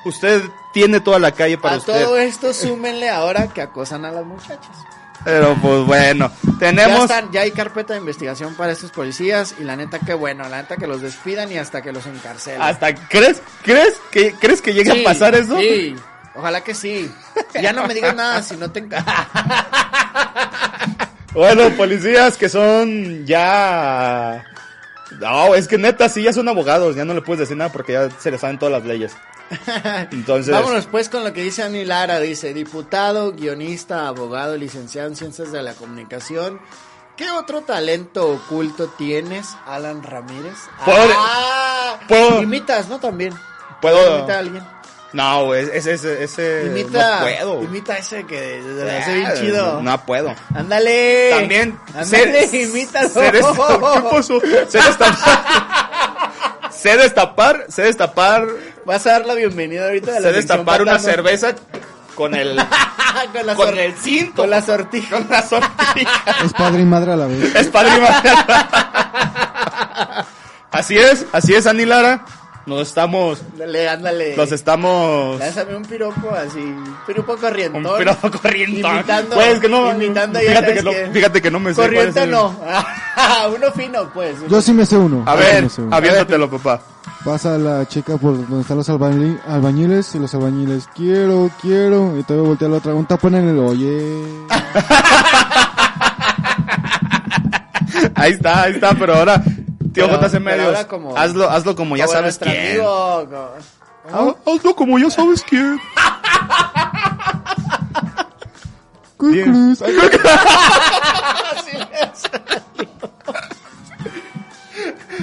Speaker 4: usted tiene toda la calle para
Speaker 1: a
Speaker 4: usted.
Speaker 1: todo esto súmenle ahora que acosan a las muchachas.
Speaker 4: Pero pues bueno,
Speaker 1: Ya,
Speaker 4: tenemos...
Speaker 1: están- ya hay carpeta de investigación para estos policías y la neta que bueno, la neta que los despidan y hasta que los encarcelen.
Speaker 4: Hasta, ¿crees, crees, que, ¿crees que llegue
Speaker 1: Sí,
Speaker 4: a ¿Ah, pasar eso?
Speaker 1: Sí, ojalá que sí. Ya no me digas nada si no te encarcelan.
Speaker 4: Bueno, policías que son ya... No, es que neta, sí, ya son abogados, ya no le puedes decir nada porque ya se les saben todas las leyes. Entonces,
Speaker 1: Vámonos pues con lo que dice Ani Lara, dice diputado, guionista, abogado, licenciado en ciencias de la comunicación. ¿Qué otro talento oculto tienes, Alan Ramírez?
Speaker 4: Puedo-
Speaker 1: Ah,
Speaker 4: puedo-
Speaker 1: imitas, ¿no? También.
Speaker 4: Puedo-
Speaker 1: Imita a alguien.
Speaker 4: no, güey, ese, ese, ese
Speaker 1: Imita,
Speaker 4: no puedo.
Speaker 1: imita ese que de- de- de- hace
Speaker 4: Ah,
Speaker 1: bien chido.
Speaker 4: No puedo.
Speaker 1: Ándale.
Speaker 4: También
Speaker 1: Ándale,
Speaker 4: sé-
Speaker 1: imítalo.
Speaker 4: sé destapar- ¿Qué pasó? Sé destapar- sé destapar, sé destapar,
Speaker 1: Vas a dar la bienvenida ahorita de la
Speaker 4: sé
Speaker 1: sección
Speaker 4: destapar una
Speaker 1: patana.
Speaker 4: cerveza con el
Speaker 1: con la
Speaker 4: con
Speaker 1: sor-
Speaker 4: el cinto.
Speaker 1: Con la sortija.
Speaker 4: con la sortija.
Speaker 5: Es padre y madre a la vez.
Speaker 4: Es padre y madre. Así es, así es, Ani Lara. Nos estamos,
Speaker 1: Ándale, ándale.
Speaker 4: nos estamos.
Speaker 1: Lánzame un piropo así, un piropo corrientón.
Speaker 4: Un piropo corriente.
Speaker 1: Imitando,
Speaker 4: Pues, que no,
Speaker 1: imitando ya
Speaker 4: fíjate,
Speaker 1: sabes
Speaker 4: que no,
Speaker 1: quién.
Speaker 4: fíjate que no me sé cuál es
Speaker 1: Corriente
Speaker 4: el-
Speaker 1: no. Uno fino, pues.
Speaker 5: Yo sí me sé uno.
Speaker 4: A
Speaker 5: yo sí
Speaker 4: ver,
Speaker 5: me sé uno.
Speaker 4: aviéntatelo, papá.
Speaker 5: Pasa la chica por donde están los albañil- albañiles y los albañiles, quiero, quiero. Y todavía voltea la otra, un tapón en el, oye.
Speaker 4: Ahí está, ahí está, pero ahora, tío
Speaker 1: Pero-
Speaker 4: JC
Speaker 1: pero
Speaker 4: Medios,
Speaker 1: ahora como-
Speaker 4: hazlo, hazlo como ya sabes
Speaker 1: nuestro
Speaker 4: quién.
Speaker 1: amigo, co-
Speaker 4: Ah, hazlo como ya sabes quién.
Speaker 5: Cuy,
Speaker 4: Bien.
Speaker 5: cruz. Ay,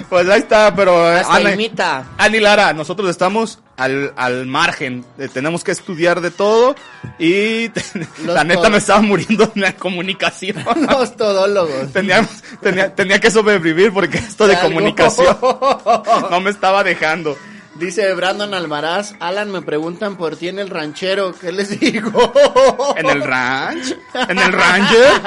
Speaker 4: Pues ahí está, pero eh,
Speaker 1: Hasta
Speaker 4: Ana-
Speaker 1: imita.
Speaker 4: Ani Lara, nosotros estamos al, al margen, eh, tenemos que estudiar de todo y
Speaker 1: Los
Speaker 4: la neta
Speaker 1: to-
Speaker 4: me estaba muriendo en la comunicación.
Speaker 1: Los todólogos.
Speaker 4: Teníamos, tenía, tenía que sobrevivir porque esto de
Speaker 1: Algo.
Speaker 4: comunicación no me estaba dejando.
Speaker 1: Dice Brandon Almaraz, Alan me preguntan por ti en el ranchero, ¿qué les digo?
Speaker 4: En el ranch, en el ranger.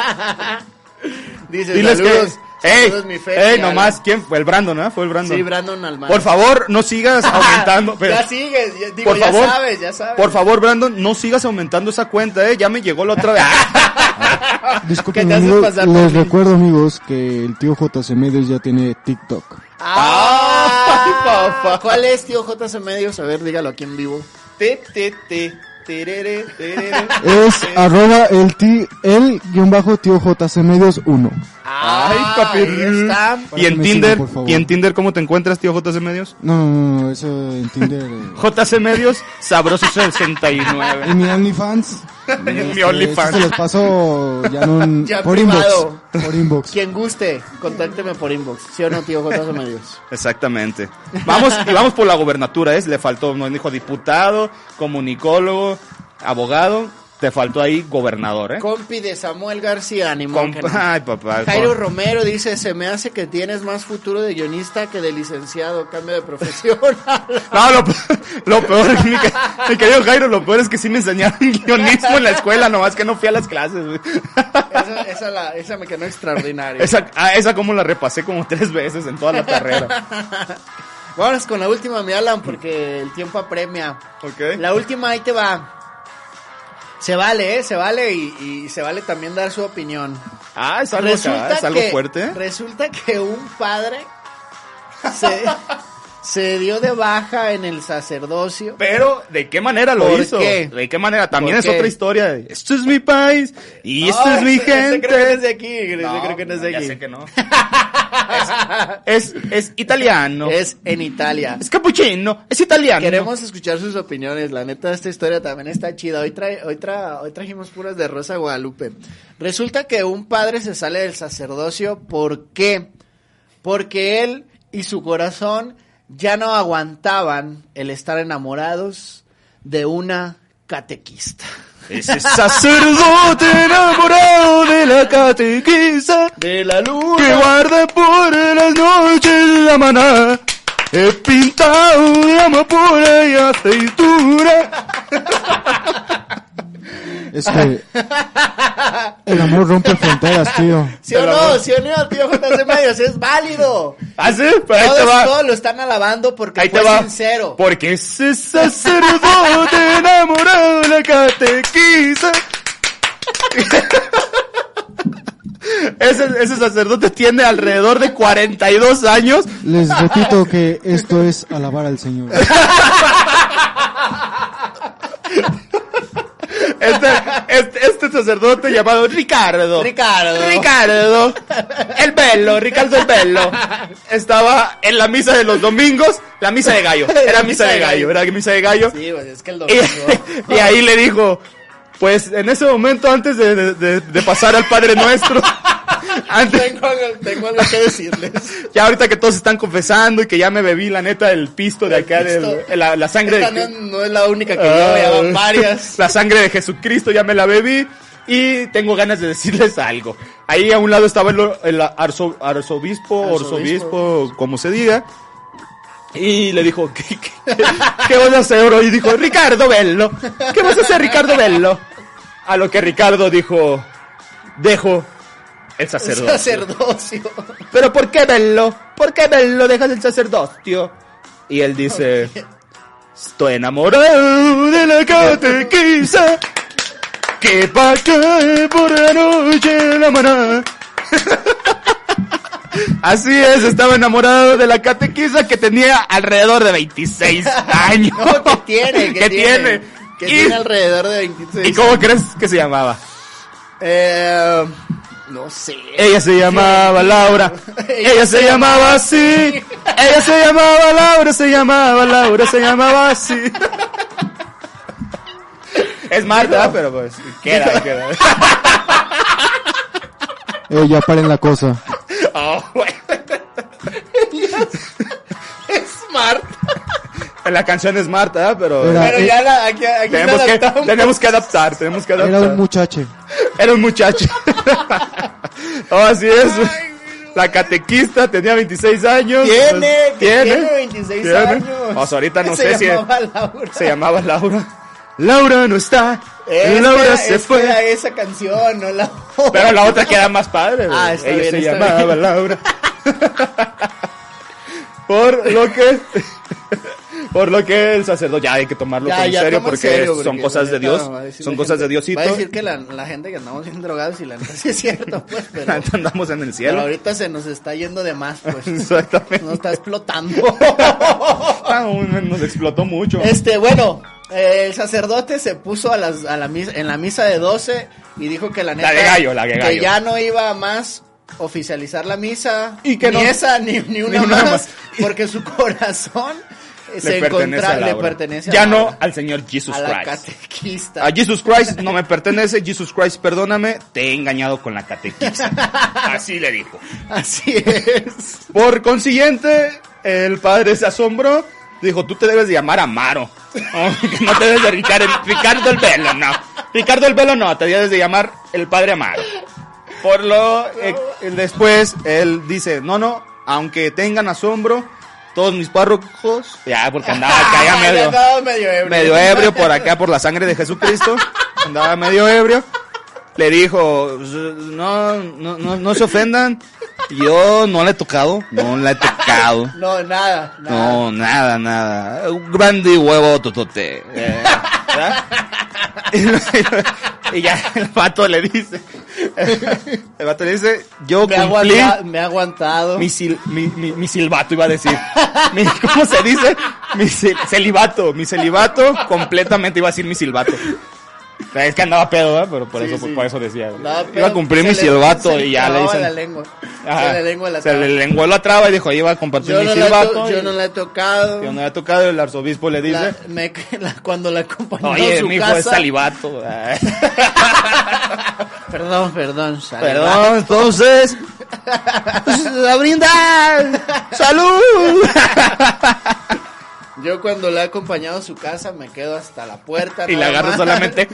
Speaker 1: Dice,
Speaker 4: Diles
Speaker 1: saludos,
Speaker 4: que. ¡Ey!
Speaker 1: saludos, mi Fer,
Speaker 4: ¡Ey!
Speaker 1: y Alan".
Speaker 4: Nomás, ¿quién fue? El Brandon, ¿no? Fue el Brandon.
Speaker 1: Sí, Brandon Almaraz.
Speaker 4: Por favor, no sigas
Speaker 1: Ah,
Speaker 4: aumentando. pero-
Speaker 1: ya sigues, ya- digo,
Speaker 4: por
Speaker 1: ya
Speaker 4: favor,
Speaker 1: sabes, ya sabes.
Speaker 4: Por favor, Brandon, no sigas aumentando esa cuenta, ¿eh? Ya me llegó la otra vez. Ah,
Speaker 1: ¿Qué
Speaker 5: Disculpen,
Speaker 1: te haces
Speaker 5: amigos,
Speaker 1: pasar por
Speaker 5: les
Speaker 1: mí?
Speaker 5: recuerdo, amigos, que el tío JC Medios ya tiene TikTok.
Speaker 1: Ah,
Speaker 4: Ay, papá.
Speaker 1: ¿Cuál es, tío JC Medios? A ver, dígalo aquí en vivo.
Speaker 4: Te, te, te, terere, terere.
Speaker 5: Es arroba el, ti- el guión bajo tío JC Medios 1.
Speaker 4: Ay, papi.
Speaker 1: ahí está.
Speaker 4: Y
Speaker 5: Para que
Speaker 4: en
Speaker 5: me
Speaker 4: Tinder,
Speaker 5: sigan, por favor.
Speaker 4: ¿y en Tinder cómo te encuentras, tío JC Medios?
Speaker 5: No, no, no, no, eso en Tinder. eh.
Speaker 4: JC Medios, sabroso
Speaker 5: Y
Speaker 4: 69.
Speaker 5: mi OnlyFans.
Speaker 4: Mi
Speaker 5: Este, esto Se
Speaker 4: OnlyFans.
Speaker 5: los paso ya en un-
Speaker 1: Ya
Speaker 5: por
Speaker 1: privado.
Speaker 5: inbox. Por inbox.
Speaker 1: Quien guste, contácteme por inbox. ¿Sí o no, tío JC Medios?
Speaker 4: Exactamente. Vamos, y vamos por la gobernatura, ¿es? Le faltó, nos dijo diputado, comunicólogo, abogado, te faltó ahí gobernador, ¿eh?
Speaker 1: Compi de Samuel García, ánimo.
Speaker 4: Com-
Speaker 1: que no.
Speaker 4: Ay, papá.
Speaker 1: Jairo
Speaker 4: con-
Speaker 1: Romero dice, se me hace que tienes más futuro de guionista que de licenciado, cambio de profesión.
Speaker 4: No, lo, pe- lo peor, mi, que- mi querido Jairo, lo peor es que sí me enseñaron guionismo en la escuela, nomás que no fui a las clases, güey.
Speaker 1: esa, esa la- esa me quedó extraordinaria.
Speaker 4: Esa, ah, esa como la repasé como tres veces en toda la carrera.
Speaker 1: Vámonos con la última, mi Alan, porque el tiempo apremia.
Speaker 4: ¿Ok?
Speaker 1: La última, ahí te va. Se vale, ¿eh? Se vale y, y se vale también dar su opinión.
Speaker 4: Ah, es algo, acá, es algo
Speaker 1: que-
Speaker 4: fuerte.
Speaker 1: Resulta que un padre se, se dio de baja en el sacerdocio.
Speaker 4: Pero, ¿de qué manera lo
Speaker 1: ¿Por
Speaker 4: hizo?
Speaker 1: qué?
Speaker 4: ¿De qué manera? También
Speaker 1: ¿Por
Speaker 4: es
Speaker 1: qué?
Speaker 4: otra historia. Esto es mi país y esto
Speaker 1: Ay,
Speaker 4: es mi
Speaker 1: ese creo
Speaker 4: gente.
Speaker 1: que no es de aquí, ese creo que no es de
Speaker 4: ya
Speaker 1: aquí.
Speaker 4: sé que no. es, es, es italiano. Es,
Speaker 1: Es en Italia.
Speaker 4: capuchino. Es italiano.
Speaker 1: Queremos escuchar sus opiniones. La neta, esta historia también está chida. Hoy, trae, hoy, tra- hoy trajimos puras de Rosa Guadalupe. Resulta que un padre se sale del sacerdocio. ¿Por qué? Porque él y su corazón ya no aguantaban el estar enamorados de una catequista.
Speaker 4: Ese sacerdote enamorado de la catequisa
Speaker 1: De la
Speaker 4: que
Speaker 1: luna.
Speaker 4: guarda por las noches la maná. He pintado de amapola y aceituna.
Speaker 5: Es que Este, el amor rompe fronteras, tío.
Speaker 1: ¿Sí o no? ¿Sí o no, tío JC Medios? Es válido.
Speaker 4: ¿Ah, sí? Pero ahí te
Speaker 1: Todos,
Speaker 4: va.
Speaker 1: todos lo están alabando porque
Speaker 4: Ahí
Speaker 1: fue
Speaker 4: te va.
Speaker 1: sincero.
Speaker 4: Porque ese sacerdote enamorado de la catequisa. Ese, ese sacerdote tiene alrededor de 42 años.
Speaker 5: Les repito que esto es alabar al Señor.
Speaker 4: Este, este, este sacerdote llamado Ricardo.
Speaker 1: Ricardo.
Speaker 4: Ricardo. El Bello, Ricardo el Bello. Estaba en la misa de los domingos, la misa de gallo. Era misa de gallo, era misa de gallo.
Speaker 1: Sí, pues es que el domingo.
Speaker 4: Y, y ahí le dijo, pues en ese momento antes de, de- de- de pasar al Padre Nuestro, antes,
Speaker 1: tengo, algo- tengo algo que decirles.
Speaker 4: ya ahorita que todos están confesando y que ya me bebí la neta el pisto de acá, del-
Speaker 1: Esto-
Speaker 4: la, la sangre
Speaker 1: esta
Speaker 4: de...
Speaker 1: no, no es la única que
Speaker 4: Ah.
Speaker 1: llevo, ya van varias.
Speaker 4: La sangre de Jesucristo ya me la bebí y tengo ganas de decirles algo. Ahí a un lado estaba el, el arzo-
Speaker 1: Arzobispo.
Speaker 4: arzobispo, orzobispo, como se diga. Y le dijo, ¿qué, qué, qué- qué vas a hacer hoy? Y dijo, Ricardo Bello. ¿Qué vas a hacer, Ricardo Bello? A lo que Ricardo dijo, dejo el sacerdocio.
Speaker 1: Sacerdocio.
Speaker 4: ¿Pero por qué Bello? ¿Por qué Bello dejas el sacerdocio? Y él dice... Estoy enamorado de la catequisa que pa' cae por la noche la maná. Así es, estaba enamorado de la catequisa que tenía alrededor de 26 años.
Speaker 1: No, que tiene, que
Speaker 4: ¿Qué
Speaker 1: tiene.
Speaker 4: tiene?
Speaker 1: Que
Speaker 4: ¿Y-
Speaker 1: tiene alrededor de
Speaker 4: ¿Y
Speaker 1: 26.
Speaker 4: cómo crees que se llamaba?
Speaker 1: Eh, no sé.
Speaker 4: Ella se llamaba Laura. Ella se llamaba así. Ella se llamaba Laura, se llamaba Laura, se llamaba así. Es Marta, pero pues queda, queda.
Speaker 5: Eh, ya paren la cosa.
Speaker 4: Oh, güey.
Speaker 1: Es Marta.
Speaker 4: La canción es Marta, ¿eh? pero
Speaker 5: Era-
Speaker 1: Pero ya la, aquí, aquí la
Speaker 4: tenemos que,
Speaker 1: adaptamos.
Speaker 4: tenemos que adaptar, tenemos que
Speaker 5: eh, Era
Speaker 4: adaptar.
Speaker 5: un muchacho.
Speaker 4: Era un muchacho. Oh, así es. La catequista tenía 26 años.
Speaker 1: Tiene,
Speaker 4: Pues,
Speaker 1: tiene 26
Speaker 4: tiene.
Speaker 1: años.
Speaker 4: Pues ahorita no
Speaker 1: Se
Speaker 4: sé si
Speaker 1: llamaba Laura.
Speaker 4: se llamaba Laura. Laura no está.
Speaker 1: Esta-
Speaker 4: Laura se
Speaker 1: esta
Speaker 4: fue.
Speaker 1: era esa canción, no la otra.
Speaker 4: Pero la otra queda más padre.
Speaker 1: Ah,
Speaker 4: güey.
Speaker 1: está
Speaker 4: Ella
Speaker 1: bien,
Speaker 4: se
Speaker 1: está
Speaker 4: llamaba
Speaker 1: bien.
Speaker 4: Laura. por lo que por lo que el sacerdote ya hay que tomarlo
Speaker 1: Ya,
Speaker 4: con
Speaker 1: ya,
Speaker 4: serio
Speaker 1: toma en
Speaker 4: porque,
Speaker 1: serio,
Speaker 4: son
Speaker 1: porque
Speaker 4: cosas
Speaker 1: la neta,
Speaker 4: de Dios,
Speaker 1: va a decir
Speaker 4: son
Speaker 1: la
Speaker 4: cosas
Speaker 1: gente-
Speaker 4: de Diosito.
Speaker 1: Va a decir que la, la gente que andamos bien drogados y la neta sí es cierto, pues, pero,
Speaker 4: Tanto Andamos en el
Speaker 1: pero
Speaker 4: cielo.
Speaker 1: ahorita se nos está yendo de más, pues.
Speaker 4: Exactamente.
Speaker 1: Nos está explotando.
Speaker 4: Ah, un- nos explotó mucho.
Speaker 1: Este, bueno, eh, el sacerdote se puso a las, a la misa, en la misa de 12 y dijo que la neta.
Speaker 4: de gallo, la de gallo.
Speaker 1: Que ya no iba a más oficializar la misa.
Speaker 4: Y que
Speaker 1: ni
Speaker 4: no-
Speaker 1: esa, ni, ni una
Speaker 4: una
Speaker 1: más,
Speaker 4: más.
Speaker 1: Porque su corazón eh, se
Speaker 4: le pertenece a
Speaker 1: encontraba, le
Speaker 4: Laura.
Speaker 1: pertenece a
Speaker 4: Ya
Speaker 1: Laura,
Speaker 4: no al señor Jesus
Speaker 1: a la
Speaker 4: Christ.
Speaker 1: catequista.
Speaker 4: A Jesus Christ no me pertenece, Jesus Christ, perdóname, te he engañado con la catequista. Así le dijo.
Speaker 1: Así es.
Speaker 4: Por consiguiente, el padre se asombró. Dijo, tú te debes de llamar Amaro. No te debes de Ricardo, Ricardo el Velo, no. Ricardo el Velo, no. Te debes de llamar el padre Amaro. Por lo... eh, después, él dice, no, no. Aunque tengan asombro, todos mis párrocos... Ya, porque andaba acá ya
Speaker 1: Ah,
Speaker 4: medio...
Speaker 1: andaba medio ebrio.
Speaker 4: medio ebrio por acá, por la sangre de Jesucristo. Andaba medio ebrio. Le dijo, no, no, no, no se ofendan. Yo no le he tocado, no le he tocado.
Speaker 1: No, nada. nada.
Speaker 4: No, nada, nada. Un grande huevo totote. Eh, ¿verdad? y, lo- y lo- y ya el vato le dice, el vato le dice, yo
Speaker 1: Me, ha
Speaker 4: cumplí
Speaker 1: aguanta- me ha aguantado.
Speaker 4: mi, sil- mi, mi- mi silbato iba a decir. Mi- ¿Cómo se dice? Mi cel- celibato. Mi celibato completamente iba a decir mi silbato. O sea, Es que andaba pedo, ¿verdad? Pero por
Speaker 1: Sí,
Speaker 4: eso,
Speaker 1: sí.
Speaker 4: por eso decía.
Speaker 1: Nada,
Speaker 4: iba a
Speaker 1: pero
Speaker 4: cumplir
Speaker 1: se
Speaker 4: mi
Speaker 1: le-
Speaker 4: silbato
Speaker 1: se le
Speaker 4: y ya le
Speaker 1: trababa
Speaker 4: dicen.
Speaker 1: la lengua.
Speaker 4: Ajá.
Speaker 1: Se le lengua la
Speaker 4: Se le lenguó la traba y dijo, iba a compartir
Speaker 1: Yo
Speaker 4: mi
Speaker 1: no, la he to-
Speaker 4: silbato.
Speaker 1: yo
Speaker 4: y-
Speaker 1: no la he tocado.
Speaker 4: yo no había tocado, el arzobispo le dice.
Speaker 1: La- me- la- cuando la acompañó a
Speaker 4: Oye,
Speaker 1: su
Speaker 4: mi hijo
Speaker 1: casa.
Speaker 4: es Ah, salivato. Ay.
Speaker 1: Perdón, perdón, saliva.
Speaker 4: Perdón, entonces. pues, ¡A brindar! ¡Salud!
Speaker 1: Yo cuando la he acompañado a su casa me quedo hasta la puerta.
Speaker 4: y le
Speaker 1: nada
Speaker 4: agarro
Speaker 1: más.
Speaker 4: solamente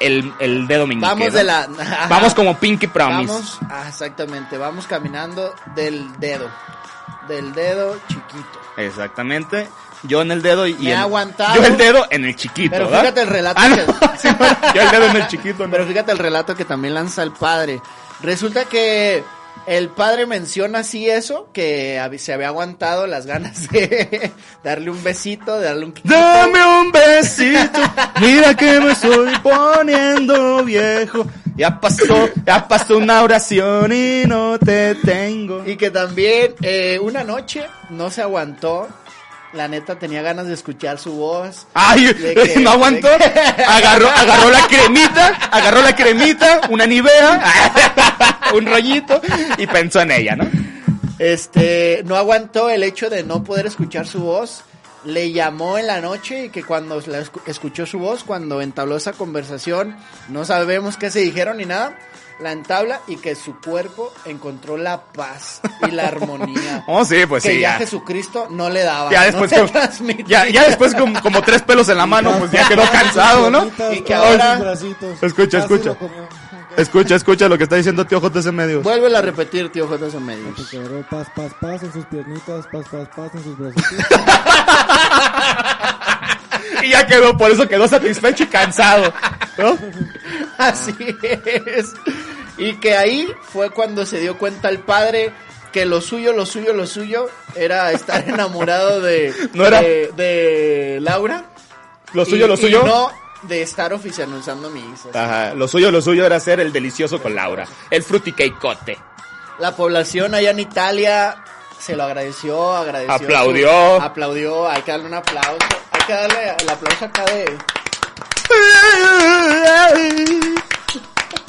Speaker 4: el, el dedo meñique.
Speaker 1: Vamos
Speaker 4: ¿no?
Speaker 1: de la. ajá.
Speaker 4: Vamos como Pinky Promise.
Speaker 1: Vamos, ah, exactamente, vamos caminando del dedo. Del dedo chiquito.
Speaker 4: Exactamente. Yo en el dedo y
Speaker 1: Me
Speaker 4: el-
Speaker 1: ha aguantado.
Speaker 4: Yo el dedo en el chiquito,
Speaker 1: Pero
Speaker 4: ¿verdad?
Speaker 1: fíjate el relato
Speaker 4: Ah, no.
Speaker 1: que-
Speaker 4: Sí, no, yo el dedo en el chiquito, no.
Speaker 1: Pero fíjate el relato que también lanza el padre. Resulta que el padre menciona así eso, que hab- se había aguantado las ganas de darle un besito, de darle un piquito.
Speaker 4: Dame un besito, mira que me estoy poniendo viejo. Y Ya pasó, ya pasó una oración y no te tengo.
Speaker 1: Y que también eh, una noche no se aguantó. La neta tenía ganas de escuchar su voz.
Speaker 4: Ay, eh,
Speaker 1: De que-
Speaker 4: no aguantó.
Speaker 1: de que-
Speaker 4: Agarró, agarró la cremita, agarró la cremita, una nivea, un rollito y pensó en ella, ¿no?
Speaker 1: Este, no aguantó el hecho de no poder escuchar su voz. Le llamó en la noche y que cuando la escu- escuchó su voz, cuando entabló esa conversación, no sabemos qué se dijeron ni nada. La entabla y que su cuerpo encontró la paz y la armonía.
Speaker 4: Oh, sí, pues
Speaker 1: que
Speaker 4: sí.
Speaker 1: ya
Speaker 4: Ya,
Speaker 1: Jesucristo no le daba.
Speaker 4: Ya
Speaker 1: no
Speaker 4: después,
Speaker 1: se
Speaker 4: como-
Speaker 1: transmitía.
Speaker 4: ya, ya después como, como tres pelos en la mano, pues ya quedó cansado, ¿no?
Speaker 5: Bonitas,
Speaker 1: Y que
Speaker 5: todos
Speaker 1: ahora-
Speaker 5: sus bracitos.
Speaker 4: Escucha,
Speaker 5: Casi
Speaker 4: escucha.
Speaker 5: lo comió.
Speaker 4: Escucha, escucha lo que está diciendo tío JS Medios.
Speaker 1: Vuelve a repetir, tío J. Medios.
Speaker 5: Porque agarró paz, paz, paz en sus piernitas, paz, paz, paz en sus bracitos.
Speaker 4: Y ya quedó, por eso quedó satisfecho y cansado, ¿no?
Speaker 1: Así es. Y que ahí fue cuando se dio cuenta el padre que lo suyo, lo suyo, lo suyo era estar enamorado de,
Speaker 4: No era-
Speaker 1: de, de Laura.
Speaker 4: Lo
Speaker 1: Y-
Speaker 4: suyo, lo
Speaker 1: y
Speaker 4: suyo. Ah.
Speaker 1: no de estar oficializando mis hijos.
Speaker 4: Ajá, lo suyo, lo suyo era ser el delicioso con Laura. El frutiqueicote.
Speaker 1: La población allá en Italia se lo agradeció, agradeció.
Speaker 4: Aplaudió.
Speaker 1: aplaudió, hay que darle un aplauso. Hay que darle el aplauso acá de...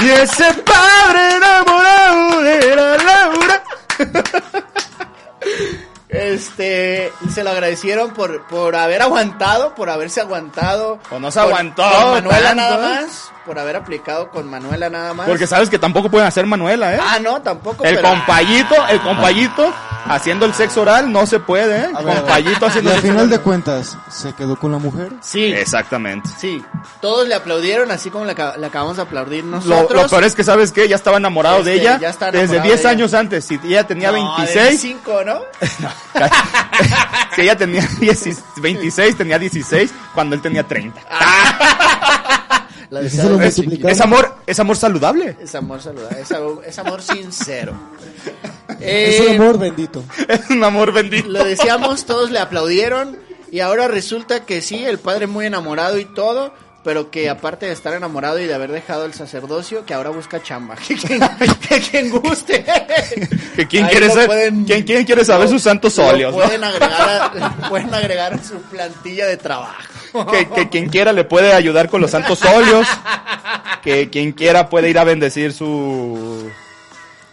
Speaker 4: Y ese padre enamorado era Laura.
Speaker 1: Este, se lo agradecieron por, por haber aguantado, por haberse aguantado.
Speaker 4: Pues no se
Speaker 1: Con-
Speaker 4: aguantó
Speaker 1: Con Manuela
Speaker 4: tanto,
Speaker 1: nada
Speaker 4: ¿eh?
Speaker 1: más, por haber aplicado con Manuela nada más.
Speaker 4: Ah, Porque sabes que tampoco pueden hacer Manuela, ¿eh?
Speaker 1: ah, no, tampoco.
Speaker 4: El
Speaker 1: pero- ah,
Speaker 4: compayito, el compayito haciendo el sexo oral no se puede, ¿eh?
Speaker 5: A ver,
Speaker 4: Compayito
Speaker 5: Y
Speaker 4: haciendo
Speaker 5: al
Speaker 4: el sexo
Speaker 5: final de
Speaker 4: oral.
Speaker 5: cuentas, ¿se quedó con la mujer?
Speaker 4: Eh.
Speaker 1: Sí,
Speaker 4: Exactamente.
Speaker 1: sí. Todos le aplaudieron, así como le, acab- le acabamos de aplaudir
Speaker 4: Lo,
Speaker 1: nosotros.
Speaker 4: lo peor es que sabes que ya estaba enamorado de
Speaker 1: Este,
Speaker 4: ella
Speaker 1: ya está
Speaker 4: desde
Speaker 1: enamorado
Speaker 4: 10
Speaker 1: de ella.
Speaker 4: años antes. Si ella tenía
Speaker 1: No,
Speaker 4: 26,
Speaker 1: 25, ¿no?
Speaker 4: si ella tenía 10 26, tenía 16 cuando él tenía 30.
Speaker 1: La
Speaker 5: Y si
Speaker 1: deseada
Speaker 5: se lo
Speaker 1: de-
Speaker 4: Es,
Speaker 5: multiplicamos.
Speaker 4: es amor, es amor saludable.
Speaker 1: es amor saludable, es, amor- es amor sincero.
Speaker 5: Es
Speaker 1: Eh,
Speaker 5: un amor bendito.
Speaker 4: Es un amor bendito.
Speaker 1: Lo decíamos, todos le aplaudieron y ahora resulta que sí, el padre muy enamorado y todo, pero que aparte de estar enamorado y de haber dejado el sacerdocio, que ahora busca chamba. Que quien, que quien guste.
Speaker 4: Que quién
Speaker 1: Ahí
Speaker 4: quiere
Speaker 1: lo
Speaker 4: ser- quién- quién quiere saber sus santos
Speaker 1: lo
Speaker 4: óleos, ¿no?
Speaker 1: Pueden agregar, a, lo pueden agregar a su plantilla de trabajo.
Speaker 4: Que, que quien quiera le puede ayudar con los santos óleos. Que quien quiera puede ir a bendecir su.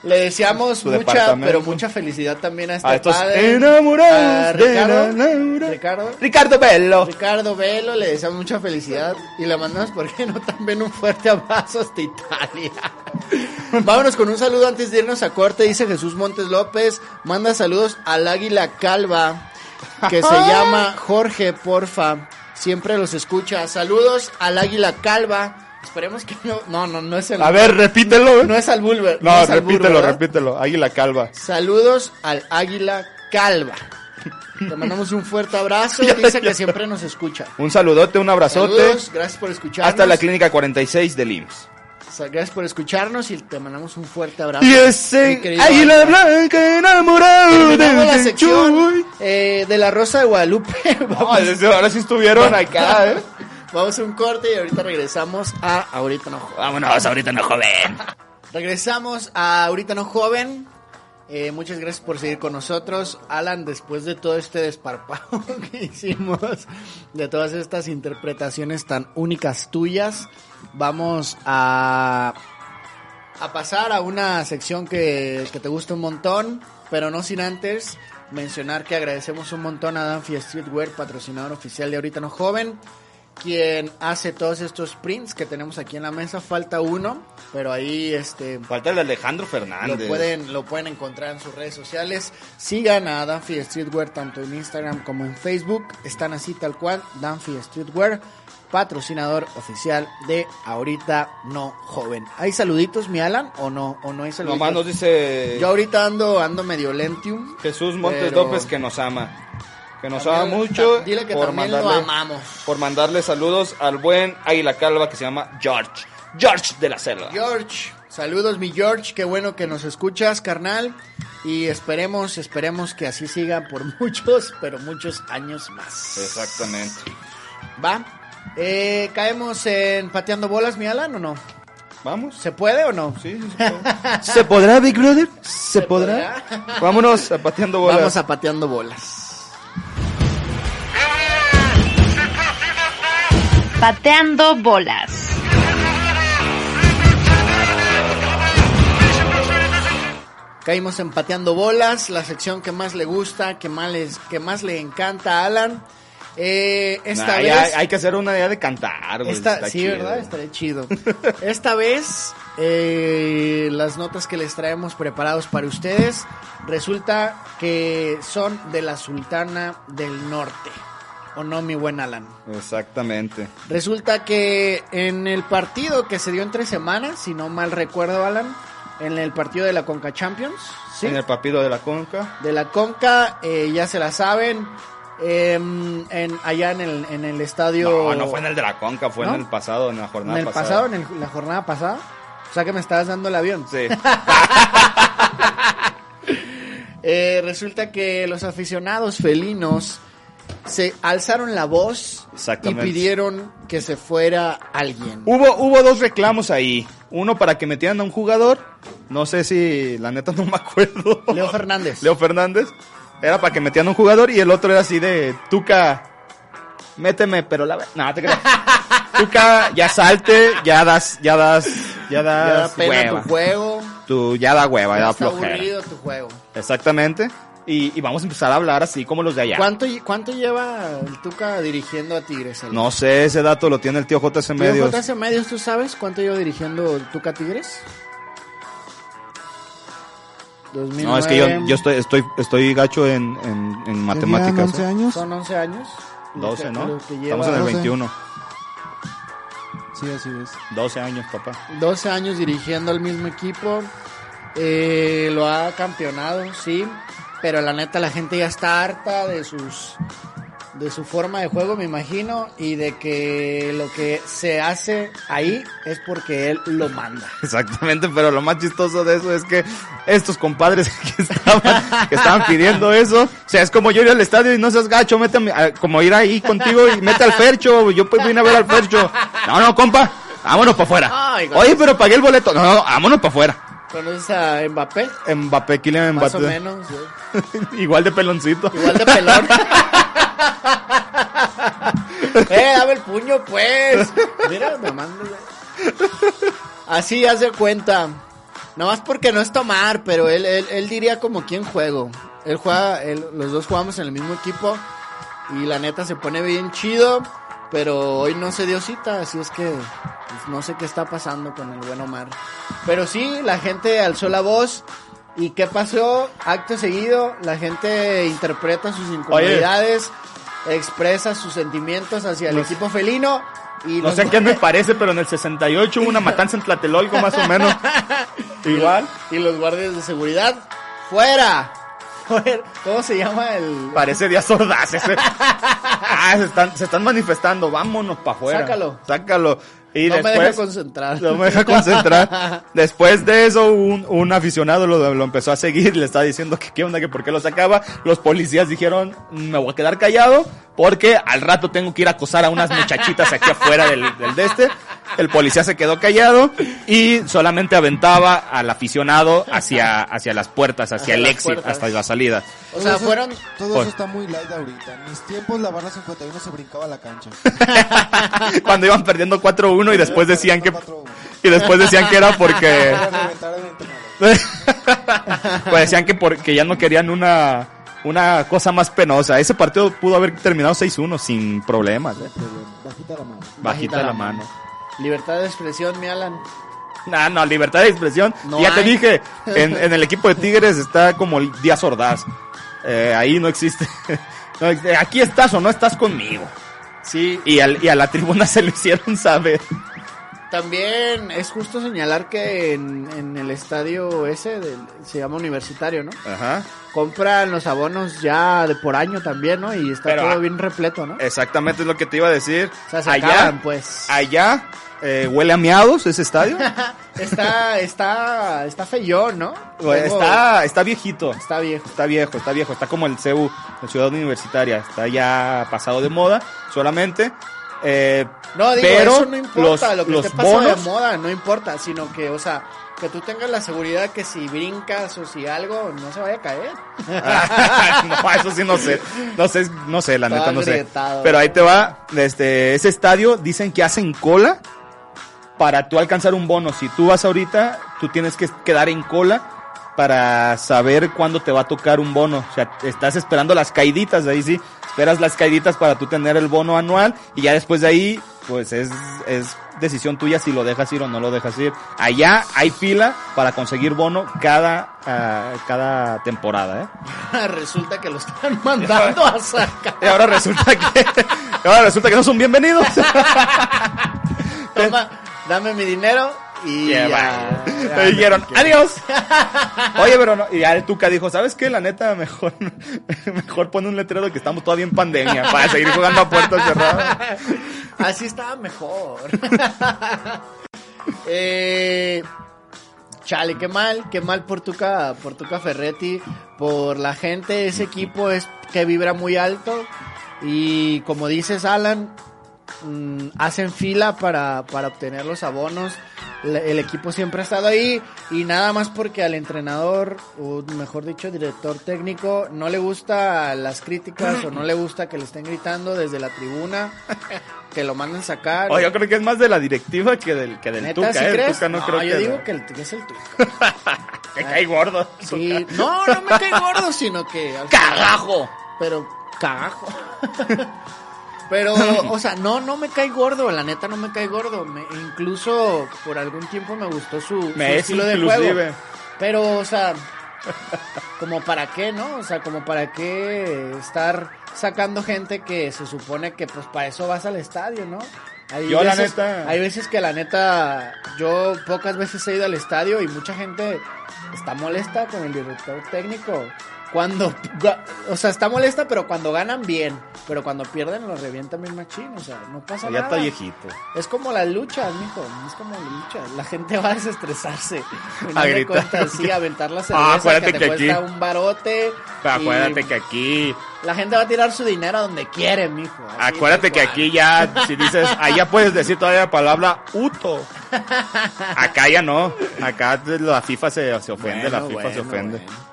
Speaker 1: Le deseamos
Speaker 4: Su
Speaker 1: mucha,
Speaker 4: departamento.
Speaker 1: pero mucha felicidad también a este
Speaker 4: A estos
Speaker 1: padre.
Speaker 4: enamorados
Speaker 1: a
Speaker 4: de
Speaker 1: Ricardo,
Speaker 4: la Laura.
Speaker 1: Ricardo.
Speaker 4: Ricardo Bello.
Speaker 1: Ricardo Velo, le deseamos mucha felicidad y le mandamos, ¿por qué no? También un fuerte abrazo hasta Italia. Vámonos con un saludo antes de irnos a corte, dice Jesús Montes López. Manda saludos al águila calva, que se llama Jorge, porfa. Siempre los escucha. Saludos al águila calva. Esperemos que no. No, no, no es el.
Speaker 4: A ver, repítelo. ¿eh?
Speaker 1: no es al Bulber.
Speaker 4: No,
Speaker 1: es al burro, ¿eh?
Speaker 4: repítelo,
Speaker 1: ¿verdad?
Speaker 4: repítelo. Águila calva.
Speaker 1: Saludos al águila calva. Te mandamos un fuerte abrazo. Dice que siempre nos escucha.
Speaker 4: Un saludote, un abrazote.
Speaker 1: Saludos, gracias por escucharnos.
Speaker 4: Hasta la clínica 46 del IMSS.
Speaker 1: O sea, Gracias por escucharnos y te mandamos un fuerte abrazo.
Speaker 4: Y
Speaker 1: mi
Speaker 4: ese
Speaker 1: querido
Speaker 4: águila
Speaker 1: Álvaro.
Speaker 4: blanca enamorado
Speaker 1: Terminamos la
Speaker 4: de
Speaker 1: sección pues, eh, de la Rosa de Guadalupe. Vamos,
Speaker 4: Ahora sí estuvieron acá, ¿eh?
Speaker 1: vamos a un corte y ahorita regresamos a Ahorita No Joven.
Speaker 4: Vámonos, ahorita no joven.
Speaker 1: Regresamos a Ahorita No Joven. Eh, muchas gracias por seguir con nosotros. Alan, después de todo este desparpajo que hicimos, de todas estas interpretaciones tan únicas tuyas, vamos a, a pasar a una sección que, que te gusta un montón, pero no sin antes mencionar que agradecemos un montón a Danfi Streetwear, patrocinador oficial de Ahorita No Joven, quien hace todos estos prints que tenemos aquí en la mesa. Falta uno, pero ahí este...
Speaker 4: Falta el de Alejandro
Speaker 1: Lo
Speaker 4: Fernández.
Speaker 1: pueden, lo pueden encontrar en sus redes sociales. Sigan a Danfi Streetwear tanto en Instagram como en Facebook. Están así tal cual, Danfi Streetwear, patrocinador oficial de Ahorita No Joven. ¿Hay saluditos, mi Alan? ¿O no? ¿O no hay saluditos?
Speaker 4: Nomás nos dice
Speaker 1: Yo ahorita ando, ando medio lentium.
Speaker 4: Jesús Montes
Speaker 1: pero-
Speaker 4: López que nos ama. Que nos ama
Speaker 1: También-
Speaker 4: mucho
Speaker 1: ta- dile que
Speaker 4: por,
Speaker 1: también lo
Speaker 4: mandarle,
Speaker 1: amamos.
Speaker 4: por mandarle saludos al buen Águila Calva que se llama George. George de la Selva.
Speaker 1: George, saludos mi George, qué bueno que nos escuchas, carnal. Y esperemos, esperemos que así siga por muchos, pero muchos años más.
Speaker 4: Exactamente.
Speaker 1: Va. Eh, caemos en pateando bolas, mi Alan, o no?
Speaker 4: Vamos.
Speaker 1: ¿Se puede o no?
Speaker 4: Sí, sí, sí, puedo. ¿Se podrá, Big Brother? ¿Se, podrá? Vámonos zapateando bolas.
Speaker 1: Vamos a pateando bolas.
Speaker 6: Pateando bolas.
Speaker 1: Caímos en pateando bolas, la sección que más le gusta, que más, les- que más le encanta a Alan. Eh, esta
Speaker 4: Nah,
Speaker 1: vez...
Speaker 4: ya hay que hacer una idea de cantar, güey.
Speaker 1: Esta-
Speaker 4: está
Speaker 1: sí,
Speaker 4: chido.
Speaker 1: ¿verdad? Estaría chido. Esta vez, eh, las notas que les traemos preparados para ustedes resulta que son de la Sultana del Norte. ¿O no, mi buen Alan?
Speaker 4: Exactamente.
Speaker 1: Resulta que en el partido que se dio entre semanas, si no mal recuerdo, Alan, en el partido de la Conca Champions, ¿sí?
Speaker 4: En el papiro de la conca.
Speaker 1: de la Conca, eh, ya se la saben, em, en, allá en el, en el estadio...
Speaker 4: No, no fue en el de la conca, fue
Speaker 1: ¿No?
Speaker 4: en el pasado, en la jornada
Speaker 1: ¿En el pasado,
Speaker 4: pasada.
Speaker 1: en el- la jornada pasada? O sea que me estabas dando el avión.
Speaker 4: Sí.
Speaker 1: Eh, resulta que los aficionados felinos se alzaron la voz y
Speaker 4: Exactamente. Uh,
Speaker 1: pidieron que se fuera alguien.
Speaker 4: Hubo, hubo dos reclamos ahí. Uno para que metieran a un jugador. No sé si, la neta no me acuerdo.
Speaker 1: Leo Fernández.
Speaker 4: Leo Fernández. Era para que metieran a un jugador y el otro era así de Tuca. Méteme, pero la No, te creo. Tuca, ya salte, ya das, ya das,
Speaker 1: Ya
Speaker 4: ya
Speaker 1: da
Speaker 4: das
Speaker 1: pena
Speaker 4: Ah, hueva.
Speaker 1: tu juego.
Speaker 4: Tú ya da hueva, ya
Speaker 1: Ya
Speaker 4: da
Speaker 1: está
Speaker 4: flojera.
Speaker 1: aburrido tu juego.
Speaker 4: Exactamente. Y, y vamos a empezar a hablar así como los de allá.
Speaker 1: ¿Cuánto, lle- ¿Cuánto lleva el Tuca dirigiendo a Tigres? El-
Speaker 4: No sé, ese dato lo tiene el tío JC
Speaker 1: Tío
Speaker 4: Medios.
Speaker 1: JC Medios, ¿tú sabes cuánto lleva dirigiendo el Tuca a Tigres?
Speaker 4: No, es que yo,
Speaker 1: 2009.
Speaker 4: yo estoy, estoy, estoy gacho en, en, en
Speaker 5: Tenían
Speaker 4: matemáticas.
Speaker 5: 11 años.
Speaker 1: Son 11 años.
Speaker 4: 12, ¿no?
Speaker 1: Lo que
Speaker 4: Estamos en el
Speaker 1: lleva-
Speaker 5: 12.
Speaker 4: 21.
Speaker 5: Sí, así es.
Speaker 4: 12 años, papá.
Speaker 1: 12 años dirigiendo al mismo equipo. eh, lo ha campeonado, sí. Pero la neta, la gente ya está harta de sus. De su forma de juego, me imagino, y de que lo que se hace ahí es porque él lo manda.
Speaker 4: Exactamente, pero lo más chistoso de eso es que estos compadres que estaban, que estaban pidiendo eso, o sea, es como yo ir al estadio y no seas gacho, mete a mi- a- como ir ahí contigo y mete al Fercho, yo pues vine a ver al Fercho. No, no, compa, vámonos para afuera.
Speaker 1: Ay, güey.
Speaker 4: Oye, pero pagué el boleto. No, no, vámonos para afuera.
Speaker 1: ¿Conoces a Mbappé?
Speaker 4: Mbappé, Kylian
Speaker 1: Más o
Speaker 4: Mbappé.
Speaker 1: menos, sí.
Speaker 4: Igual de peloncito.
Speaker 1: igual de pelón. eh, dame el puño, pues. Mira, me mando. güey. Así haz de cuenta. Nada más porque no es tomar, pero él, él, él diría como quién juego. Él juega, él- los dos jugamos en el mismo equipo y la neta se pone bien chido, pero hoy no se dio cita, así es que pues, no sé qué está pasando con el buen Omar. Pero sí, la gente alzó la voz y qué pasó, acto seguido, la gente interpreta sus incomodidades, expresa sus sentimientos hacia el equipo felino y
Speaker 4: No
Speaker 1: los-
Speaker 4: sé qué me parece, pero en el 68 hubo una matanza en Tlatelolco más o menos. Igual.
Speaker 1: Y los guardias de seguridad, fuera. Fuera. ¿Cómo se llama el...?
Speaker 4: Parece Díaz Ordaz ese. Ah, se están, se están manifestando. Vámonos para afuera.
Speaker 1: Sácalo.
Speaker 4: Sácalo. Y
Speaker 1: no
Speaker 4: después,
Speaker 1: me deja concentrar.
Speaker 4: No me deja concentrar. Después de eso, un, un aficionado lo, lo empezó a seguir. Le estaba diciendo que qué onda, que por qué lo sacaba. Los policías dijeron, me voy a quedar callado porque al rato tengo que ir a acosar a unas muchachitas aquí afuera del, del de este. El policía se quedó callado y solamente aventaba al aficionado hacia, hacia las puertas, hacia,
Speaker 1: Hacia
Speaker 4: el
Speaker 1: las
Speaker 4: exit,
Speaker 1: puertas.
Speaker 4: hasta la salida.
Speaker 1: o sea,
Speaker 5: Todo eso-
Speaker 1: fueron...
Speaker 5: Todo
Speaker 4: Por-
Speaker 5: eso está muy light ahorita. En mis tiempos la barra 51 se brincaba la cancha.
Speaker 4: cuando iban perdiendo 4-1 y después decían que y después decían que era porque
Speaker 5: Era reventar el entrenador.
Speaker 4: pues decían que porque ya no querían una una cosa más penosa. Ese partido pudo haber terminado 6-1 sin problemas, eh.
Speaker 5: Bajita la mano.
Speaker 4: Bajita, la mano.
Speaker 1: Libertad de expresión, mi Alan.
Speaker 4: No, no, libertad de expresión.
Speaker 1: No
Speaker 4: ya te
Speaker 1: hay.
Speaker 4: dije, en, en el equipo de Tigres está como el Díaz Ordaz. Eh, ahí no existe. No ex- eh, aquí estás o no estás conmigo.
Speaker 1: Sí,
Speaker 4: Y, al- y a la tribuna se lo hicieron saber.
Speaker 1: también es justo señalar que en, en el estadio ese, del- se llama Universitario, ¿no?
Speaker 4: Ajá.
Speaker 1: Compran los abonos ya de por año también, ¿no? Y está
Speaker 4: Pero, ah,
Speaker 1: todo bien repleto, ¿no?
Speaker 4: Exactamente es lo que te iba a decir.
Speaker 1: O sea, se acaban, pues.
Speaker 4: allá eh, huele a miados ese estadio.
Speaker 1: Está, está, está feyón, ¿no?
Speaker 4: Güey,
Speaker 1: Tengo-
Speaker 4: Pues, está, está viejito.
Speaker 1: está viejo.
Speaker 4: Está viejo, está viejo. Está como el CEU, la ciudad universitaria. Está ya pasado de moda solamente. Eh,
Speaker 1: No, digo,
Speaker 4: Pero
Speaker 1: eso no importa,
Speaker 4: los-
Speaker 1: lo que
Speaker 4: los
Speaker 1: te pasa de
Speaker 4: bonos-
Speaker 1: moda no importa, sino que, o sea, que tú tengas la seguridad que si brincas o si algo, no se vaya a caer.
Speaker 4: no, eso sí no sé. No sé, no sé, la
Speaker 1: Estaba
Speaker 4: neta no sé.
Speaker 1: agrietado.
Speaker 4: Pero ahí te va, este, ese estadio dicen que hacen cola para tú alcanzar un bono. Si tú vas ahorita, tú tienes que quedar en cola para saber cuándo te va a tocar un bono. O sea, estás esperando las caiditas, ahí sí, esperas las caiditas para tú tener el bono anual y ya después de ahí, pues es, es decisión tuya si lo dejas ir o no lo dejas ir. Allá hay fila para conseguir bono cada, ah, cada temporada, ¿eh?
Speaker 1: Resulta que lo están mandando a sacar.
Speaker 4: Y ahora resulta que ahora resulta que no son bienvenidos.
Speaker 1: Toma, dame mi dinero y
Speaker 4: Y
Speaker 1: ya. ya,
Speaker 4: Le dijeron,
Speaker 1: porque-
Speaker 4: adiós. Oye, pero no. Y ya el Tuca dijo, ¿sabes qué? La neta, mejor, mejor pone un letrero de que estamos todavía en pandemia para seguir jugando a puertas cerradas.
Speaker 1: Así estaba mejor. Eh, chale, qué mal, qué mal por Tuca, por Tuca Ferretti, por la gente. Ese equipo es que vibra muy alto. Y como dices, Alan, mm, hacen fila para, para obtener los abonos. Le- El equipo siempre ha estado ahí y nada más porque al entrenador, o mejor dicho, director técnico, no le gusta las críticas o no le gusta que le estén gritando desde la tribuna, que lo manden sacar.
Speaker 4: Oye, yo creo que es más de la directiva que del, que del
Speaker 1: ¿Neta,
Speaker 4: Tuca,
Speaker 1: sí
Speaker 4: ¿eh? El
Speaker 1: crees?
Speaker 4: Tuca no,
Speaker 1: No,
Speaker 4: creo
Speaker 1: yo
Speaker 4: que.
Speaker 1: digo que el Tuca es el Tuca.
Speaker 4: Te cae gordo. el
Speaker 1: Sí,
Speaker 4: Tuca.
Speaker 1: no, no me cae gordo, sino que... al-
Speaker 4: ¡Cagajo!
Speaker 1: Pero, cagajo. Pero, o sea, no, no me cae gordo, la neta no me cae gordo. Me- incluso por algún tiempo me gustó su, su
Speaker 4: Me es
Speaker 1: estilo de
Speaker 4: inclusive.
Speaker 1: juego. Pero, o sea, como para qué, ¿no? O sea, como para qué estar sacando gente que se supone que pues para eso vas al estadio, ¿no? Hay
Speaker 4: Yo, la
Speaker 1: veces-
Speaker 4: neta-
Speaker 1: Hay veces que la neta, yo pocas veces he ido al estadio y mucha gente está molesta con el director técnico. Cuando, ga- o sea, está molesta, pero cuando ganan bien, pero cuando pierden lo revientan bien machín, o sea, no pasa
Speaker 4: Ya
Speaker 1: nada.
Speaker 4: está viejito.
Speaker 1: Es como las luchas, mijo. Es como las luchas. La gente va a desestresarse.
Speaker 4: A
Speaker 1: a
Speaker 4: gritar.
Speaker 1: gritar. sí, a aventar la cerveza.
Speaker 4: Ah, acuérdate
Speaker 1: que te
Speaker 4: que
Speaker 1: cuesta
Speaker 4: aquí-
Speaker 1: un barote.
Speaker 4: Pero
Speaker 1: y
Speaker 4: acuérdate que aquí
Speaker 1: La gente va a tirar su dinero a donde quiere, mijo. Así, tal
Speaker 4: Acuérdate que
Speaker 1: cual.
Speaker 4: aquí ya, si dices, allá puedes decir todavía la palabra uto. Acá ya no. Acá la FIFA se, se ofende,
Speaker 1: Bueno,
Speaker 4: la FIFA se
Speaker 1: bueno,
Speaker 4: ofende.
Speaker 1: bueno.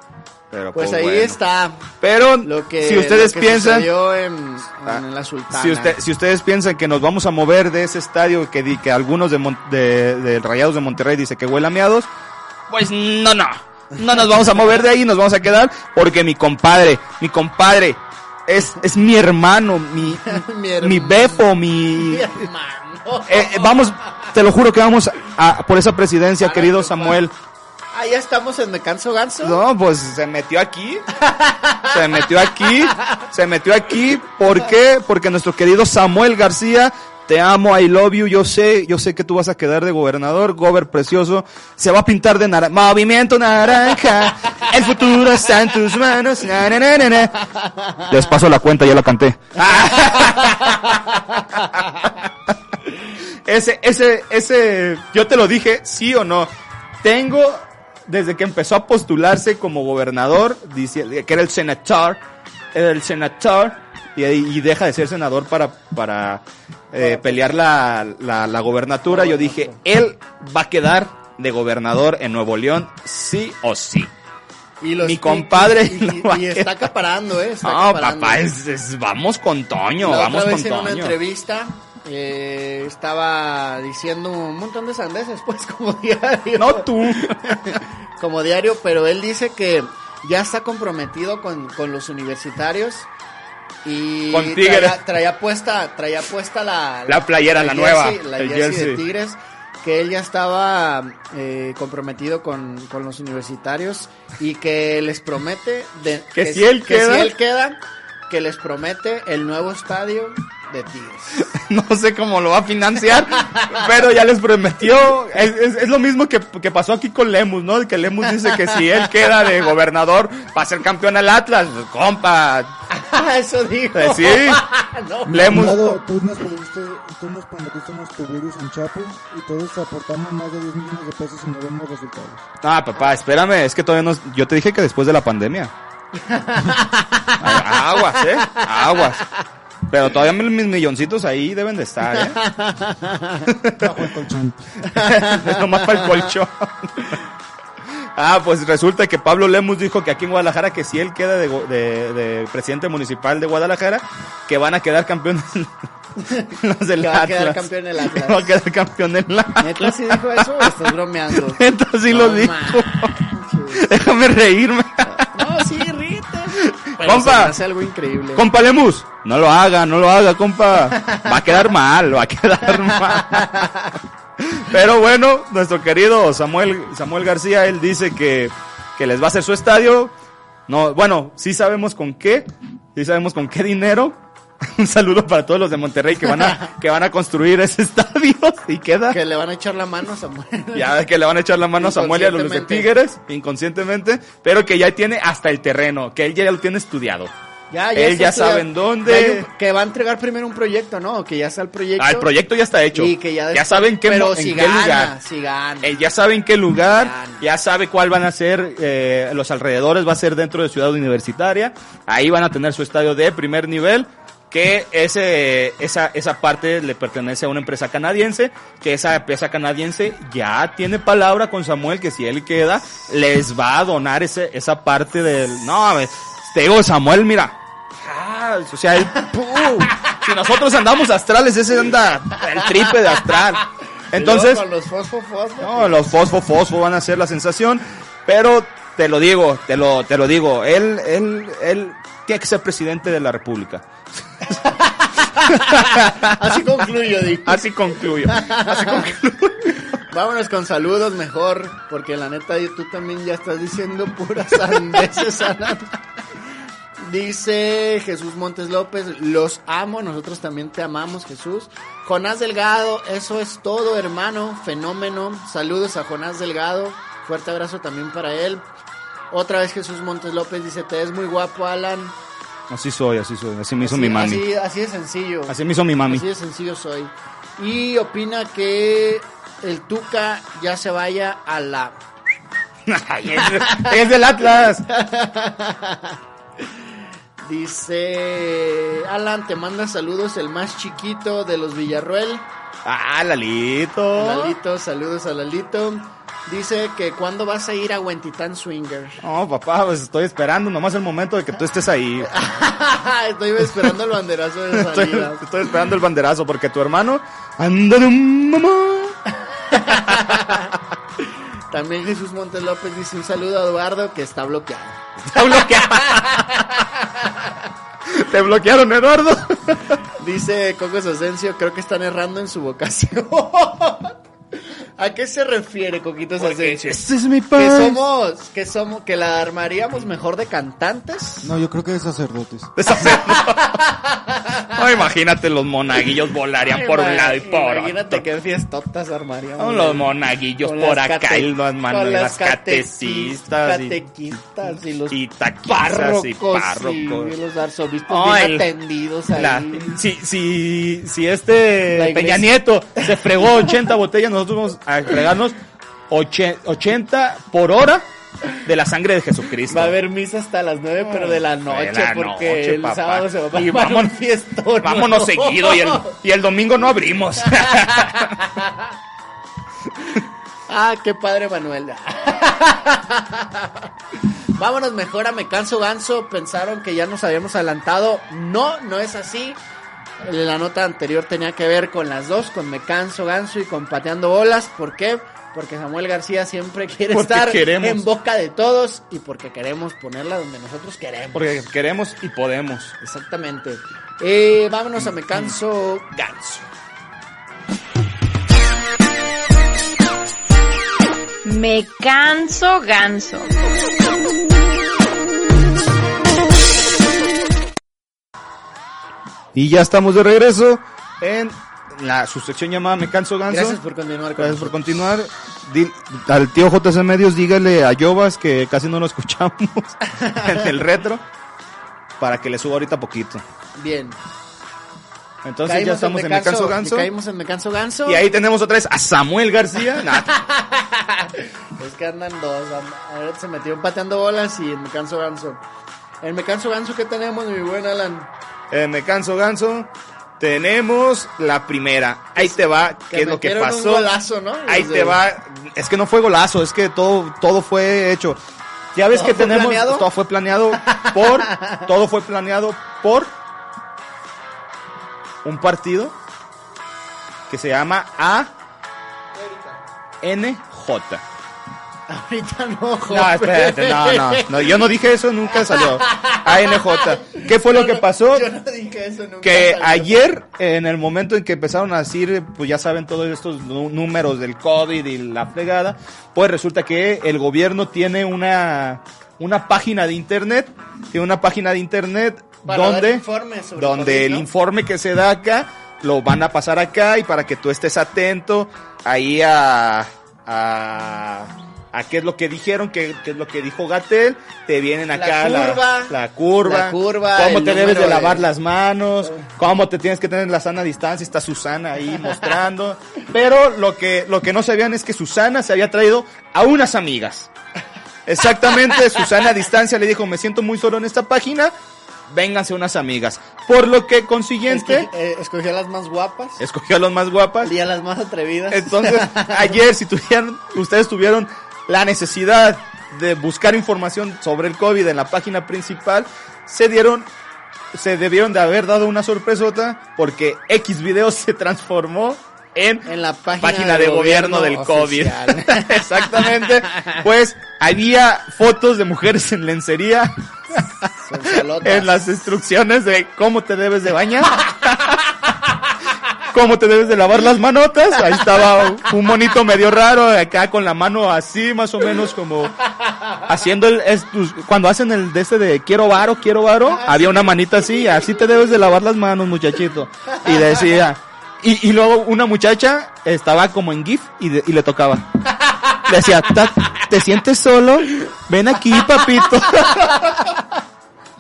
Speaker 4: Pero
Speaker 1: Pues ahí
Speaker 4: bueno.
Speaker 1: está.
Speaker 4: Pero
Speaker 1: Lo que,
Speaker 4: si ustedes
Speaker 1: lo que
Speaker 4: piensan,
Speaker 1: sucedió en,
Speaker 4: Ah,
Speaker 1: en la sultana.
Speaker 4: si, usted- si ustedes piensan que nos vamos a mover de ese estadio que, di- que algunos de, Mon- de- de Rayados de Monterrey dice que huele a miados, pues no, no. No nos vamos a mover de ahí, nos vamos a quedar porque mi compadre, mi compadre, es, es mi hermano, mi,
Speaker 1: Mi
Speaker 4: mi,
Speaker 1: hermano.
Speaker 4: mi befo, mi...
Speaker 1: Mi hermano.
Speaker 4: Eh, eh, vamos, te lo juro que vamos a- por esa presidencia,
Speaker 1: Ahora
Speaker 4: querido
Speaker 1: te fue.
Speaker 4: Samuel.
Speaker 1: Ah, ya estamos en Me Canso Ganso.
Speaker 4: No, pues se metió aquí. Se metió aquí. Se metió aquí. ¿Por qué? Porque nuestro querido Samuel García, te amo, I love you. Yo sé, yo sé que tú vas a quedar de gobernador, gober precioso. Se va a pintar de naranja. Movimiento naranja. El futuro está en tus manos. Na, na, na, na, na. Les paso la cuenta, ya la canté. Ese, ese, ese, yo te lo dije, sí o no. Tengo, desde que empezó a postularse como gobernador, dice, que era el senador, era el senador, y, y deja de ser senador para, para eh, pelear la, la, la gobernatura, yo dije, él va a quedar de gobernador en Nuevo León, sí o sí.
Speaker 1: Y los-
Speaker 4: mi compadre
Speaker 1: Y, y-
Speaker 4: lo va a
Speaker 1: y está
Speaker 4: quedar.
Speaker 1: acaparando, ¿eh? Está
Speaker 4: No,
Speaker 1: acaparando.
Speaker 4: papá, es- es- vamos con Toño,
Speaker 1: La
Speaker 4: vamos
Speaker 1: otra
Speaker 4: con
Speaker 1: vez en una
Speaker 4: Toño.
Speaker 1: entrevista eh, estaba diciendo un montón de sandeces, pues, como diario.
Speaker 4: No tú.
Speaker 1: como diario, pero él dice que ya está comprometido con, con los universitarios y
Speaker 4: Con Tigres.
Speaker 1: Traía, traía puesta, traía puesta la,
Speaker 4: La playera, la
Speaker 1: jersey-
Speaker 4: nueva,
Speaker 1: la
Speaker 4: el
Speaker 1: jersey, de
Speaker 4: jersey.
Speaker 1: Tigres, que él ya estaba eh, comprometido con, con los universitarios y que les promete de-
Speaker 4: Que si él
Speaker 1: que si
Speaker 4: queda-
Speaker 1: él queda, que les promete el nuevo estadio de Tigres.
Speaker 4: No sé cómo lo va a financiar, pero ya les prometió. Es, es- es lo mismo que, que pasó aquí con Lemus, ¿no? Que Lemus dice que si él queda de gobernador va a ser campeón al Atlas. Pues, compa,
Speaker 1: Ah, Eso dijo.
Speaker 4: Pues sí.
Speaker 1: No.
Speaker 4: Lemus.
Speaker 7: Cuidado, tú nos prometiste, tú nos prometiste unos tuburios en Chapo y todos aportamos más de 10 millones de pesos y no vemos resultados.
Speaker 4: Ah, papá, espérame, es que todavía no. Yo te dije que después de la pandemia. Ah, Aguas, ¿eh? Aguas. Pero todavía mis milloncitos ahí deben de estar, ¿eh?
Speaker 7: bajo el colchón.
Speaker 4: Nomás para el colchón. Ah, pues resulta que Pablo Lemus dijo que aquí en Guadalajara, que si él queda de, go- de- de presidente municipal de Guadalajara, que van a quedar campeones los del
Speaker 1: Que va a quedar
Speaker 4: Atlas.
Speaker 1: campeón el Atlas.
Speaker 4: Que va a quedar campeón el Atlas.
Speaker 1: ¿Neta sí dijo eso o estás bromeando?
Speaker 4: Neta sí lo
Speaker 1: No
Speaker 4: dijo.
Speaker 1: manches.
Speaker 4: Déjame reírme.
Speaker 1: No, sí, Rita. Pero
Speaker 4: Compa.
Speaker 1: se me hace algo increíble.
Speaker 4: Compa Lemus, no lo haga, no lo haga, compa. Va a quedar mal, va a quedar mal. Pero bueno, nuestro querido Samuel, Samuel García, él dice que, que les va a hacer su estadio. No, bueno, sí sabemos con qué, sí sabemos con qué dinero. Un saludo para todos los de Monterrey que van a, que van a construir ese estadio y queda.
Speaker 1: Que le van a echar la mano a Samuel.
Speaker 4: Ya que le van a echar la mano a Samuel y a los de
Speaker 1: Inconscientemente.
Speaker 4: Tigres, inconscientemente, pero que ya tiene hasta el terreno, que él ya lo tiene estudiado.
Speaker 1: Ya,
Speaker 4: Él
Speaker 1: está
Speaker 4: ya
Speaker 1: estudiado.
Speaker 4: sabe en dónde.
Speaker 1: Ya hay un- que va a entregar primero un proyecto, ¿no? Que ya sea el proyecto.
Speaker 4: Ah, el proyecto ya está hecho.
Speaker 1: Y que ya, después-
Speaker 4: saben qué,
Speaker 1: Pero
Speaker 4: mo- en
Speaker 1: si
Speaker 4: qué
Speaker 1: gana,
Speaker 4: lugar.
Speaker 1: si gana.
Speaker 4: Él Eh, ya sabe en qué lugar,
Speaker 1: Gana.
Speaker 4: ya sabe cuál van a ser eh, los alrededores, va a ser dentro de Ciudad Universitaria. Ahí van a tener su estadio de primer nivel, que ese, esa, esa parte le pertenece a una empresa canadiense, que esa empresa canadiense ya tiene palabra con Samuel, que si él queda, les va a donar ese, esa parte del... No, a ver, te digo, Samuel, mira, Ah, o sea, el ¡pum! si nosotros andamos astrales, ese anda el triple de astral.
Speaker 1: Y
Speaker 4: Entonces,
Speaker 1: luego con los fosfo, fosfo.
Speaker 4: no, los fosfo fosfo van a ser la sensación, pero te lo digo, te lo te lo digo, él él él tiene que ser presidente de la República.
Speaker 1: Así concluyo, Dick.
Speaker 4: Así concluyo. Así concluyo.
Speaker 1: Vámonos con saludos mejor, porque la neta tú también ya estás diciendo puras sandeces. Alan. Dice Jesús Montes López, los amo, nosotros también te amamos, Jesús. Jonás Delgado, eso es todo, hermano, fenómeno. Saludos a Jonás Delgado, fuerte abrazo también para él. Otra vez Jesús Montes López dice, te ves muy guapo, Alan.
Speaker 4: Así soy, así soy, así me hizo
Speaker 1: Así-
Speaker 4: mi mami.
Speaker 1: Así, así de sencillo.
Speaker 4: Así me hizo mi mami.
Speaker 1: Así de sencillo soy. Y opina que el Tuca ya se vaya a la...
Speaker 4: Ay, es- es del Atlas.
Speaker 1: Dice... Alan, te manda saludos el más chiquito de los Villarruel.
Speaker 4: Ah, Lalito.
Speaker 1: Lalito, saludos a Lalito. Dice que cuándo vas a ir a Huentitán Swinger.
Speaker 4: No, papá, pues estoy esperando nomás el momento de que tú estés ahí.
Speaker 1: Ah, Estoy esperando el banderazo de
Speaker 4: Estoy,
Speaker 1: salida.
Speaker 4: estoy esperando el banderazo porque tu hermano anda de un mamá.
Speaker 1: También Jesús Montes López dice un saludo a Eduardo que está bloqueado.
Speaker 4: Está bloqueado. Te bloquearon, Eduardo.
Speaker 1: Dice Coco Sosencio, creo que están errando en su vocación. ¿A qué se refiere Coquito Sosencio?
Speaker 4: Ese Este es mi
Speaker 1: Que
Speaker 4: país.
Speaker 1: somos, que somos, que la armaríamos mejor de cantantes.
Speaker 5: No, yo creo que de sacerdotes.
Speaker 4: No, imagínate, los monaguillos volarían por un lado y por
Speaker 1: Imagínate
Speaker 4: otro.
Speaker 1: qué fiestotas armaríamos.
Speaker 4: Son los monaguillos
Speaker 1: Con
Speaker 4: por
Speaker 1: las
Speaker 4: acá
Speaker 1: cate-
Speaker 4: y los manos
Speaker 1: con
Speaker 4: de las
Speaker 1: catequis-
Speaker 4: catecistas y,
Speaker 1: catequistas y, los
Speaker 4: y taquisas
Speaker 1: párrocos
Speaker 4: y
Speaker 1: y,
Speaker 4: párrocos.
Speaker 1: los arzobispos
Speaker 4: Ay,
Speaker 1: bien
Speaker 4: la-
Speaker 1: atendidos ahí.
Speaker 4: La- si, si, si
Speaker 1: La
Speaker 4: este
Speaker 1: iglesia.
Speaker 4: Peña Nieto se fregó 80 botellas, nosotros vamos a fregarnos oche- 80 por hora de la sangre de Jesucristo.
Speaker 1: Va a haber misa hasta las 9, pero de la noche,
Speaker 4: la
Speaker 1: porque
Speaker 4: noche,
Speaker 1: el
Speaker 4: papá.
Speaker 1: sábado se va a
Speaker 4: Y
Speaker 1: pasar
Speaker 4: vámonos-
Speaker 1: un fiestón.
Speaker 4: Vámonos seguido y el, y el domingo no abrimos.
Speaker 1: Ah, qué padre, Manuel. Vámonos mejor a Me Canso Ganso. Pensaron que ya nos habíamos adelantado. No, no es así. La nota anterior tenía que ver con las dos, con Me Canso Ganso y con Pateando Bolas. ¿Por qué? Porque Samuel García siempre quiere
Speaker 4: Porque
Speaker 1: estar
Speaker 4: queremos.
Speaker 1: en boca de todos y porque queremos ponerla donde nosotros queremos.
Speaker 4: Porque queremos y podemos.
Speaker 1: Exactamente. Eh, vámonos a Me Canso Ganso.
Speaker 6: Me canso ganso.
Speaker 4: Y ya estamos de regreso en la su sección llamada Me Canso Ganso.
Speaker 1: Gracias por continuar con
Speaker 4: Gracias
Speaker 1: nosotros.
Speaker 4: por continuar. Di- al tío JC Medios, dígale a Yobas que casi no lo escuchamos en el retro para que le suba ahorita poquito.
Speaker 1: Bien.
Speaker 4: Entonces
Speaker 1: Caímos
Speaker 4: ya estamos en Me Canso Ganso.
Speaker 1: Caímos en Me Canso Ganso.
Speaker 4: Y ahí tenemos otra vez a Samuel García. Nah,
Speaker 1: Es que andan dos. and- Ahora se metió pateando bolas y en Me Canso Ganso. En Me Canso Ganso, ¿qué tenemos, mi buen Alan?
Speaker 4: eh, me canso ganso. Tenemos la primera. Ahí te va, qué es lo que
Speaker 1: metieron un
Speaker 4: pasó.
Speaker 1: golazo, ¿no?
Speaker 4: Ahí
Speaker 1: Desde-
Speaker 4: te va. Es que no fue golazo, es que todo, todo fue hecho. Ya ves
Speaker 1: ¿Todo
Speaker 4: que
Speaker 1: fue
Speaker 4: tenemos.
Speaker 1: planeado?
Speaker 4: Todo fue planeado por. todo fue planeado por. Un partido que se llama ANJ.
Speaker 1: Ahorita no, joven.
Speaker 4: No, espérate, no, no, no, Yo no dije eso, nunca salió. ANJ. ¿Qué fue lo que pasó?
Speaker 1: Yo no dije eso nunca.
Speaker 4: Que
Speaker 1: salió.
Speaker 4: ayer, en el momento en que empezaron a decir, pues ya saben todos estos nu- números del COVID y la fregada, pues resulta que el gobierno tiene una, una página de internet, tiene una página de internet
Speaker 1: Para dar
Speaker 4: donde,
Speaker 1: informes sobre
Speaker 4: donde
Speaker 1: COVID,
Speaker 4: el
Speaker 1: ¿no?
Speaker 4: informe que se da acá lo van a pasar acá y para que tú estés atento ahí a, a, a qué es lo que dijeron, qué, qué es lo que dijo Gatel, te vienen acá la
Speaker 1: curva.
Speaker 4: la curva,
Speaker 1: La curva,
Speaker 4: cómo
Speaker 1: el
Speaker 4: te debes
Speaker 1: número
Speaker 4: de
Speaker 1: de-
Speaker 4: lavar las manos, cómo te tienes que tener la sana distancia, está Susana ahí mostrando. Pero lo que, lo que no sabían es que Susana se había traído a unas amigas. Exactamente, Susana a distancia le dijo, me siento muy solo en esta página, vénganse unas amigas. Por lo que consiguiente,
Speaker 1: Escogí, eh, escogí a las más guapas
Speaker 4: escogió a los más guapas.
Speaker 1: y a las más atrevidas.
Speaker 4: Entonces, ayer si tuvieron, ustedes tuvieron la necesidad de buscar información sobre el COVID en la página principal, se dieron se debieron de haber dado una sorpresota porque X videos se transformó en,
Speaker 1: En la página
Speaker 4: de,
Speaker 1: del gobierno
Speaker 4: gobierno,
Speaker 1: Oh,
Speaker 4: del
Speaker 1: oficial.
Speaker 4: COVID. Exactamente. Pues había fotos de mujeres en lencería
Speaker 1: Son salotas.
Speaker 4: en las instrucciones de cómo te debes de bañar. Cómo te debes de lavar las manotas. Ahí estaba un monito medio raro acá con la mano así, más o menos como haciendo el es- tus- cuando hacen el de este de quiero varo, quiero varo. había una manita así, así te debes de lavar las manos, muchachito. Y decía y, y luego una muchacha estaba como en gif y, de- y le tocaba. Le decía, "Ta- ¿te sientes solo? Ven aquí, papito.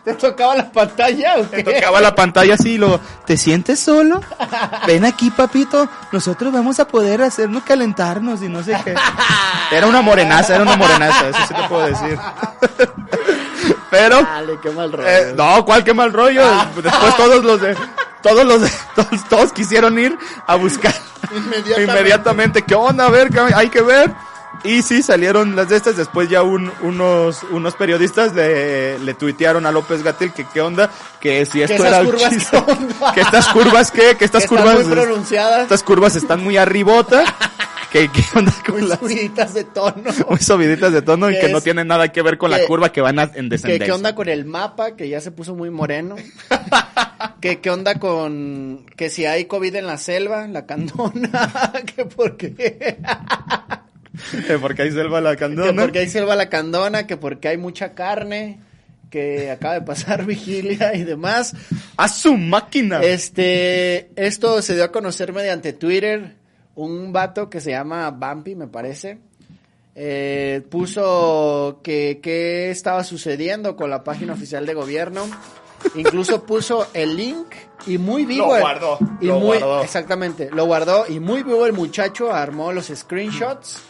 Speaker 1: ¿Te tocaba la pantalla o qué?
Speaker 4: tocaba la pantalla así y luego, ¿te sientes solo? Ven aquí, papito, nosotros vamos a poder hacernos calentarnos y no sé qué. Era una morenaza, era una morenaza, eso sí te puedo decir. Pero,
Speaker 1: Dale, qué mal rollo.
Speaker 4: eh, no, cuál, qué mal rollo.
Speaker 1: Ah.
Speaker 4: Después todos los de, todos los de- todos, todos quisieron ir a buscar
Speaker 1: Inmediatamente.
Speaker 4: inmediatamente, qué onda, a ver, ¿Qué hay- hay que ver. Y sí, salieron las de estas, después ya un- unos, unos periodistas le, le tuitearon a López Gatel que qué onda, que si esto
Speaker 1: esas
Speaker 4: era un
Speaker 1: curvas,
Speaker 4: chiste,
Speaker 1: ¿qué onda?
Speaker 4: que estas curvas qué, que estas
Speaker 1: Que están
Speaker 4: curvas,
Speaker 1: muy pronunciadas.
Speaker 4: estas curvas están muy arribota, que qué onda con
Speaker 1: Muy
Speaker 4: las
Speaker 1: subiditas de tono.
Speaker 4: muy subiditas de tono y
Speaker 1: Que
Speaker 4: que no
Speaker 1: es-
Speaker 4: tienen nada que ver con
Speaker 1: que-
Speaker 4: la curva que van a- en
Speaker 1: ¿Qué,
Speaker 4: descendencia.
Speaker 1: ¿Qué onda con el mapa? Que ya se puso muy moreno. ¿Qué, ¿Qué onda con que si hay COVID en la selva, en la candona? ¿Qué por qué?
Speaker 4: Eh, Porque ahí selva la
Speaker 1: que
Speaker 4: candona.
Speaker 1: porque hay selva la candona, que porque hay mucha carne, que acaba de pasar vigilia y demás.
Speaker 4: A su máquina.
Speaker 1: Este, esto se dio a conocer mediante Twitter. Un vato que se llama Bampi, me parece, eh, puso que qué estaba sucediendo con la página oficial de gobierno. Incluso puso el link y muy vivo.
Speaker 4: Lo
Speaker 1: el-
Speaker 4: guardó,
Speaker 1: y
Speaker 4: lo
Speaker 1: muy-
Speaker 4: guardó.
Speaker 1: Exactamente, lo guardó y muy vivo el muchacho armó los screenshots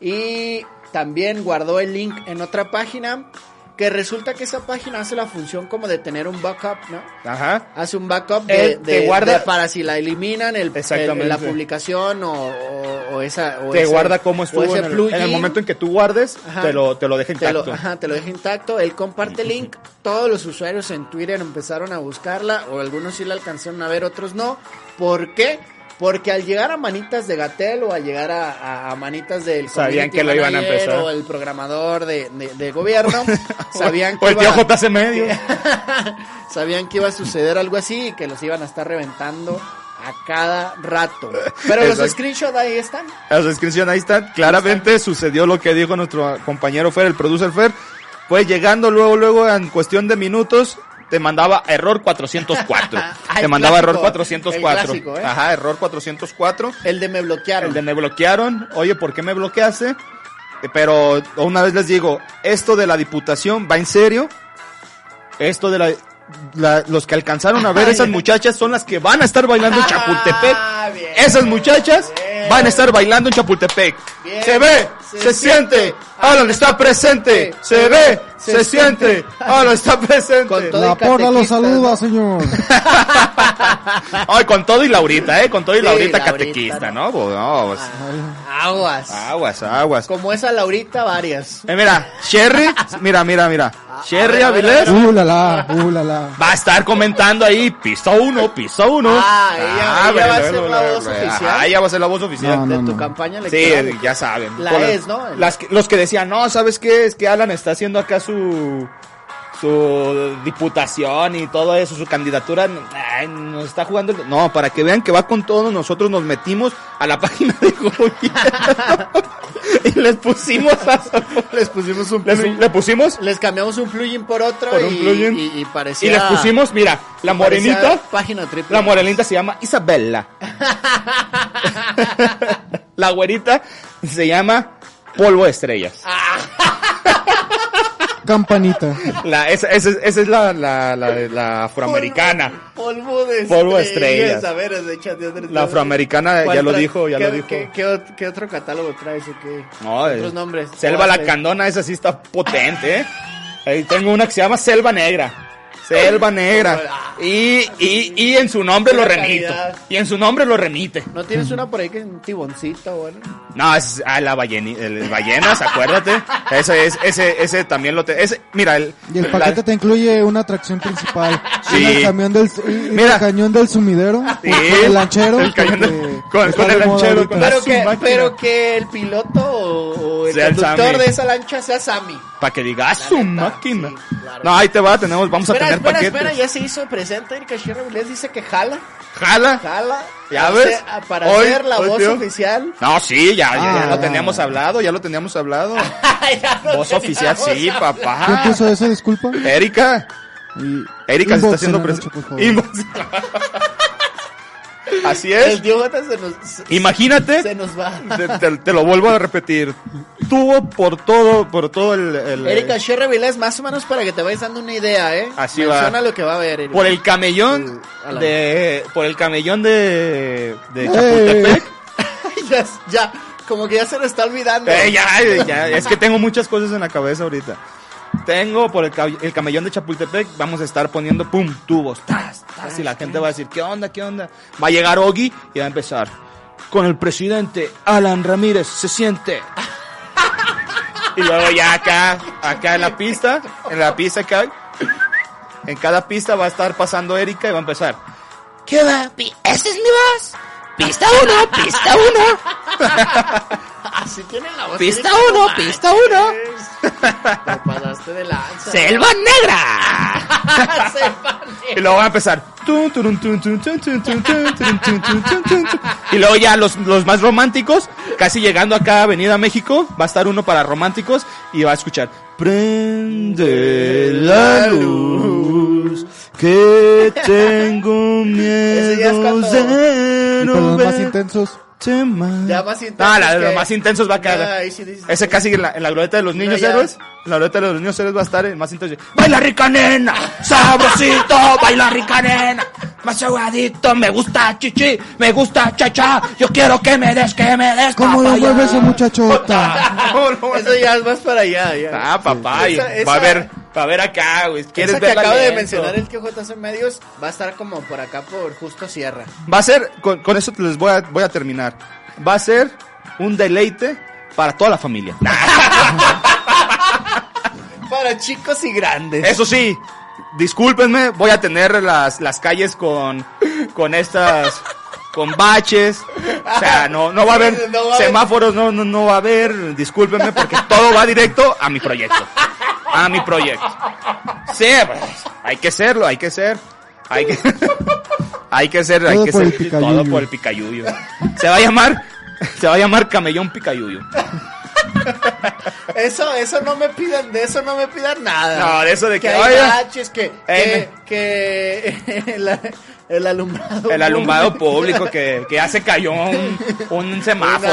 Speaker 1: y también guardó el link en otra página. Que resulta que esa página hace la función como de tener un backup, ¿no?
Speaker 4: Ajá.
Speaker 1: hace un backup de,
Speaker 4: Él
Speaker 1: de-
Speaker 4: te guarda-
Speaker 1: de- para si la eliminan el,
Speaker 4: Exactamente.
Speaker 1: el- la publicación o, o- o esa o
Speaker 4: te
Speaker 1: ese-
Speaker 4: guarda cómo
Speaker 1: o
Speaker 4: estuvo
Speaker 1: ese
Speaker 4: en el,
Speaker 1: plugin.
Speaker 4: en el momento en que tú guardes,
Speaker 1: Ajá.
Speaker 4: te lo, te lo deja
Speaker 1: Te lo-
Speaker 4: intacto.
Speaker 1: ajá, te lo deja intacto. Él comparte el link. Todos los usuarios en Twitter empezaron a buscarla. O algunos sí la alcanzaron a ver, otros no. ¿Por qué? Porque al llegar a manitas de Gatel o al llegar a, a- a manitas del
Speaker 4: Sabían
Speaker 1: community
Speaker 4: que lo iban a
Speaker 1: manager
Speaker 4: empezar.
Speaker 1: o el programador de, de- de gobierno, sabían que
Speaker 4: o el tío
Speaker 1: iba-
Speaker 4: JC medio.
Speaker 1: Sabían que iba a suceder algo así y que los iban a estar reventando a cada rato. Pero los
Speaker 4: Exacto.
Speaker 1: screenshots ahí están.
Speaker 4: La suscripción ahí está. Claramente sucedió lo que dijo nuestro compañero Fer, el producer Fer. Pues llegando luego, luego en cuestión de minutos, te mandaba error 404.
Speaker 1: Ah,
Speaker 4: te
Speaker 1: el
Speaker 4: mandaba error
Speaker 1: clásico,
Speaker 4: 404.
Speaker 1: el clásico, ¿eh?
Speaker 4: Ajá, error 404.
Speaker 1: El de me bloquearon.
Speaker 4: El de me bloquearon. Oye, ¿por qué me bloqueaste? Eh, Pero una vez les digo, esto de la diputación va en serio. Esto de la, la- los que alcanzaron a ver esas muchachas son las que van a estar bailando en Chapultepec.
Speaker 1: Ah, bien,
Speaker 4: esas muchachas
Speaker 1: bien.
Speaker 4: van a estar bailando en Chapultepec.
Speaker 1: Bien,
Speaker 4: se ve, se, siente, Alan está presente. Se ve, se siente. Alan está
Speaker 1: Con
Speaker 4: presente.
Speaker 1: todo
Speaker 5: La
Speaker 1: y
Speaker 5: porra lo
Speaker 1: catequista,
Speaker 5: saluda,
Speaker 1: ¿no?
Speaker 5: señor.
Speaker 4: Ay, con todo y Laurita, eh. Con todo y
Speaker 1: Sí,
Speaker 4: Laurita
Speaker 1: Laurita,
Speaker 4: catequista,
Speaker 1: ¿no? Ah.
Speaker 4: ¿no? Pues, no, pues,
Speaker 1: Aguas.
Speaker 4: Aguas, aguas.
Speaker 1: Como esa Laurita, varias.
Speaker 4: Eh, mira, Sherry, mira, mira, mira. Sherry
Speaker 1: a ver, a
Speaker 4: Avilés
Speaker 5: Uh, la, la, uh, la, la.
Speaker 4: va a estar comentando ahí, piso uno, piso uno.
Speaker 1: Ah, ella- ella
Speaker 4: bueno,
Speaker 1: va a ser
Speaker 4: bueno,
Speaker 1: la
Speaker 4: bueno,
Speaker 1: voz
Speaker 4: bueno.
Speaker 1: oficial.
Speaker 4: Ah, ella va a ser la voz oficial.
Speaker 5: No, no,
Speaker 1: de tu
Speaker 5: no.
Speaker 1: campaña
Speaker 4: Sí,
Speaker 1: electoral.
Speaker 4: ya saben.
Speaker 1: La
Speaker 4: Con
Speaker 1: es, ¿no?
Speaker 4: Las que- los que decían, no, ¿sabes qué? Es que Alan está haciendo acá su su diputación y todo eso, su candidatura, ay, nos está jugando. el- No, para que vean que va con todo, nosotros nos metimos a la página de gobierno y les pusimos a-
Speaker 1: les pusimos un
Speaker 4: les-
Speaker 1: plugin.
Speaker 4: le pusimos
Speaker 1: Les cambiamos un plugin por otro
Speaker 4: Por un
Speaker 1: y,
Speaker 4: plugin.
Speaker 1: y- y parecía.
Speaker 4: y les pusimos, mira, la
Speaker 1: parecía
Speaker 4: morenita,
Speaker 1: Página triple.
Speaker 4: la morenita se llama Isabella. la güerita se llama Polvo de Estrellas.
Speaker 5: Campanita.
Speaker 4: La, esa, esa, esa es la, la, la, la afroamericana.
Speaker 1: Polvo de
Speaker 4: Polvo de estrellas.
Speaker 1: A ver, de hecho, de- de-
Speaker 4: La afroamericana,
Speaker 1: ¿Cuál
Speaker 4: ya lo
Speaker 1: tra-
Speaker 4: dijo, ya
Speaker 1: qué-
Speaker 4: lo dijo.
Speaker 1: ¿qué, qué ot- qué otro catálogo traes o qué?
Speaker 4: No,
Speaker 1: Otros
Speaker 4: eh,
Speaker 1: nombres.
Speaker 4: Selva
Speaker 1: ¿Cuál
Speaker 4: la
Speaker 1: es?
Speaker 4: Candona, esa sí está potente, ¿eh? Ahí tengo una que se llama Selva Negra. Selva Negra. Y, y, y en su nombre lo
Speaker 1: Pura
Speaker 4: remito.
Speaker 1: ah. calidad.
Speaker 4: Y en su nombre lo remite.
Speaker 1: ¿No tienes una por ahí que es un tiboncito o algo?
Speaker 4: No, es ah, la balleni, el, el ballenas, acuérdate. Ese, es, ese, ese también lo te, ese, mira, el,
Speaker 5: Y el
Speaker 4: la-
Speaker 5: paquete te incluye una atracción principal.
Speaker 4: Sí.
Speaker 5: El camión del, y- y
Speaker 4: Mira.
Speaker 5: el cañón del sumidero.
Speaker 4: Sí.
Speaker 5: con el lanchero.
Speaker 4: El cañón del-
Speaker 5: porque
Speaker 4: con-
Speaker 5: está
Speaker 4: con el
Speaker 5: de moda
Speaker 4: lanchero,
Speaker 5: ahorita.
Speaker 4: con la-
Speaker 1: Pero
Speaker 4: su
Speaker 1: que,
Speaker 4: máquina.
Speaker 1: pero que el piloto o, o el
Speaker 4: Sea el
Speaker 1: conductor
Speaker 4: Sammy.
Speaker 1: de esa lancha sea Sammy.
Speaker 4: para que digas su
Speaker 1: neta,
Speaker 4: máquina.
Speaker 1: sí, claro.
Speaker 4: No, ahí te va, tenemos, vamos
Speaker 1: Espera,
Speaker 4: a tener
Speaker 1: espera,
Speaker 4: paquetes.
Speaker 1: espera, ya se hizo presente. Erika Sherry Avilés dice que jala,
Speaker 4: Jala.
Speaker 1: jala.
Speaker 4: ¿Ya
Speaker 1: para
Speaker 4: ves?
Speaker 1: ser- a- para
Speaker 4: Hoy-
Speaker 1: ser la
Speaker 4: hoy,
Speaker 1: voz
Speaker 4: tío.
Speaker 1: oficial.
Speaker 4: No, sí, ya, ya, ya
Speaker 5: Ah.
Speaker 4: lo teníamos hablado, ya lo teníamos hablado.
Speaker 1: Ya no
Speaker 4: Voz
Speaker 1: teníamos
Speaker 4: oficial, sí,
Speaker 1: habla-
Speaker 5: ¿Quién
Speaker 4: papá.
Speaker 5: puso eso? Disculpa.
Speaker 4: Erika,
Speaker 5: Y-
Speaker 4: Ah. Eh, Erika se
Speaker 5: inbox
Speaker 4: está haciendo
Speaker 5: en la noche,
Speaker 4: presente.
Speaker 5: por favor.
Speaker 4: Así
Speaker 1: El
Speaker 4: es.
Speaker 1: diógata se nos, se-
Speaker 4: Imagínate.
Speaker 1: se nos va.
Speaker 4: Te, te- te lo vuelvo a repetir. Tuvo por todo, por todo el, el-
Speaker 1: Erika Sherry Avilés, más o menos para que te vayas dando una idea, ¿eh?
Speaker 4: Así va.
Speaker 1: Menciona lo que va a haber. Erika.
Speaker 4: por e- el camellón
Speaker 1: Mm, a la
Speaker 4: de, por el camellón de, de
Speaker 5: Eh.
Speaker 4: Chapultepec.
Speaker 1: ya, ya, como que ya se lo está olvidando.
Speaker 4: Eh, ya, ya, es que tengo muchas cosas en la cabeza ahorita. Tengo por el, ca- el camellón de Chapultepec, vamos a estar poniendo pum, tubos, tas, tas, y la gente va a decir, ¿qué onda, qué onda? Va a llegar Ogi y va a empezar. Con el presidente Alan Ramírez se siente. Y luego ya acá, acá en la pista, en la pista que hay, en cada pista va a estar pasando Erika y va a empezar.
Speaker 8: ¿Qué va? Pi- Esa es mi voz. Pista 1, pista 1,
Speaker 1: Así Ah, tiene la voz.
Speaker 8: pista
Speaker 1: Erika, no
Speaker 8: 1,
Speaker 1: manches.
Speaker 8: pista 1.
Speaker 1: Te pasaste de lanza.
Speaker 8: Selva negra.
Speaker 1: Sepa,
Speaker 4: Y luego va a empezar. Tun, turun, tun, tun, tun, tun, tun, tun, tun, tun, tun, tun, tun, tun. Y luego ya los, los más románticos, casi llegando acá a Avenida México, va a estar uno para románticos y va a escuchar. Prende la luz que tengo miedo
Speaker 1: Ese ya es cuando-
Speaker 4: de
Speaker 5: Y
Speaker 4: no
Speaker 5: por los más
Speaker 4: verte
Speaker 5: intensos.
Speaker 4: más.
Speaker 1: Ya más intensos
Speaker 4: Ah, la de los
Speaker 1: que-
Speaker 4: más intensos va a
Speaker 1: Ah,
Speaker 4: caer.
Speaker 1: ahí sí dices-
Speaker 4: Ese casi en la, en la glorieta de los niños
Speaker 1: ya.
Speaker 4: héroes. En la glorieta de los niños héroes va a estar el más intenso. ¡Baila rica nena! ¡Sabrosito! ¡Baila rica nena!
Speaker 8: Más aguadito, me gusta chichi, me gusta chacha. Yo quiero que me des, que me des.
Speaker 5: ¿Cómo lo
Speaker 8: papaya.
Speaker 5: mueve esa muchachota?
Speaker 1: Eso ya es más para allá. Ya.
Speaker 4: Ah, papá. y
Speaker 1: Esa- esa-
Speaker 4: va a ver, va a ver acá, güey. ¿Quieres
Speaker 1: Esa que
Speaker 4: verla
Speaker 1: acaba de
Speaker 4: lento?
Speaker 1: mencionar el QJC Medios va a estar como por acá, por Justo Sierra.
Speaker 4: Va a ser, con, con eso te les voy a, voy a terminar. Va a ser un deleite para toda la familia.
Speaker 1: Para chicos y grandes.
Speaker 4: Eso sí, discúlpenme, voy a tener las, las calles con, con estas, con baches. O sea, no, no va a haber
Speaker 1: No va a haber.
Speaker 4: semáforos, no, no, no va a haber. Discúlpenme porque todo va directo a mi proyecto. A mi proyecto. Sí, pues, hay que serlo, hay que ser. Hay que, hay que ser, hay
Speaker 5: Todo
Speaker 4: que
Speaker 5: por el
Speaker 4: ser.
Speaker 5: picayuyo.
Speaker 4: Todo por el picayuyo. Se va a llamar, se va a llamar camellón picayuyo.
Speaker 1: Eso, eso no me pidan, de eso no me pidan nada.
Speaker 4: No, de eso de que,
Speaker 1: hay
Speaker 4: oiga.
Speaker 1: baches, que,
Speaker 4: Eh,
Speaker 1: que, que el, el alumbrado.
Speaker 4: El alumbrado público que, que ya se cayó un, un semáforo.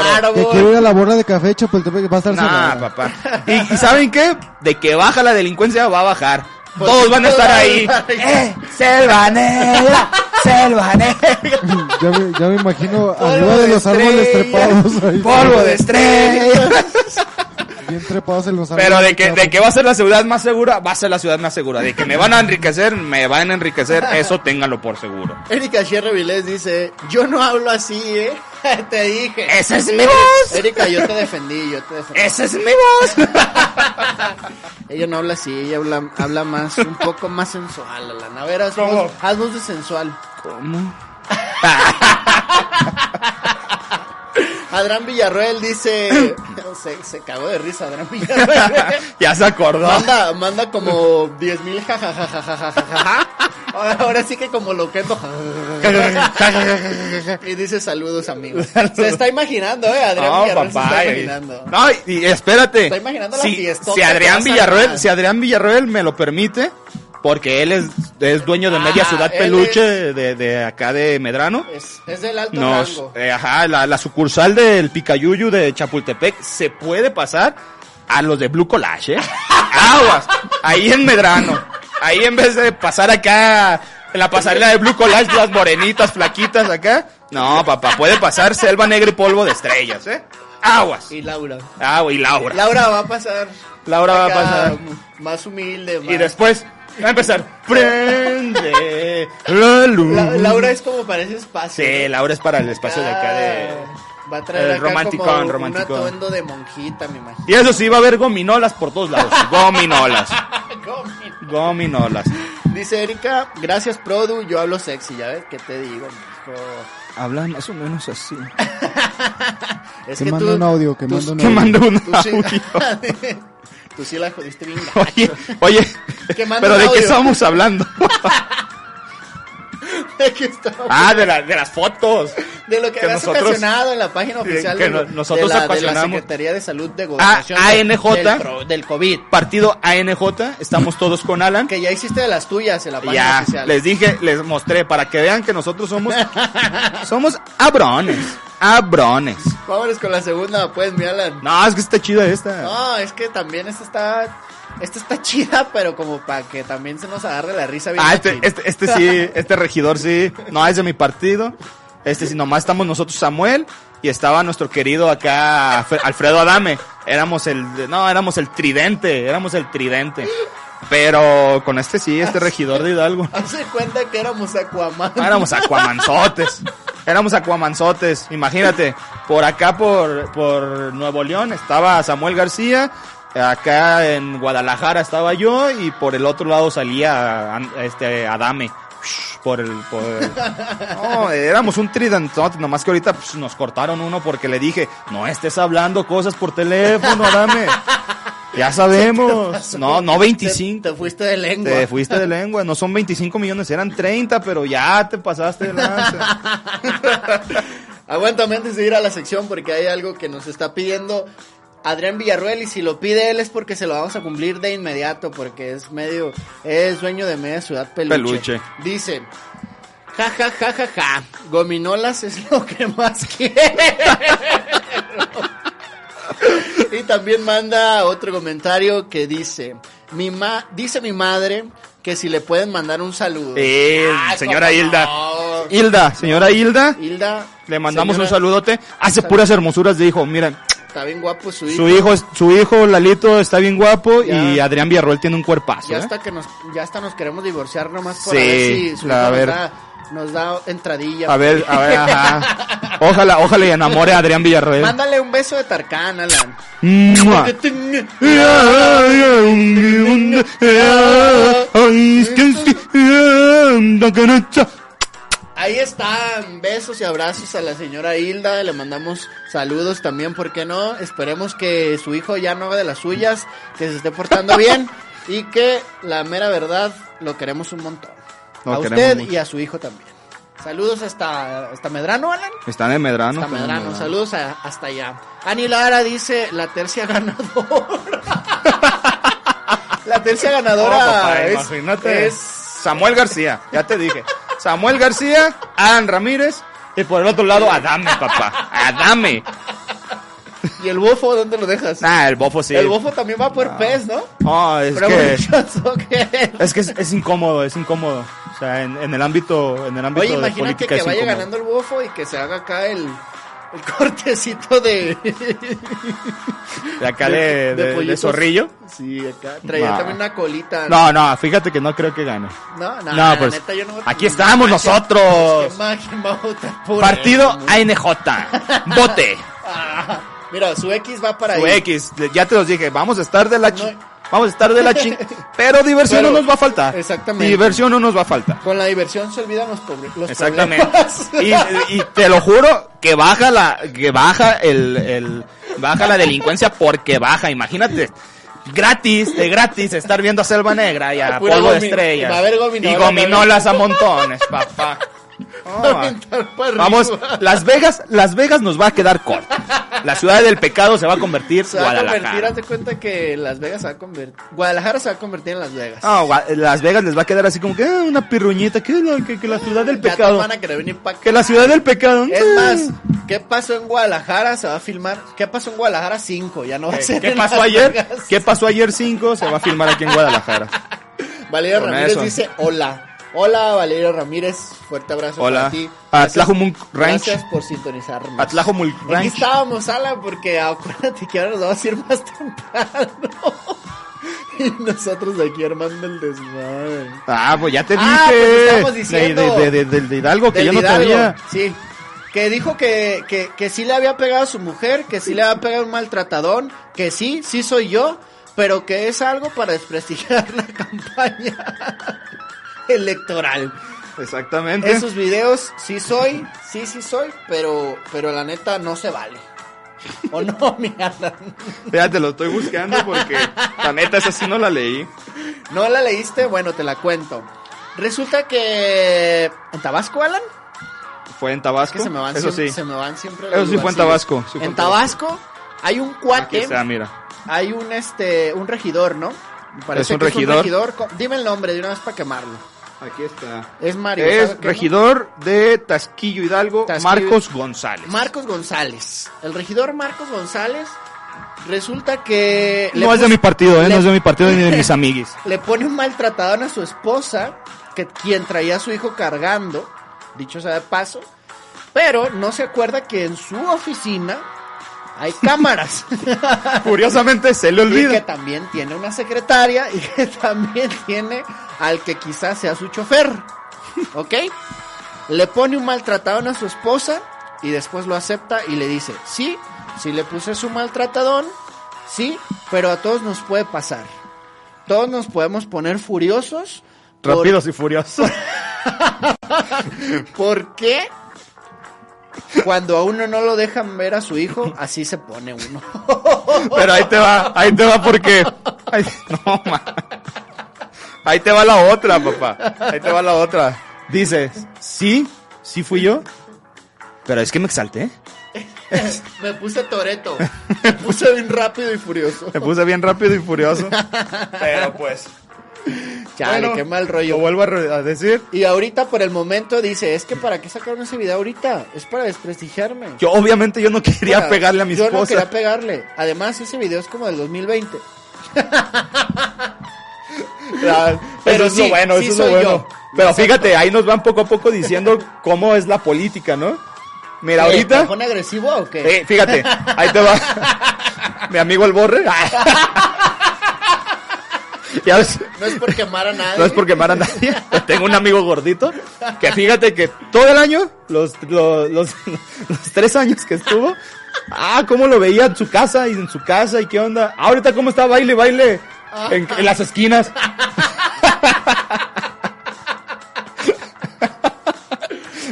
Speaker 1: Un árbol.
Speaker 5: Que quiero ir a la borra de café de Chapultepec. Va a estar
Speaker 4: Nah,
Speaker 5: cerrada.
Speaker 4: papá. ¿Y, y saben qué? De que baja la delincuencia, va a bajar.
Speaker 1: Pues
Speaker 4: Todos
Speaker 1: sí,
Speaker 4: van a estar
Speaker 1: todos
Speaker 4: ahí.
Speaker 1: van a estar ahí.
Speaker 4: Eh, selva negra, selva negra,
Speaker 5: ya, me, ya me imagino
Speaker 1: Polvo
Speaker 5: arriba de
Speaker 1: de
Speaker 5: los árboles
Speaker 1: estrella.
Speaker 5: trepados. ahí.
Speaker 4: polvo de estrella.
Speaker 5: bien trepados en los
Speaker 4: Pero
Speaker 5: árboles
Speaker 4: de que,
Speaker 5: Chapo.
Speaker 4: de que va a ser la ciudad más segura, va a ser la ciudad más segura. De que me van a enriquecer, me van a enriquecer, eso ténganlo por seguro.
Speaker 1: Erika Sherry Vilés dice, yo no hablo así, ¿eh? te dije.
Speaker 4: ¡Esa es mi voz!
Speaker 1: Erika, yo te defendí, yo te defendí.
Speaker 4: ¡Esa es mi voz!
Speaker 1: Ella no habla así, ella habla, habla más, un poco más sensual, Alana. A ver, haz, voz, haz voz de sensual. ¿Cómo? Adrián Villarroel dice, se, se cagó de risa Adrián Villarroel.
Speaker 4: ya se acordó.
Speaker 1: Manda, manda como 10 mil jajajajajajaja. Ahora, ahora sí que como loquendo. y dice saludos amigos. Se está imaginando, eh, Adrián
Speaker 4: No,
Speaker 1: Villarroel
Speaker 4: papá.
Speaker 1: se está
Speaker 4: y-
Speaker 1: imaginando.
Speaker 4: No, y, y espérate.
Speaker 1: Está imaginando la
Speaker 4: si,
Speaker 1: fiestota
Speaker 4: si
Speaker 1: que
Speaker 4: Adrián
Speaker 1: vas a armar.
Speaker 4: Villarroel, si Adrián Villarroel me lo permite, porque él es, es dueño de media
Speaker 1: Ah,
Speaker 4: ciudad
Speaker 1: él
Speaker 4: peluche de, de acá de Medrano.
Speaker 1: Es, es del alto
Speaker 4: Nos,
Speaker 1: rango.
Speaker 4: eh, ajá, la, la sucursal del Picayuyu de Chapultepec se puede pasar a los de Blue Collage, ¿eh? Aguas, ahí en Medrano. Ahí en vez de pasar acá en la pasarela de Blue Collage, las morenitas, flaquitas acá. No, papá, puede pasar selva negra y polvo de estrellas, ¿eh? Aguas.
Speaker 1: Y Laura.
Speaker 4: Agua y Laura.
Speaker 1: Laura va a pasar.
Speaker 4: Laura va a
Speaker 1: acá,
Speaker 4: pasar.
Speaker 1: Más humilde, más.
Speaker 4: Y después va a empezar. Prende la luz.
Speaker 1: La- Laura es como para ese espacio.
Speaker 4: Sí,
Speaker 1: ¿no?
Speaker 4: Laura es para el espacio de acá
Speaker 1: Ah.
Speaker 4: de...
Speaker 1: Va a traer
Speaker 4: el
Speaker 1: acá
Speaker 4: romanticón,
Speaker 1: como
Speaker 4: romanticón.
Speaker 1: un atuendo de monjita, me imagino.
Speaker 4: Y eso sí, va a haber gominolas por todos lados. Gominolas. Gominolas.
Speaker 1: Dice Erika, gracias Produ, yo hablo sexy, ya ves, ¿qué te digo? mijo?
Speaker 4: Hablan más o menos así.
Speaker 1: Es
Speaker 5: Que manda un audio, que
Speaker 1: tú-
Speaker 5: manda un
Speaker 4: Que
Speaker 5: audio.
Speaker 4: manda un
Speaker 1: tú sí-
Speaker 4: audio.
Speaker 1: tú sí la jodiste bien. gacho.
Speaker 4: Oye, oye,
Speaker 1: Que manda
Speaker 4: pero
Speaker 1: un
Speaker 4: ¿de qué
Speaker 1: audio.
Speaker 4: estábamos hablando?
Speaker 1: Aquí estamos.
Speaker 4: Ah, de, la- de las fotos.
Speaker 1: De lo que,
Speaker 4: que
Speaker 1: habías
Speaker 4: nosotros-
Speaker 1: ocasionado en la página
Speaker 4: que
Speaker 1: oficial
Speaker 4: no-
Speaker 1: de,
Speaker 4: nosotros
Speaker 1: de la, de la
Speaker 4: ocasionamos.
Speaker 1: Secretaría de Salud de Gobernación.
Speaker 4: Ah,
Speaker 1: del-
Speaker 4: ANJ.
Speaker 1: Del, pro- del COVID.
Speaker 4: Partido ANJ, estamos todos con Alan.
Speaker 1: Que ya hiciste de las tuyas en la página
Speaker 4: Ya,
Speaker 1: oficial.
Speaker 4: les dije, les mostré para que vean que nosotros somos somos abrones, abrones.
Speaker 1: Vámonos con la segunda, pues, mi Alan.
Speaker 4: No, es que está chida esta.
Speaker 1: No, es que también esta está... Esta está chida, pero como para que también se nos agarre la risa bien.
Speaker 4: Ah, este,
Speaker 1: machín.
Speaker 4: este, este sí, este regidor sí, no es de mi partido. Este sí, nomás estamos nosotros Samuel y estaba nuestro querido acá Fe- Alfredo Adame. Éramos el, no, éramos el tridente, éramos el tridente. Pero con este sí, este regidor de Hidalgo.
Speaker 1: Hace cuenta que éramos Aquaman.
Speaker 4: No, éramos acuamanzotes. Éramos acuamanzotes. Imagínate, por acá, por, por Nuevo León, estaba Samuel García. Acá en Guadalajara estaba yo y por el otro lado salía an- este Adame. Por el, por el- No, éramos un tridentote, nomás que ahorita pues, nos cortaron uno porque le dije, no estés hablando cosas por teléfono, Adame. Ya sabemos. No, no 25.
Speaker 1: Te, te fuiste de lengua.
Speaker 4: Te fuiste de lengua, no son 25 millones, eran 30, pero ya te pasaste de lanza.
Speaker 1: Aguántame antes de ir a la sección porque hay algo que nos está pidiendo Adrián Villarruel y si lo pide él es porque se lo vamos a cumplir de inmediato porque es medio, es dueño de media ciudad peluche.
Speaker 4: Peluche.
Speaker 1: Dice, ja ja ja ja ja, gominolas es lo que más quiero. y también manda otro comentario que dice, mi ma dice mi madre que si le pueden mandar un saludo.
Speaker 4: Eh,
Speaker 1: Ah,
Speaker 4: señora
Speaker 1: cómo
Speaker 4: Hilda.
Speaker 1: no.
Speaker 4: Hilda, señora Hilda,
Speaker 1: Hilda.
Speaker 4: le mandamos
Speaker 1: señora,
Speaker 4: un saludote. Hace puras hermosuras de hijo, miren.
Speaker 1: Está bien guapo su hijo.
Speaker 4: Su hijo, es- su hijo Lalito está bien guapo y
Speaker 1: Ya.
Speaker 4: Adrián Villarroel tiene un cuerpazo.
Speaker 1: Ya
Speaker 4: ¿eh?
Speaker 1: hasta que nos, ya hasta nos queremos divorciar nomás por
Speaker 4: Sí,
Speaker 1: a ver si su
Speaker 4: la-
Speaker 1: hijo
Speaker 4: a ver.
Speaker 1: Nos, da, nos da entradilla.
Speaker 4: A ver, a ver, ajá. Ojalá, ojalá y enamore a Adrián Villarroel.
Speaker 1: Mándale un beso de Tarkan, Alan.
Speaker 4: ¡Mua!
Speaker 1: Ahí están, besos y abrazos a la señora Hilda, le mandamos saludos también, ¿por qué no? Esperemos que su hijo ya no haga de las suyas, que se esté portando bien y que la mera verdad lo queremos un montón.
Speaker 4: Lo
Speaker 1: a
Speaker 4: queremos
Speaker 1: usted
Speaker 4: mucho.
Speaker 1: y a su hijo también. Saludos hasta, hasta Medrano, Alan.
Speaker 4: Están en Medrano.
Speaker 1: Hasta Medrano, saludos a- hasta allá. Ani Lara dice la tercia ganadora. la tercia ganadora
Speaker 4: No, papá,
Speaker 1: es,
Speaker 4: imagínate.
Speaker 1: es
Speaker 4: Samuel García, ya te dije. Samuel García, Alan Ramírez y por el otro lado Adame, papá. Adame.
Speaker 1: ¿Y el bofo dónde lo dejas?
Speaker 4: Nah, el bofo sí.
Speaker 1: El bofo también va por pez, ¿no?
Speaker 4: No, es
Speaker 1: Pero
Speaker 4: que
Speaker 1: muchachos, ok.
Speaker 4: es que es, es incómodo, es incómodo. O sea, en, en el ámbito en el ámbito
Speaker 1: Oye,
Speaker 4: de
Speaker 1: imagínate
Speaker 4: política
Speaker 1: que
Speaker 4: es
Speaker 1: vaya
Speaker 4: incómodo.
Speaker 1: ganando el bofo y que se haga acá el El cortecito de.
Speaker 4: De acá de, de- de
Speaker 1: pollitos.
Speaker 4: zorrillo.
Speaker 1: Sí, acá. Traía
Speaker 4: No.
Speaker 1: también una colita.
Speaker 4: No, no, fíjate que no creo que gane.
Speaker 1: no, no,
Speaker 4: no,
Speaker 1: la
Speaker 4: pues,
Speaker 1: neta, yo no voy a-
Speaker 4: aquí estamos
Speaker 1: Maquia-
Speaker 4: nosotros.
Speaker 1: Es que Maquia va a votar por
Speaker 4: Partido
Speaker 1: él.
Speaker 4: ANJ. Vote.
Speaker 1: Ah, mira, su X va para
Speaker 4: Tu
Speaker 1: ahí.
Speaker 4: X, ya te los dije, vamos a estar de la chi-
Speaker 1: No.
Speaker 4: Vamos a estar de la chi- Pero diversión
Speaker 1: Pero,
Speaker 4: no nos va a faltar.
Speaker 1: exactamente.
Speaker 4: Diversión no nos va a faltar.
Speaker 1: Con la diversión se olvidan los, pobre- los
Speaker 4: Exactamente.
Speaker 1: problemas.
Speaker 4: Y, y te lo juro que baja la, que baja el, el- baja la delincuencia porque baja, imagínate. Gratis, de gratis, estar viendo a Selva Negra y a
Speaker 1: Pura
Speaker 4: Polvo de
Speaker 1: gomi-
Speaker 4: Estrellas.
Speaker 1: va a haber gominolas,
Speaker 4: y gominolas a montones, papá.
Speaker 1: Va a
Speaker 4: Oh,
Speaker 1: aventar para arriba.
Speaker 4: vamos, Las Vegas, Las Vegas nos va a quedar corta. La ciudad del pecado se va a convertir
Speaker 1: Se va a convertir,
Speaker 4: Guadalajara.
Speaker 1: haz de cuenta que Las Vegas se va a convertir. Guadalajara se va a convertir en Las Vegas.
Speaker 4: Ah, Gua- Las Vegas les va a quedar así como que ah, una pirruñita, que la, que, que la ciudad del
Speaker 1: Ya todos
Speaker 4: pecado.
Speaker 1: van a querer venir pa' acá.
Speaker 4: Que la ciudad del pecado.
Speaker 1: Es
Speaker 4: mm.
Speaker 1: más, ¿qué pasó en Guadalajara? Se va a filmar. ¿Qué pasó en Guadalajara 5? Ya no va a
Speaker 4: ¿Qué,
Speaker 1: ser.
Speaker 4: qué
Speaker 1: en
Speaker 4: pasó
Speaker 1: Las
Speaker 4: ayer?
Speaker 1: Vegas.
Speaker 4: ¿Qué pasó ayer 5? Se va a filmar aquí en Guadalajara.
Speaker 1: Valeria
Speaker 4: Con
Speaker 1: Ramírez
Speaker 4: eso.
Speaker 1: dice hola. Hola Valeria Ramírez, fuerte abrazo
Speaker 4: Hola.
Speaker 1: para ti.
Speaker 4: A
Speaker 1: Gracias-
Speaker 4: Tlajumunk Ranch.
Speaker 1: Gracias por sintonizarnos.
Speaker 4: Atlajomul
Speaker 1: Aquí
Speaker 4: Ranch.
Speaker 1: estábamos, Alan, porque acuérdate que ahora nos vamos a ir más temprano. y nosotros aquí armando el desmadre.
Speaker 4: Ah, pues ya te dije.
Speaker 1: Ah, pues estábamos
Speaker 4: De-
Speaker 1: diciendo.
Speaker 4: de, de- de- de Hidalgo, que
Speaker 1: Del
Speaker 4: yo no
Speaker 1: Hidalgo,
Speaker 4: sabía.
Speaker 1: Sí. Que dijo que, que, que sí le había pegado a su mujer, que sí le había pegado un maltratadón, que sí, sí soy yo, pero que es algo para desprestigiar la campaña electoral.
Speaker 4: Exactamente.
Speaker 1: Esos videos, sí soy, sí, sí soy, pero, pero la neta no se vale. ¿O no, mi Alan?
Speaker 4: Fíjate, lo estoy buscando porque la neta esa sí no la leí.
Speaker 1: ¿No la leíste? Bueno, te la cuento. Resulta que... ¿En Tabasco, Alan?
Speaker 4: Fue en
Speaker 1: Es
Speaker 4: Tabasco.
Speaker 1: que se me van,
Speaker 4: Eso
Speaker 1: siempre,
Speaker 4: sí.
Speaker 1: se me van siempre
Speaker 4: Eso
Speaker 1: los
Speaker 4: sí fue en
Speaker 1: lugarcitos.
Speaker 4: Tabasco, sí fue
Speaker 1: en
Speaker 4: en
Speaker 1: Tabasco, hay un
Speaker 4: Aquí
Speaker 1: cuate,
Speaker 4: está, mira.
Speaker 1: hay un este, un regidor, ¿no? Me
Speaker 4: Es un
Speaker 1: que
Speaker 4: regidor.
Speaker 1: co- Dime el nombre de una vez para quemarlo.
Speaker 4: Aquí está.
Speaker 1: Es Mario. ¿sabes
Speaker 4: Es
Speaker 1: qué, no?
Speaker 4: regidor de Tasquillo Hidalgo,
Speaker 1: Tasquillo-
Speaker 4: Marcos González.
Speaker 1: Marcos González. El regidor Marcos González resulta que le
Speaker 4: no es de
Speaker 1: puso-
Speaker 4: mi partido, ¿eh?
Speaker 1: le-
Speaker 4: No es de mi partido ni de mis amiguis.
Speaker 1: le pone un maltratadón a su esposa, que quien traía a su hijo cargando, dicho sea de paso, pero no se acuerda que en su oficina hay cámaras.
Speaker 4: Curiosamente se le
Speaker 1: Y que
Speaker 4: olvida.
Speaker 1: también tiene una secretaria y que también tiene al que quizás sea su chofer. ¿Ok? Le pone un maltratadón a su esposa y después lo acepta y le dice, sí, sí le puse su maltratadón, sí, pero a todos nos puede pasar. Todos nos podemos poner furiosos. por-
Speaker 4: Rápidos y furiosos.
Speaker 1: ¿Por qué? Cuando a uno no lo dejan ver a su hijo, así se pone uno.
Speaker 4: Pero ahí te va, ahí te va porque. Ay, no, ma. Ahí te va la otra, papá. Ahí te va la otra. Dices, sí, sí fui yo. Pero es que me exalté.
Speaker 1: Me puse Toreto. Me puse bien rápido y furioso.
Speaker 4: Me puse bien rápido y furioso. Pero pues.
Speaker 1: Chale,
Speaker 4: bueno,
Speaker 1: qué mal
Speaker 4: Lo
Speaker 1: rollo.
Speaker 4: vuelvo a, re- a decir.
Speaker 1: Y ahorita por el momento dice, es que para qué sacaron ese video ahorita, es para desprestigiarme.
Speaker 4: Yo, obviamente, yo no quería
Speaker 1: Para-
Speaker 4: pegarle a mi
Speaker 1: Yo no
Speaker 4: esposa.
Speaker 1: quería pegarle. Además, ese video es como del 2020.
Speaker 4: Ah,
Speaker 1: Pero
Speaker 4: eso es lo
Speaker 1: sí,
Speaker 4: bueno,
Speaker 1: sí
Speaker 4: eso es lo
Speaker 1: soy
Speaker 4: bueno.
Speaker 1: yo.
Speaker 4: Pero fíjate, ahí nos van poco a poco diciendo cómo es la política, ¿no? Mira, ahorita.
Speaker 1: ¿Cajón agresivo o qué?
Speaker 4: Eh, fíjate, ahí te va. Mi amigo el borre. ya ves,
Speaker 1: No es por quemar a nadie.
Speaker 4: no es por quemar a nadie. pero Tengo un amigo gordito que fíjate que todo el año, los, los, los, los tres años que estuvo, ah, cómo lo veía en su casa y en su casa y qué onda. Ah, ahorita cómo está baile, baile en, en las esquinas.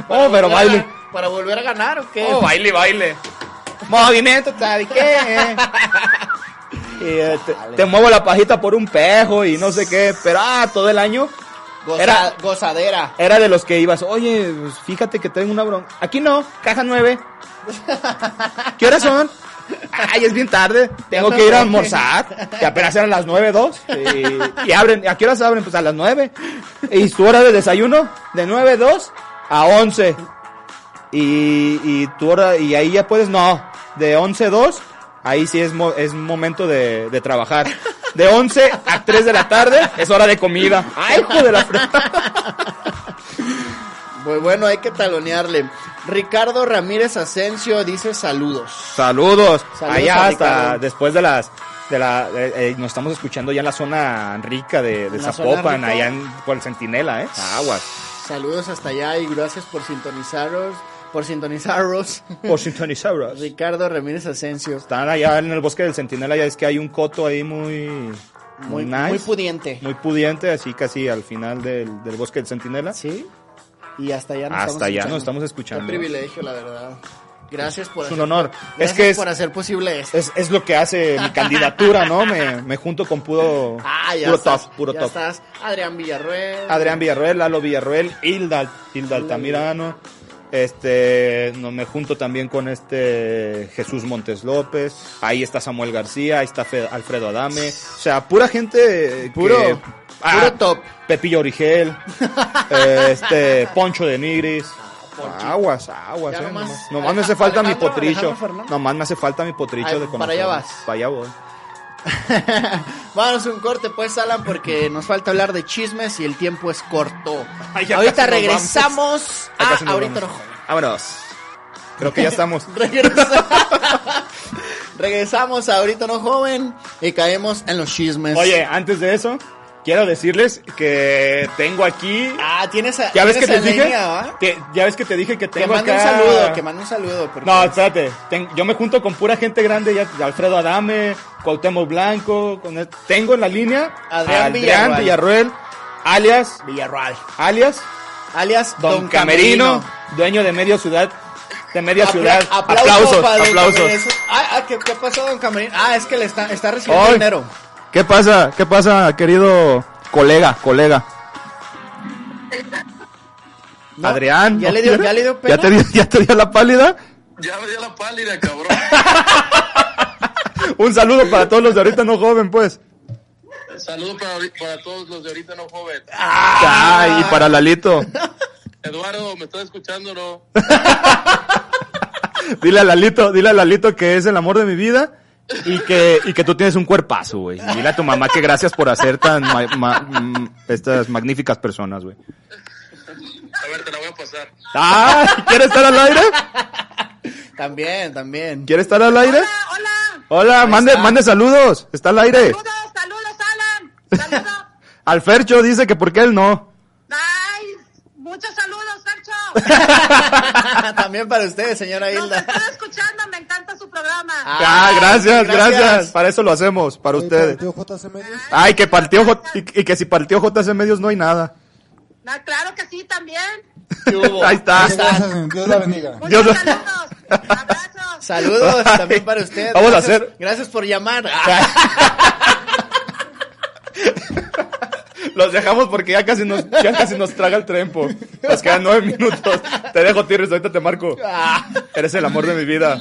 Speaker 1: Para
Speaker 4: Oh, pero
Speaker 1: volver a
Speaker 4: baile.
Speaker 1: gan- ¿Para volver a ganar o qué?
Speaker 4: Oh, baile, baile. Movimiento, ¿sabes qué? Y, eh, te, te muevo la pajita por un pejo y no sé qué, pero ah, todo el año
Speaker 1: Goza-
Speaker 4: era-
Speaker 1: Gozadera.
Speaker 4: era de los que ibas, oye, pues, fíjate que tengo una bronca. Aquí no, caja 9. ¿Qué horas son? Ay, es bien tarde, tengo que ir a almorzar. Que apenas eran las 9, 2. Y, y abren, ¿a qué horas abren? Pues a las 9. Y tu hora de desayuno, de 9, 2 a 11. Y, y tu hora, y ahí ya puedes, no, de 11, 2, ahí sí es, mo- es momento de, de trabajar. De 11 a 3 de la tarde es hora de comida. Ay, hijo de la fre-
Speaker 1: Pues bueno, hay que talonearle. Ricardo Ramírez Asensio dice saludos.
Speaker 4: Saludos.
Speaker 1: Saludos
Speaker 4: Allá
Speaker 1: a
Speaker 4: hasta
Speaker 1: Ricardo.
Speaker 4: después de las. De la, eh, eh, nos estamos escuchando ya en la zona rica de, de
Speaker 1: En la zona
Speaker 4: Zapopan,
Speaker 1: rica.
Speaker 4: allá en, por el Centinela, ¿eh? Aguas.
Speaker 1: Saludos hasta allá y gracias por sintonizaros, por sintonizaros.
Speaker 4: Por sintonizaros.
Speaker 1: Ricardo Ramírez Asensio.
Speaker 4: Están allá en el bosque del Centinela, ya es que hay un coto ahí muy.
Speaker 1: Muy,
Speaker 4: Muy, nice,
Speaker 1: muy pudiente.
Speaker 4: muy pudiente, así casi al final del, del bosque del Centinela.
Speaker 1: Sí. Y hasta allá nos
Speaker 4: Hasta
Speaker 1: estamos
Speaker 4: allá
Speaker 1: escuchando.
Speaker 4: nos estamos escuchando.
Speaker 1: Qué privilegio, la verdad. Gracias por
Speaker 4: Es un
Speaker 1: hacer-
Speaker 4: honor.
Speaker 1: Gracias
Speaker 4: Es que es,
Speaker 1: por hacer posible esto.
Speaker 4: es, es lo que hace mi candidatura, ¿no? Me, me junto con puro,
Speaker 1: Ah, ya
Speaker 4: puro
Speaker 1: estás,
Speaker 4: top, puro
Speaker 1: ya
Speaker 4: top.
Speaker 1: estás. Adrián Villarreal.
Speaker 4: Adrián Villarreal, Lalo Villarreal, Hilda, Hilda Altamirano. Este, no, me junto también con este Jesús Montes López. Ahí está Samuel García, ahí está Fe- Alfredo Adame. O sea, pura gente. eh,
Speaker 1: Puro-
Speaker 4: que-
Speaker 1: puro top.
Speaker 4: Pepillo Origel, eh, este, Poncho de Nigris. Aguas, aguas,
Speaker 1: Ya
Speaker 4: eh,
Speaker 1: nomás-
Speaker 4: nomás, nomás me hace falta mi
Speaker 1: Alejandro-
Speaker 4: potrillo.
Speaker 1: Alejandro Fernández.
Speaker 4: Nomás me hace falta mi potrillo
Speaker 1: Ay,
Speaker 4: de conocer.
Speaker 1: para allá vas. Ah,
Speaker 4: Para allá voy.
Speaker 1: Vámonos un corte pues, Alan, porque nos falta hablar de chismes y el tiempo es corto.
Speaker 4: Ay, ya
Speaker 1: ahorita
Speaker 4: casi nos
Speaker 1: regresamos
Speaker 4: Ya
Speaker 1: a
Speaker 4: casi nos
Speaker 1: Ahorita no
Speaker 4: vamos.
Speaker 1: joven.
Speaker 4: Vámonos. Creo que ya estamos.
Speaker 1: Regresa- regresamos a Ahorita no joven y caemos en los chismes.
Speaker 4: Oye, antes de eso, quiero decirles que tengo aquí.
Speaker 1: Ah, tienes a,
Speaker 4: ¿Ya ves que
Speaker 1: tienes
Speaker 4: te
Speaker 1: a
Speaker 4: dije?
Speaker 1: Lenia, ¿ah? ¿va?
Speaker 4: Te- ya ves que te dije
Speaker 1: Que
Speaker 4: que tengo
Speaker 1: mande un
Speaker 4: acá-
Speaker 1: saludo, que mande un saludo. porque-
Speaker 4: No, espérate. ten- yo me junto con pura gente grande, ya Alfredo Adame, Cuauhtémoc Blanco, con el- tengo en la línea
Speaker 1: Adrián
Speaker 4: a
Speaker 1: Villarroel.
Speaker 4: Villarroel, alias,
Speaker 1: Villarreal.
Speaker 4: alias
Speaker 1: Alias
Speaker 4: Don, Camerino, dueño de media ciudad, de media
Speaker 1: Apla-
Speaker 4: ciudad.
Speaker 1: aplauso
Speaker 4: aplausos,
Speaker 1: para Don
Speaker 4: aplausos.
Speaker 1: Camerino. Ah, ah, ¿qué, qué pasó, Don Camerino? Ah, es que le está, está recibiendo
Speaker 4: Ay,
Speaker 1: dinero.
Speaker 4: ¿Qué pasa? ¿Qué pasa, querido colega, colega?
Speaker 1: No,
Speaker 4: Adrián.
Speaker 1: ¿Ya
Speaker 4: ¿no
Speaker 1: le dio,
Speaker 4: quieres?
Speaker 1: ya le dio pena?
Speaker 4: ¿Ya te dio, ya te dio la pálida?
Speaker 9: Ya me dio la pálida, cabrón.
Speaker 4: Un saludo para todos los de ahorita no joven, pues.
Speaker 9: Saludos para, ahori- para todos los de ahorita no joven.
Speaker 4: Ay, y para Lalito.
Speaker 9: Eduardo, ¿me estás escuchando o no?
Speaker 4: Dile a Lalito, dile a Lalito que es el amor de mi vida y que, y que tú tienes un cuerpazo, güey. Y Dile a tu mamá que gracias por hacer tan ma- ma- mm, estas magníficas personas, güey.
Speaker 9: A ver, te la voy a pasar.
Speaker 4: Ay, ¿quieres estar al aire?
Speaker 1: También, también.
Speaker 4: ¿Quieres estar al aire?
Speaker 10: hola.
Speaker 4: Hola, mande,
Speaker 1: está.
Speaker 4: mande saludos. Está al aire.
Speaker 10: Saludos, saludos, Alan. Saludos.
Speaker 4: Al Fercho dice que por qué él no.
Speaker 10: Ay, muchos saludos, Sergio.
Speaker 1: también para ustedes, señora
Speaker 10: Los
Speaker 1: Hilda.
Speaker 10: estoy escuchando, me encanta su programa.
Speaker 4: Ah,
Speaker 1: Ay,
Speaker 4: gracias, gracias, Para eso lo hacemos, para ustedes.
Speaker 7: Tío JC Medios.
Speaker 4: Ay, que partió J- y, y que si partió JC Medios no hay nada.
Speaker 10: Ah, claro que sí, también.
Speaker 1: ¿Qué hubo?
Speaker 4: Ahí Ah, está.
Speaker 7: Gracias, Dios la bendiga.
Speaker 10: Muchos
Speaker 4: Dios-
Speaker 10: saludos. Abrazos.
Speaker 1: Saludos
Speaker 4: Ay,
Speaker 1: también para ustedes.
Speaker 4: vamos a
Speaker 1: Gracias-
Speaker 4: hacer-
Speaker 1: Gracias por llamar.
Speaker 4: Los dejamos porque ya casi nos, ya casi nos traga el trempo. Nos quedan nueve minutos. Te dejo, Tirris, ahorita te marco.
Speaker 1: Ah.
Speaker 4: Eres el amor de mi vida.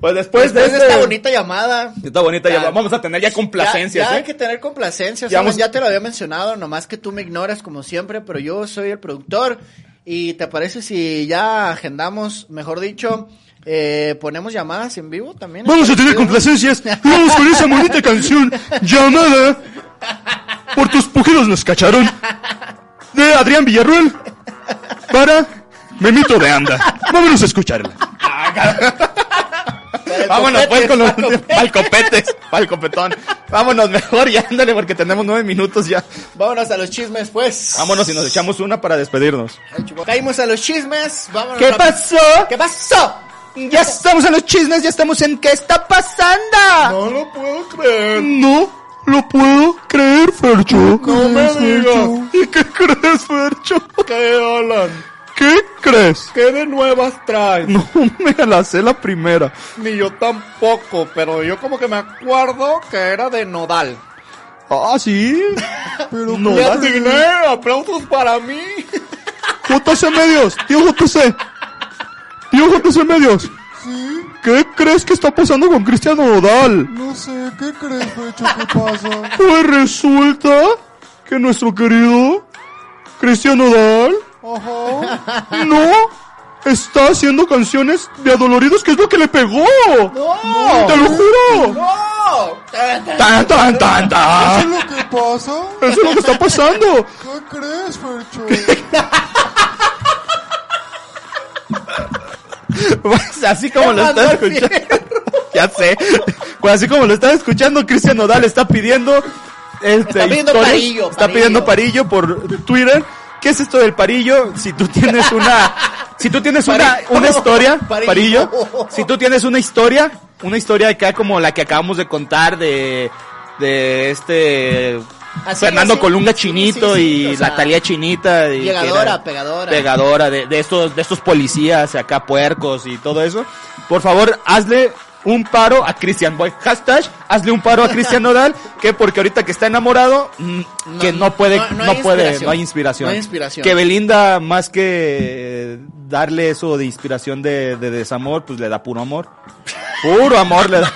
Speaker 4: Pues
Speaker 1: Después
Speaker 4: después de
Speaker 1: de esta
Speaker 4: este-
Speaker 1: bonita llamada.
Speaker 4: Esta bonita
Speaker 1: Ya.
Speaker 4: llamada, vamos a tener ya complacencias,
Speaker 1: Ya, ya
Speaker 4: ¿eh?
Speaker 1: hay que tener complacencias.
Speaker 4: Ya
Speaker 1: Alan,
Speaker 4: vamos-
Speaker 1: Ya te lo había mencionado, nomás que tú me ignoras como siempre, pero yo soy el productor. ¿Y te parece si ya agendamos, mejor dicho, eh, ponemos llamadas en vivo también?
Speaker 8: Vamos a tener complacencias. Y Vamos con esa bonita canción llamada Por tus pujeros nos cacharon de Adrián Villarruel para Memito de Anda. Vámonos a escucharla.
Speaker 1: Para el
Speaker 4: Vámonos,
Speaker 1: copete,
Speaker 4: pues, con los
Speaker 1: Paco.
Speaker 4: pal copetes, pal copetón. Vámonos mejor y ándale, porque tenemos nueve minutos ya.
Speaker 1: Vámonos a los chismes, pues.
Speaker 4: Vámonos y nos echamos una para despedirnos.
Speaker 1: Caímos a los chismes. Vámonos.
Speaker 4: ¿Qué
Speaker 1: rápido.
Speaker 4: pasó?
Speaker 1: ¿Qué pasó?
Speaker 4: Ya estamos en los chismes, ya estamos en ¿Qué está pasando?
Speaker 1: No lo puedo creer.
Speaker 8: No lo puedo creer, Fercho.
Speaker 4: No me digas.
Speaker 8: ¿Y qué crees, Fercho?
Speaker 1: Eh,
Speaker 4: ¿Qué, Alan?
Speaker 8: ¿Qué crees?
Speaker 4: ¿Qué de nuevas traes?
Speaker 8: No me la sé la primera.
Speaker 1: Ni yo tampoco, pero yo como que me acuerdo que era de Nodal.
Speaker 8: Ah, sí. Pero no,
Speaker 1: Ya
Speaker 8: dale.
Speaker 1: asigné aplausos para mí.
Speaker 8: JC Medios, tío JC. Tío JC Medios. ¿Qué crees que está pasando con Cristiano Nodal?
Speaker 5: No sé, ¿qué crees, Fecho? ¿Qué pasa?
Speaker 8: Pues resulta que nuestro querido Cristiano Nodal
Speaker 5: Ajá.
Speaker 8: no está haciendo canciones de adoloridos, que es lo que le pegó.
Speaker 1: ¡No!
Speaker 8: ¡Te lo juro!
Speaker 1: ¡No!
Speaker 8: ¡Tan, tan, tan,
Speaker 5: ¿Qué
Speaker 8: tan!
Speaker 5: es lo que pasa?
Speaker 4: Ah.
Speaker 8: Eso es lo que está pasando.
Speaker 5: ¿Qué crees, Fercho?
Speaker 4: Pues, así como lo
Speaker 1: mandó
Speaker 4: estás
Speaker 1: el
Speaker 4: escuchando. ya sé. Pues así como lo estás escuchando, Cristian Nodal está pidiendo. Este,
Speaker 1: Está pidiendo
Speaker 4: historias,
Speaker 1: parillo,
Speaker 4: Está
Speaker 1: parillo.
Speaker 4: pidiendo parillo por Twitter. ¿Qué es esto del parillo? Si tú tienes una. Si tú tienes una,
Speaker 1: Parillo.
Speaker 4: una historia,
Speaker 1: Parillo.
Speaker 4: parillo. Si tú tienes una historia, una historia acá como la que acabamos de contar de. De este.
Speaker 1: Así,
Speaker 4: Fernando
Speaker 1: así.
Speaker 4: Colunga
Speaker 1: ¿Ah, Sí,
Speaker 4: Chinito
Speaker 1: sí, sí,
Speaker 4: y
Speaker 1: o sea,
Speaker 4: la Talía Chinita. Y que era-
Speaker 1: Llegadora, pegadora.
Speaker 4: pegadora de, de estos de estos policías acá puercos y todo eso. Por favor, hazle un paro a Christian Boy. Hashtag, hazle un paro a Christian Nodal, que porque ahorita que está enamorado, mm,
Speaker 1: No,
Speaker 4: que no puede,
Speaker 1: no-
Speaker 4: no,
Speaker 1: no hay
Speaker 4: puede,
Speaker 1: inspiración.
Speaker 4: no hay inspiración.
Speaker 1: No hay inspiración.
Speaker 4: Que Belinda, más que darle eso de inspiración de, de desamor, pues le da puro amor. Puro amor le da.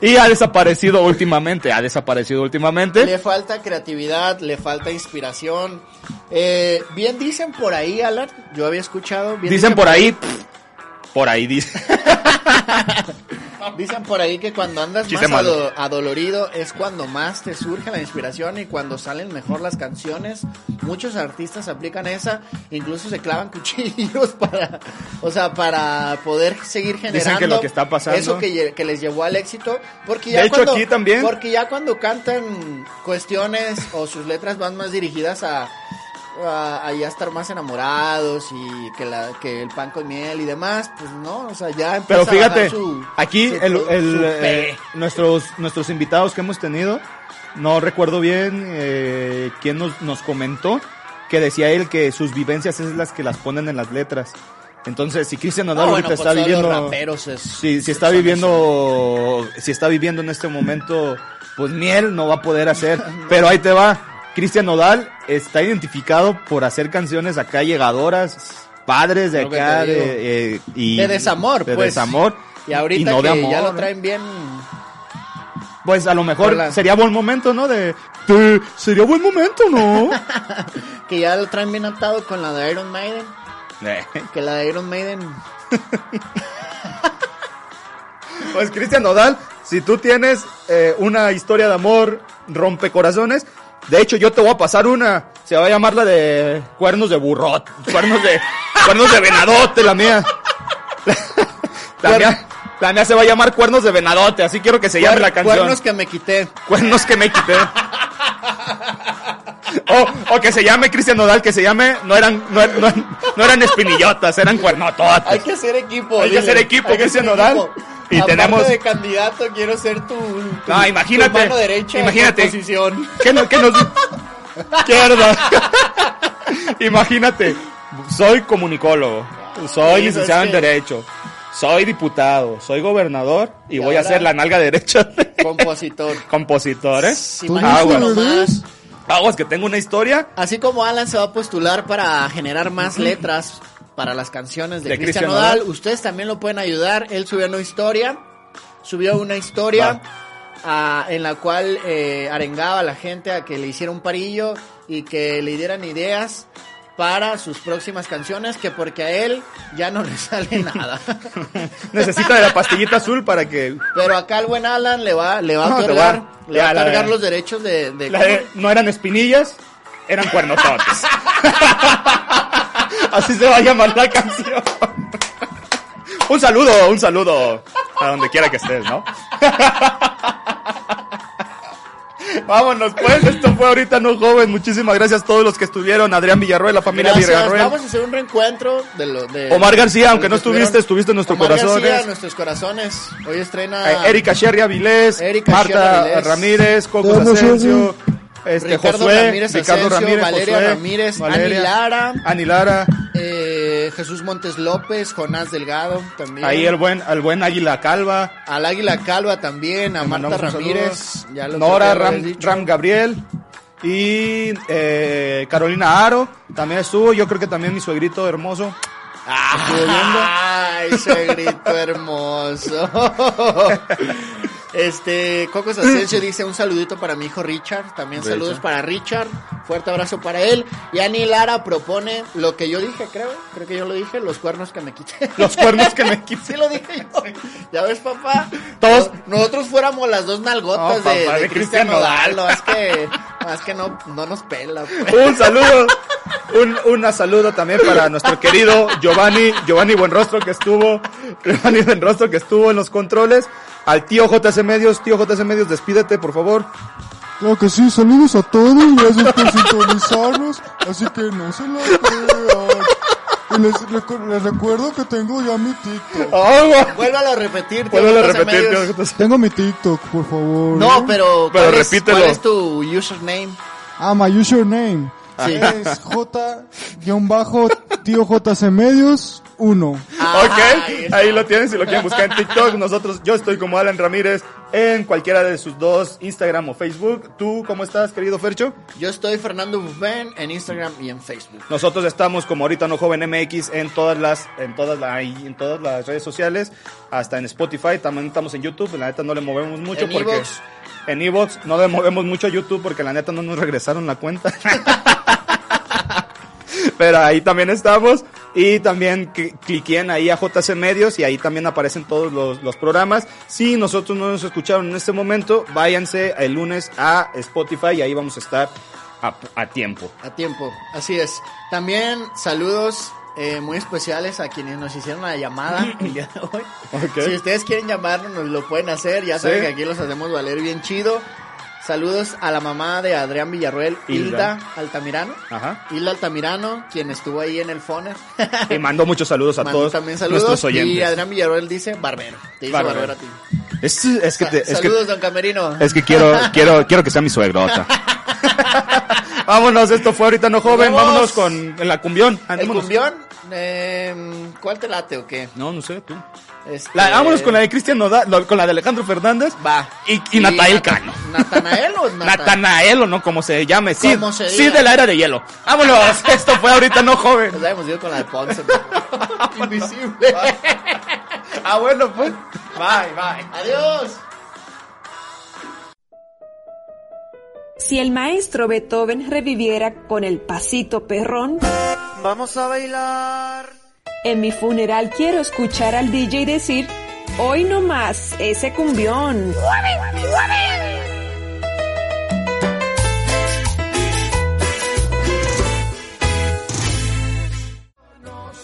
Speaker 4: Y ha desaparecido últimamente, ha desaparecido últimamente.
Speaker 1: Le falta creatividad, le falta inspiración. Eh, bien dicen por ahí, Alan. Yo había escuchado. bien
Speaker 4: Dicen por ahí, pff, por ahí dice.
Speaker 1: Dicen por ahí que cuando andas
Speaker 4: Chiste
Speaker 1: más
Speaker 4: malo.
Speaker 1: ado- adolorido es cuando más te surge la inspiración y cuando salen mejor las canciones. Muchos artistas aplican esa, incluso se clavan cuchillos para, o sea, para poder seguir generando
Speaker 4: lo que está pasando.
Speaker 1: eso que, lle- que les llevó al éxito, porque
Speaker 4: De
Speaker 1: ya
Speaker 4: hecho,
Speaker 1: cuando,
Speaker 4: aquí también.
Speaker 1: porque ya cuando cantan cuestiones o sus letras van más dirigidas a a, a ya estar más enamorados y que la que el pan con miel y demás, pues no, o sea, ya
Speaker 4: Pero
Speaker 1: empieza a bajar
Speaker 4: fíjate,
Speaker 1: su-
Speaker 4: aquí
Speaker 1: su-
Speaker 4: el-
Speaker 1: su
Speaker 4: el, eh,
Speaker 1: pe.
Speaker 4: nuestros, nuestros invitados que hemos tenido, no recuerdo bien eh, quién nos, nos comentó que decía él que sus vivencias es las que las ponen en las letras. Entonces, si Cristian
Speaker 1: Ah,
Speaker 4: Nodal
Speaker 1: bueno,
Speaker 4: ahorita
Speaker 1: pues
Speaker 4: está
Speaker 1: todos los
Speaker 4: viviendo,
Speaker 1: raperos es-
Speaker 4: si, si está
Speaker 1: son
Speaker 4: viviendo, si está viviendo en este momento, pues miel no va a poder hacer. Pero ahí te va. Cristian Nodal está identificado por hacer canciones acá llegadoras, padres de
Speaker 1: Lo que
Speaker 4: acá,
Speaker 1: te digo.
Speaker 4: de, eh, y
Speaker 1: De desamor,
Speaker 4: de
Speaker 1: pues.
Speaker 4: desamor
Speaker 1: y ahorita
Speaker 4: no
Speaker 1: que
Speaker 4: de amor,
Speaker 1: ya lo
Speaker 4: ¿no?
Speaker 1: traen bien
Speaker 4: pues a lo mejor
Speaker 1: Por la-
Speaker 4: sería buen momento no de, de- sería buen momento no
Speaker 1: que ya lo traen bien atado con la de Iron Maiden,
Speaker 4: Eh,
Speaker 1: que la de Iron Maiden
Speaker 4: pues Cristian Nodal si tú tienes eh, una historia de amor rompe corazones de hecho yo te voy a pasar una se va a llamar la de cuernos de burrot cuernos de cuernos de venadote la mía la, mía la mía se va a llamar cuernos de venadote así quiero que se llame la
Speaker 1: Cuer-
Speaker 4: canción
Speaker 1: Cuernos que me quité.
Speaker 4: Cuernos que me quité. O, o que se llame Cristian Nodal, que se llame, no eran, no, er- no, no eran espinillotas, eran cuernototas.
Speaker 1: Hay que hacer equipo.
Speaker 4: Hay que
Speaker 1: dile.
Speaker 4: hacer equipo,
Speaker 1: Hay que
Speaker 4: Cristian
Speaker 1: hacer
Speaker 4: Nodal.
Speaker 1: equipo.
Speaker 4: Y
Speaker 1: Aparte
Speaker 4: tenemos-
Speaker 1: de candidato quiero ser tu, tu-
Speaker 4: No, imagínate,
Speaker 1: tu mano derecha
Speaker 4: imagínate.
Speaker 1: en tu posición.
Speaker 4: ¿Qué, no- qué nos Izquierda. Imagínate, soy comunicólogo, soy
Speaker 1: Sí,
Speaker 4: licenciado
Speaker 1: es
Speaker 4: en
Speaker 1: que-
Speaker 4: Derecho, soy diputado, soy gobernador y,
Speaker 1: Y
Speaker 4: voy a
Speaker 1: ahora-
Speaker 4: ser la nalga derecha de
Speaker 1: Compositor.
Speaker 4: compositores. Ah,
Speaker 1: Imagínate
Speaker 4: Aguas.
Speaker 1: nomás.
Speaker 4: Aguas, que tengo una historia
Speaker 1: Así como Alan se va a postular para generar más letras para las canciones de,
Speaker 4: De
Speaker 1: Cristian
Speaker 4: Cristian
Speaker 1: Nodal,
Speaker 4: Nodal.
Speaker 1: ustedes también lo pueden ayudar. Él subió una historia, subió una historia ah, en la cual eh, arengaba a la gente a que le hiciera un parillo y que le dieran ideas para sus próximas canciones, que porque a él ya no le sale nada.
Speaker 4: Necesita de la pastillita azul para que...
Speaker 1: Pero acá el buen Alan le va, le va a
Speaker 4: No, te
Speaker 1: otorgar,
Speaker 4: va-
Speaker 1: le va a
Speaker 4: ya, la
Speaker 1: otorgar
Speaker 4: verdad.
Speaker 1: los derechos de... de-
Speaker 4: La de- no eran espinillas, eran cuernototes. Así se va a llamar la canción. Un saludo, un saludo. A donde quiera que estés, ¿no? Vámonos, pues. Esto fue ahorita No Joven. Muchísimas gracias a todos los que estuvieron. Adrián Villarroel, la familia
Speaker 1: Gracias,
Speaker 4: Villarroel.
Speaker 1: vamos a hacer un reencuentro de lo de...
Speaker 4: Omar García, aunque
Speaker 1: de
Speaker 4: no
Speaker 1: los que
Speaker 4: estuviste, estuviste en nuestros
Speaker 1: Omar
Speaker 4: corazones.
Speaker 1: García, en nuestros corazones. Hoy estrena
Speaker 4: Eh, Erika Sherry Avilés,
Speaker 1: Erika
Speaker 4: Marta
Speaker 1: Sherry Avilés.
Speaker 4: Ramírez, Coco
Speaker 5: Te amo,
Speaker 4: Asensio, este,
Speaker 1: Ricardo
Speaker 4: Josué,
Speaker 1: Ramírez
Speaker 4: Ricardo
Speaker 1: Asensio,
Speaker 4: Ramírez,
Speaker 1: Valeria
Speaker 4: Josué,
Speaker 1: Ramírez, Ani Lara.
Speaker 4: Ani Lara,
Speaker 1: eh, Jesús Montes López, Jonás Delgado también.
Speaker 4: ahí el buen, al buen Águila Calva,
Speaker 1: Al Águila Calva también, a
Speaker 4: le
Speaker 1: Marta
Speaker 4: mandamos un
Speaker 1: Ramírez,
Speaker 4: saludo,
Speaker 1: ya lo creo
Speaker 4: Nora
Speaker 1: que lo
Speaker 4: Ram,
Speaker 1: habías dicho.
Speaker 4: Ram Gabriel y eh, Carolina Aro, también estuvo, yo creo que también mi suegrito hermoso. estuvo viendo.
Speaker 1: Ay, ese grito hermoso. Este, Cocos Asensio dice un saludito para mi hijo Richard. También
Speaker 4: Richard.
Speaker 1: saludos para Richard. Fuerte abrazo para él. Y Ani Lara propone lo que yo dije, creo. Creo que yo lo dije, los cuernos que me quité.
Speaker 4: Los cuernos que me quité.
Speaker 1: Sí lo dije yo. Ya ves, papá.
Speaker 4: Todos-
Speaker 1: No- Nosotros fuéramos las dos nalgotas
Speaker 4: No, papá,
Speaker 1: de,
Speaker 4: de
Speaker 1: Cristian
Speaker 4: Cristian
Speaker 1: Nodal.
Speaker 4: Nodal.
Speaker 1: No, es que, no, es que no, no nos pela. pues.
Speaker 4: Un saludo. Un, una saludo también para nuestro querido Giovanni, Giovanni Buenrostro que estuvo, Giovanni Buenrostro que estuvo en los controles. Al tío JC Medios, tío JC Medios, despídete, por favor.
Speaker 5: Claro que sí, saludos a todos, gracias por sintonizarnos, así que no se la crean. Y les, recu- les recuerdo que tengo ya mi TikTok.
Speaker 1: Vuélvalo a repetir. tío,
Speaker 4: Vuelvo a
Speaker 1: José
Speaker 4: repetir,
Speaker 1: Medios.
Speaker 4: tío JC.
Speaker 5: Tengo mi TikTok, por favor. ¿eh?
Speaker 1: No, pero,
Speaker 4: Pero
Speaker 1: ¿cuál es-
Speaker 4: repítelo.
Speaker 1: ¿cuál es tu username?
Speaker 5: Ah, my username.
Speaker 1: Sí.
Speaker 5: Es J-Tío JC Medios 1.
Speaker 1: Ah, ahí
Speaker 4: ok,
Speaker 1: está.
Speaker 4: ahí lo tienen si lo quieren buscar en TikTok. Nosotros, yo estoy como Alan Ramírez en cualquiera de sus dos, Instagram o Facebook. ¿Tú cómo estás, querido Fercho?
Speaker 1: Yo estoy Fernando Buffet en Instagram y en Facebook.
Speaker 4: Nosotros estamos como ahorita no joven MX en todas las en todas la, en todas las redes sociales, hasta en Spotify, también estamos en YouTube, la neta no le movemos mucho
Speaker 1: En
Speaker 4: porque
Speaker 1: iVoox.
Speaker 4: en Evox no le movemos mucho a YouTube porque la neta no nos regresaron la cuenta. Pero ahí también estamos y también cl- cliquen ahí a JC Medios y ahí también aparecen todos los, los programas. Si nosotros no nos escucharon en este momento, váyanse el lunes a Spotify y ahí vamos a estar a- a tiempo.
Speaker 1: A tiempo, así es. También saludos eh, muy especiales a quienes nos hicieron la llamada el día de hoy.
Speaker 4: Ok.
Speaker 1: Si ustedes quieren llamarnos, nos lo pueden hacer. Ya saben
Speaker 4: Sí.
Speaker 1: que aquí los hacemos valer bien chido. Saludos a la mamá de Adrián Villarruel, Hilda,
Speaker 4: Hilda.
Speaker 1: Altamirano.
Speaker 4: Ajá.
Speaker 1: Hilda Altamirano, quien estuvo ahí en el Foner.
Speaker 4: Y mando muchos saludos a
Speaker 1: Mandó
Speaker 4: todos
Speaker 1: también
Speaker 4: nuestros
Speaker 1: saludos.
Speaker 4: oyentes.
Speaker 1: Y Adrián Villarruel dice barbero. Te dice barbero,
Speaker 4: Barbero.
Speaker 1: a ti.
Speaker 4: Es, es que te- es que,
Speaker 1: saludos, don Camerino.
Speaker 4: es que quiero, quiero, quiero que sea mi suegrota. vámonos, esto fue ahorita no joven,
Speaker 1: Vamos.
Speaker 4: vámonos con en la cumbión.
Speaker 1: ¿El
Speaker 4: Vámonos.
Speaker 1: cumbión? Em, ¿Cuál te late o qué?
Speaker 4: No, no sé, tú.
Speaker 1: Este-
Speaker 4: La- vámonos con la de Cristian Nodal, lo- con la de Alejandro Fernández.
Speaker 1: Va.
Speaker 4: Y, y Natael
Speaker 1: Nata-
Speaker 4: Cano.
Speaker 1: ¿Natanael o Nata-
Speaker 4: Natanael o no, como se llame. Sí,
Speaker 1: Como se
Speaker 4: sí
Speaker 1: diga.
Speaker 4: de la era de hielo. Vámonos, esto fue ahorita no joven.
Speaker 1: Nos habíamos ido con la de Ponce. ¿no? Invisible.
Speaker 4: Ah, bueno, pues. Bye, bye.
Speaker 1: Adiós.
Speaker 2: Si el maestro Beethoven reviviera con el pasito perrón,
Speaker 7: Vamos a bailar.
Speaker 2: en mi funeral quiero escuchar al DJ decir, hoy no más ese cumbión.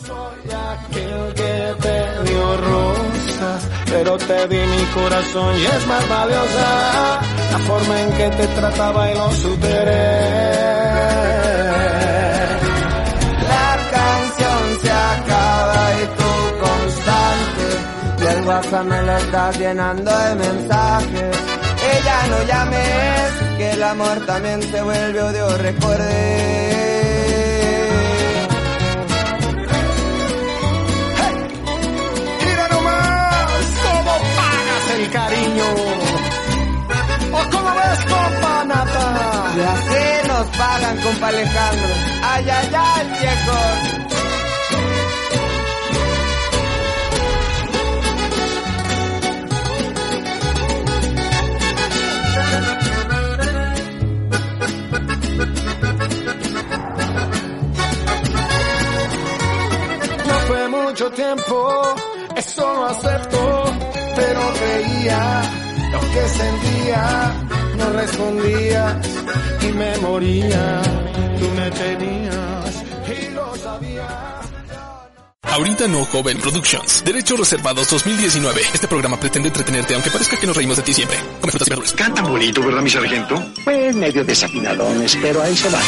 Speaker 7: aquel que te dio rosas, pero te di mi corazón y es más valiosa la forma en que te trataba y lo superé. La canción se acaba y tú constante. Y el WhatsApp me lo estás llenando de mensajes. Ella no llames, que el amor también se vuelve odio, recordé. Mira nomás cómo pagas el cariño. O cómo ves, compa Nata. Y así nos pagan, compa Alejandro. Ay, ay, ay, viejo. No fue mucho tiempo, eso lo acepto, pero creía lo que sentía, no respondías y me moría, tú me tenías y lo sabías.
Speaker 11: Ahorita no Joven Productions. Derechos reservados 2019. Este programa pretende entretenerte aunque parezca que nos reímos de ti siempre. Come frutas y verduras.
Speaker 8: Cantan bonito, ¿verdad, mi sargento?
Speaker 11: Pues medio desafinadones, pero ahí se va.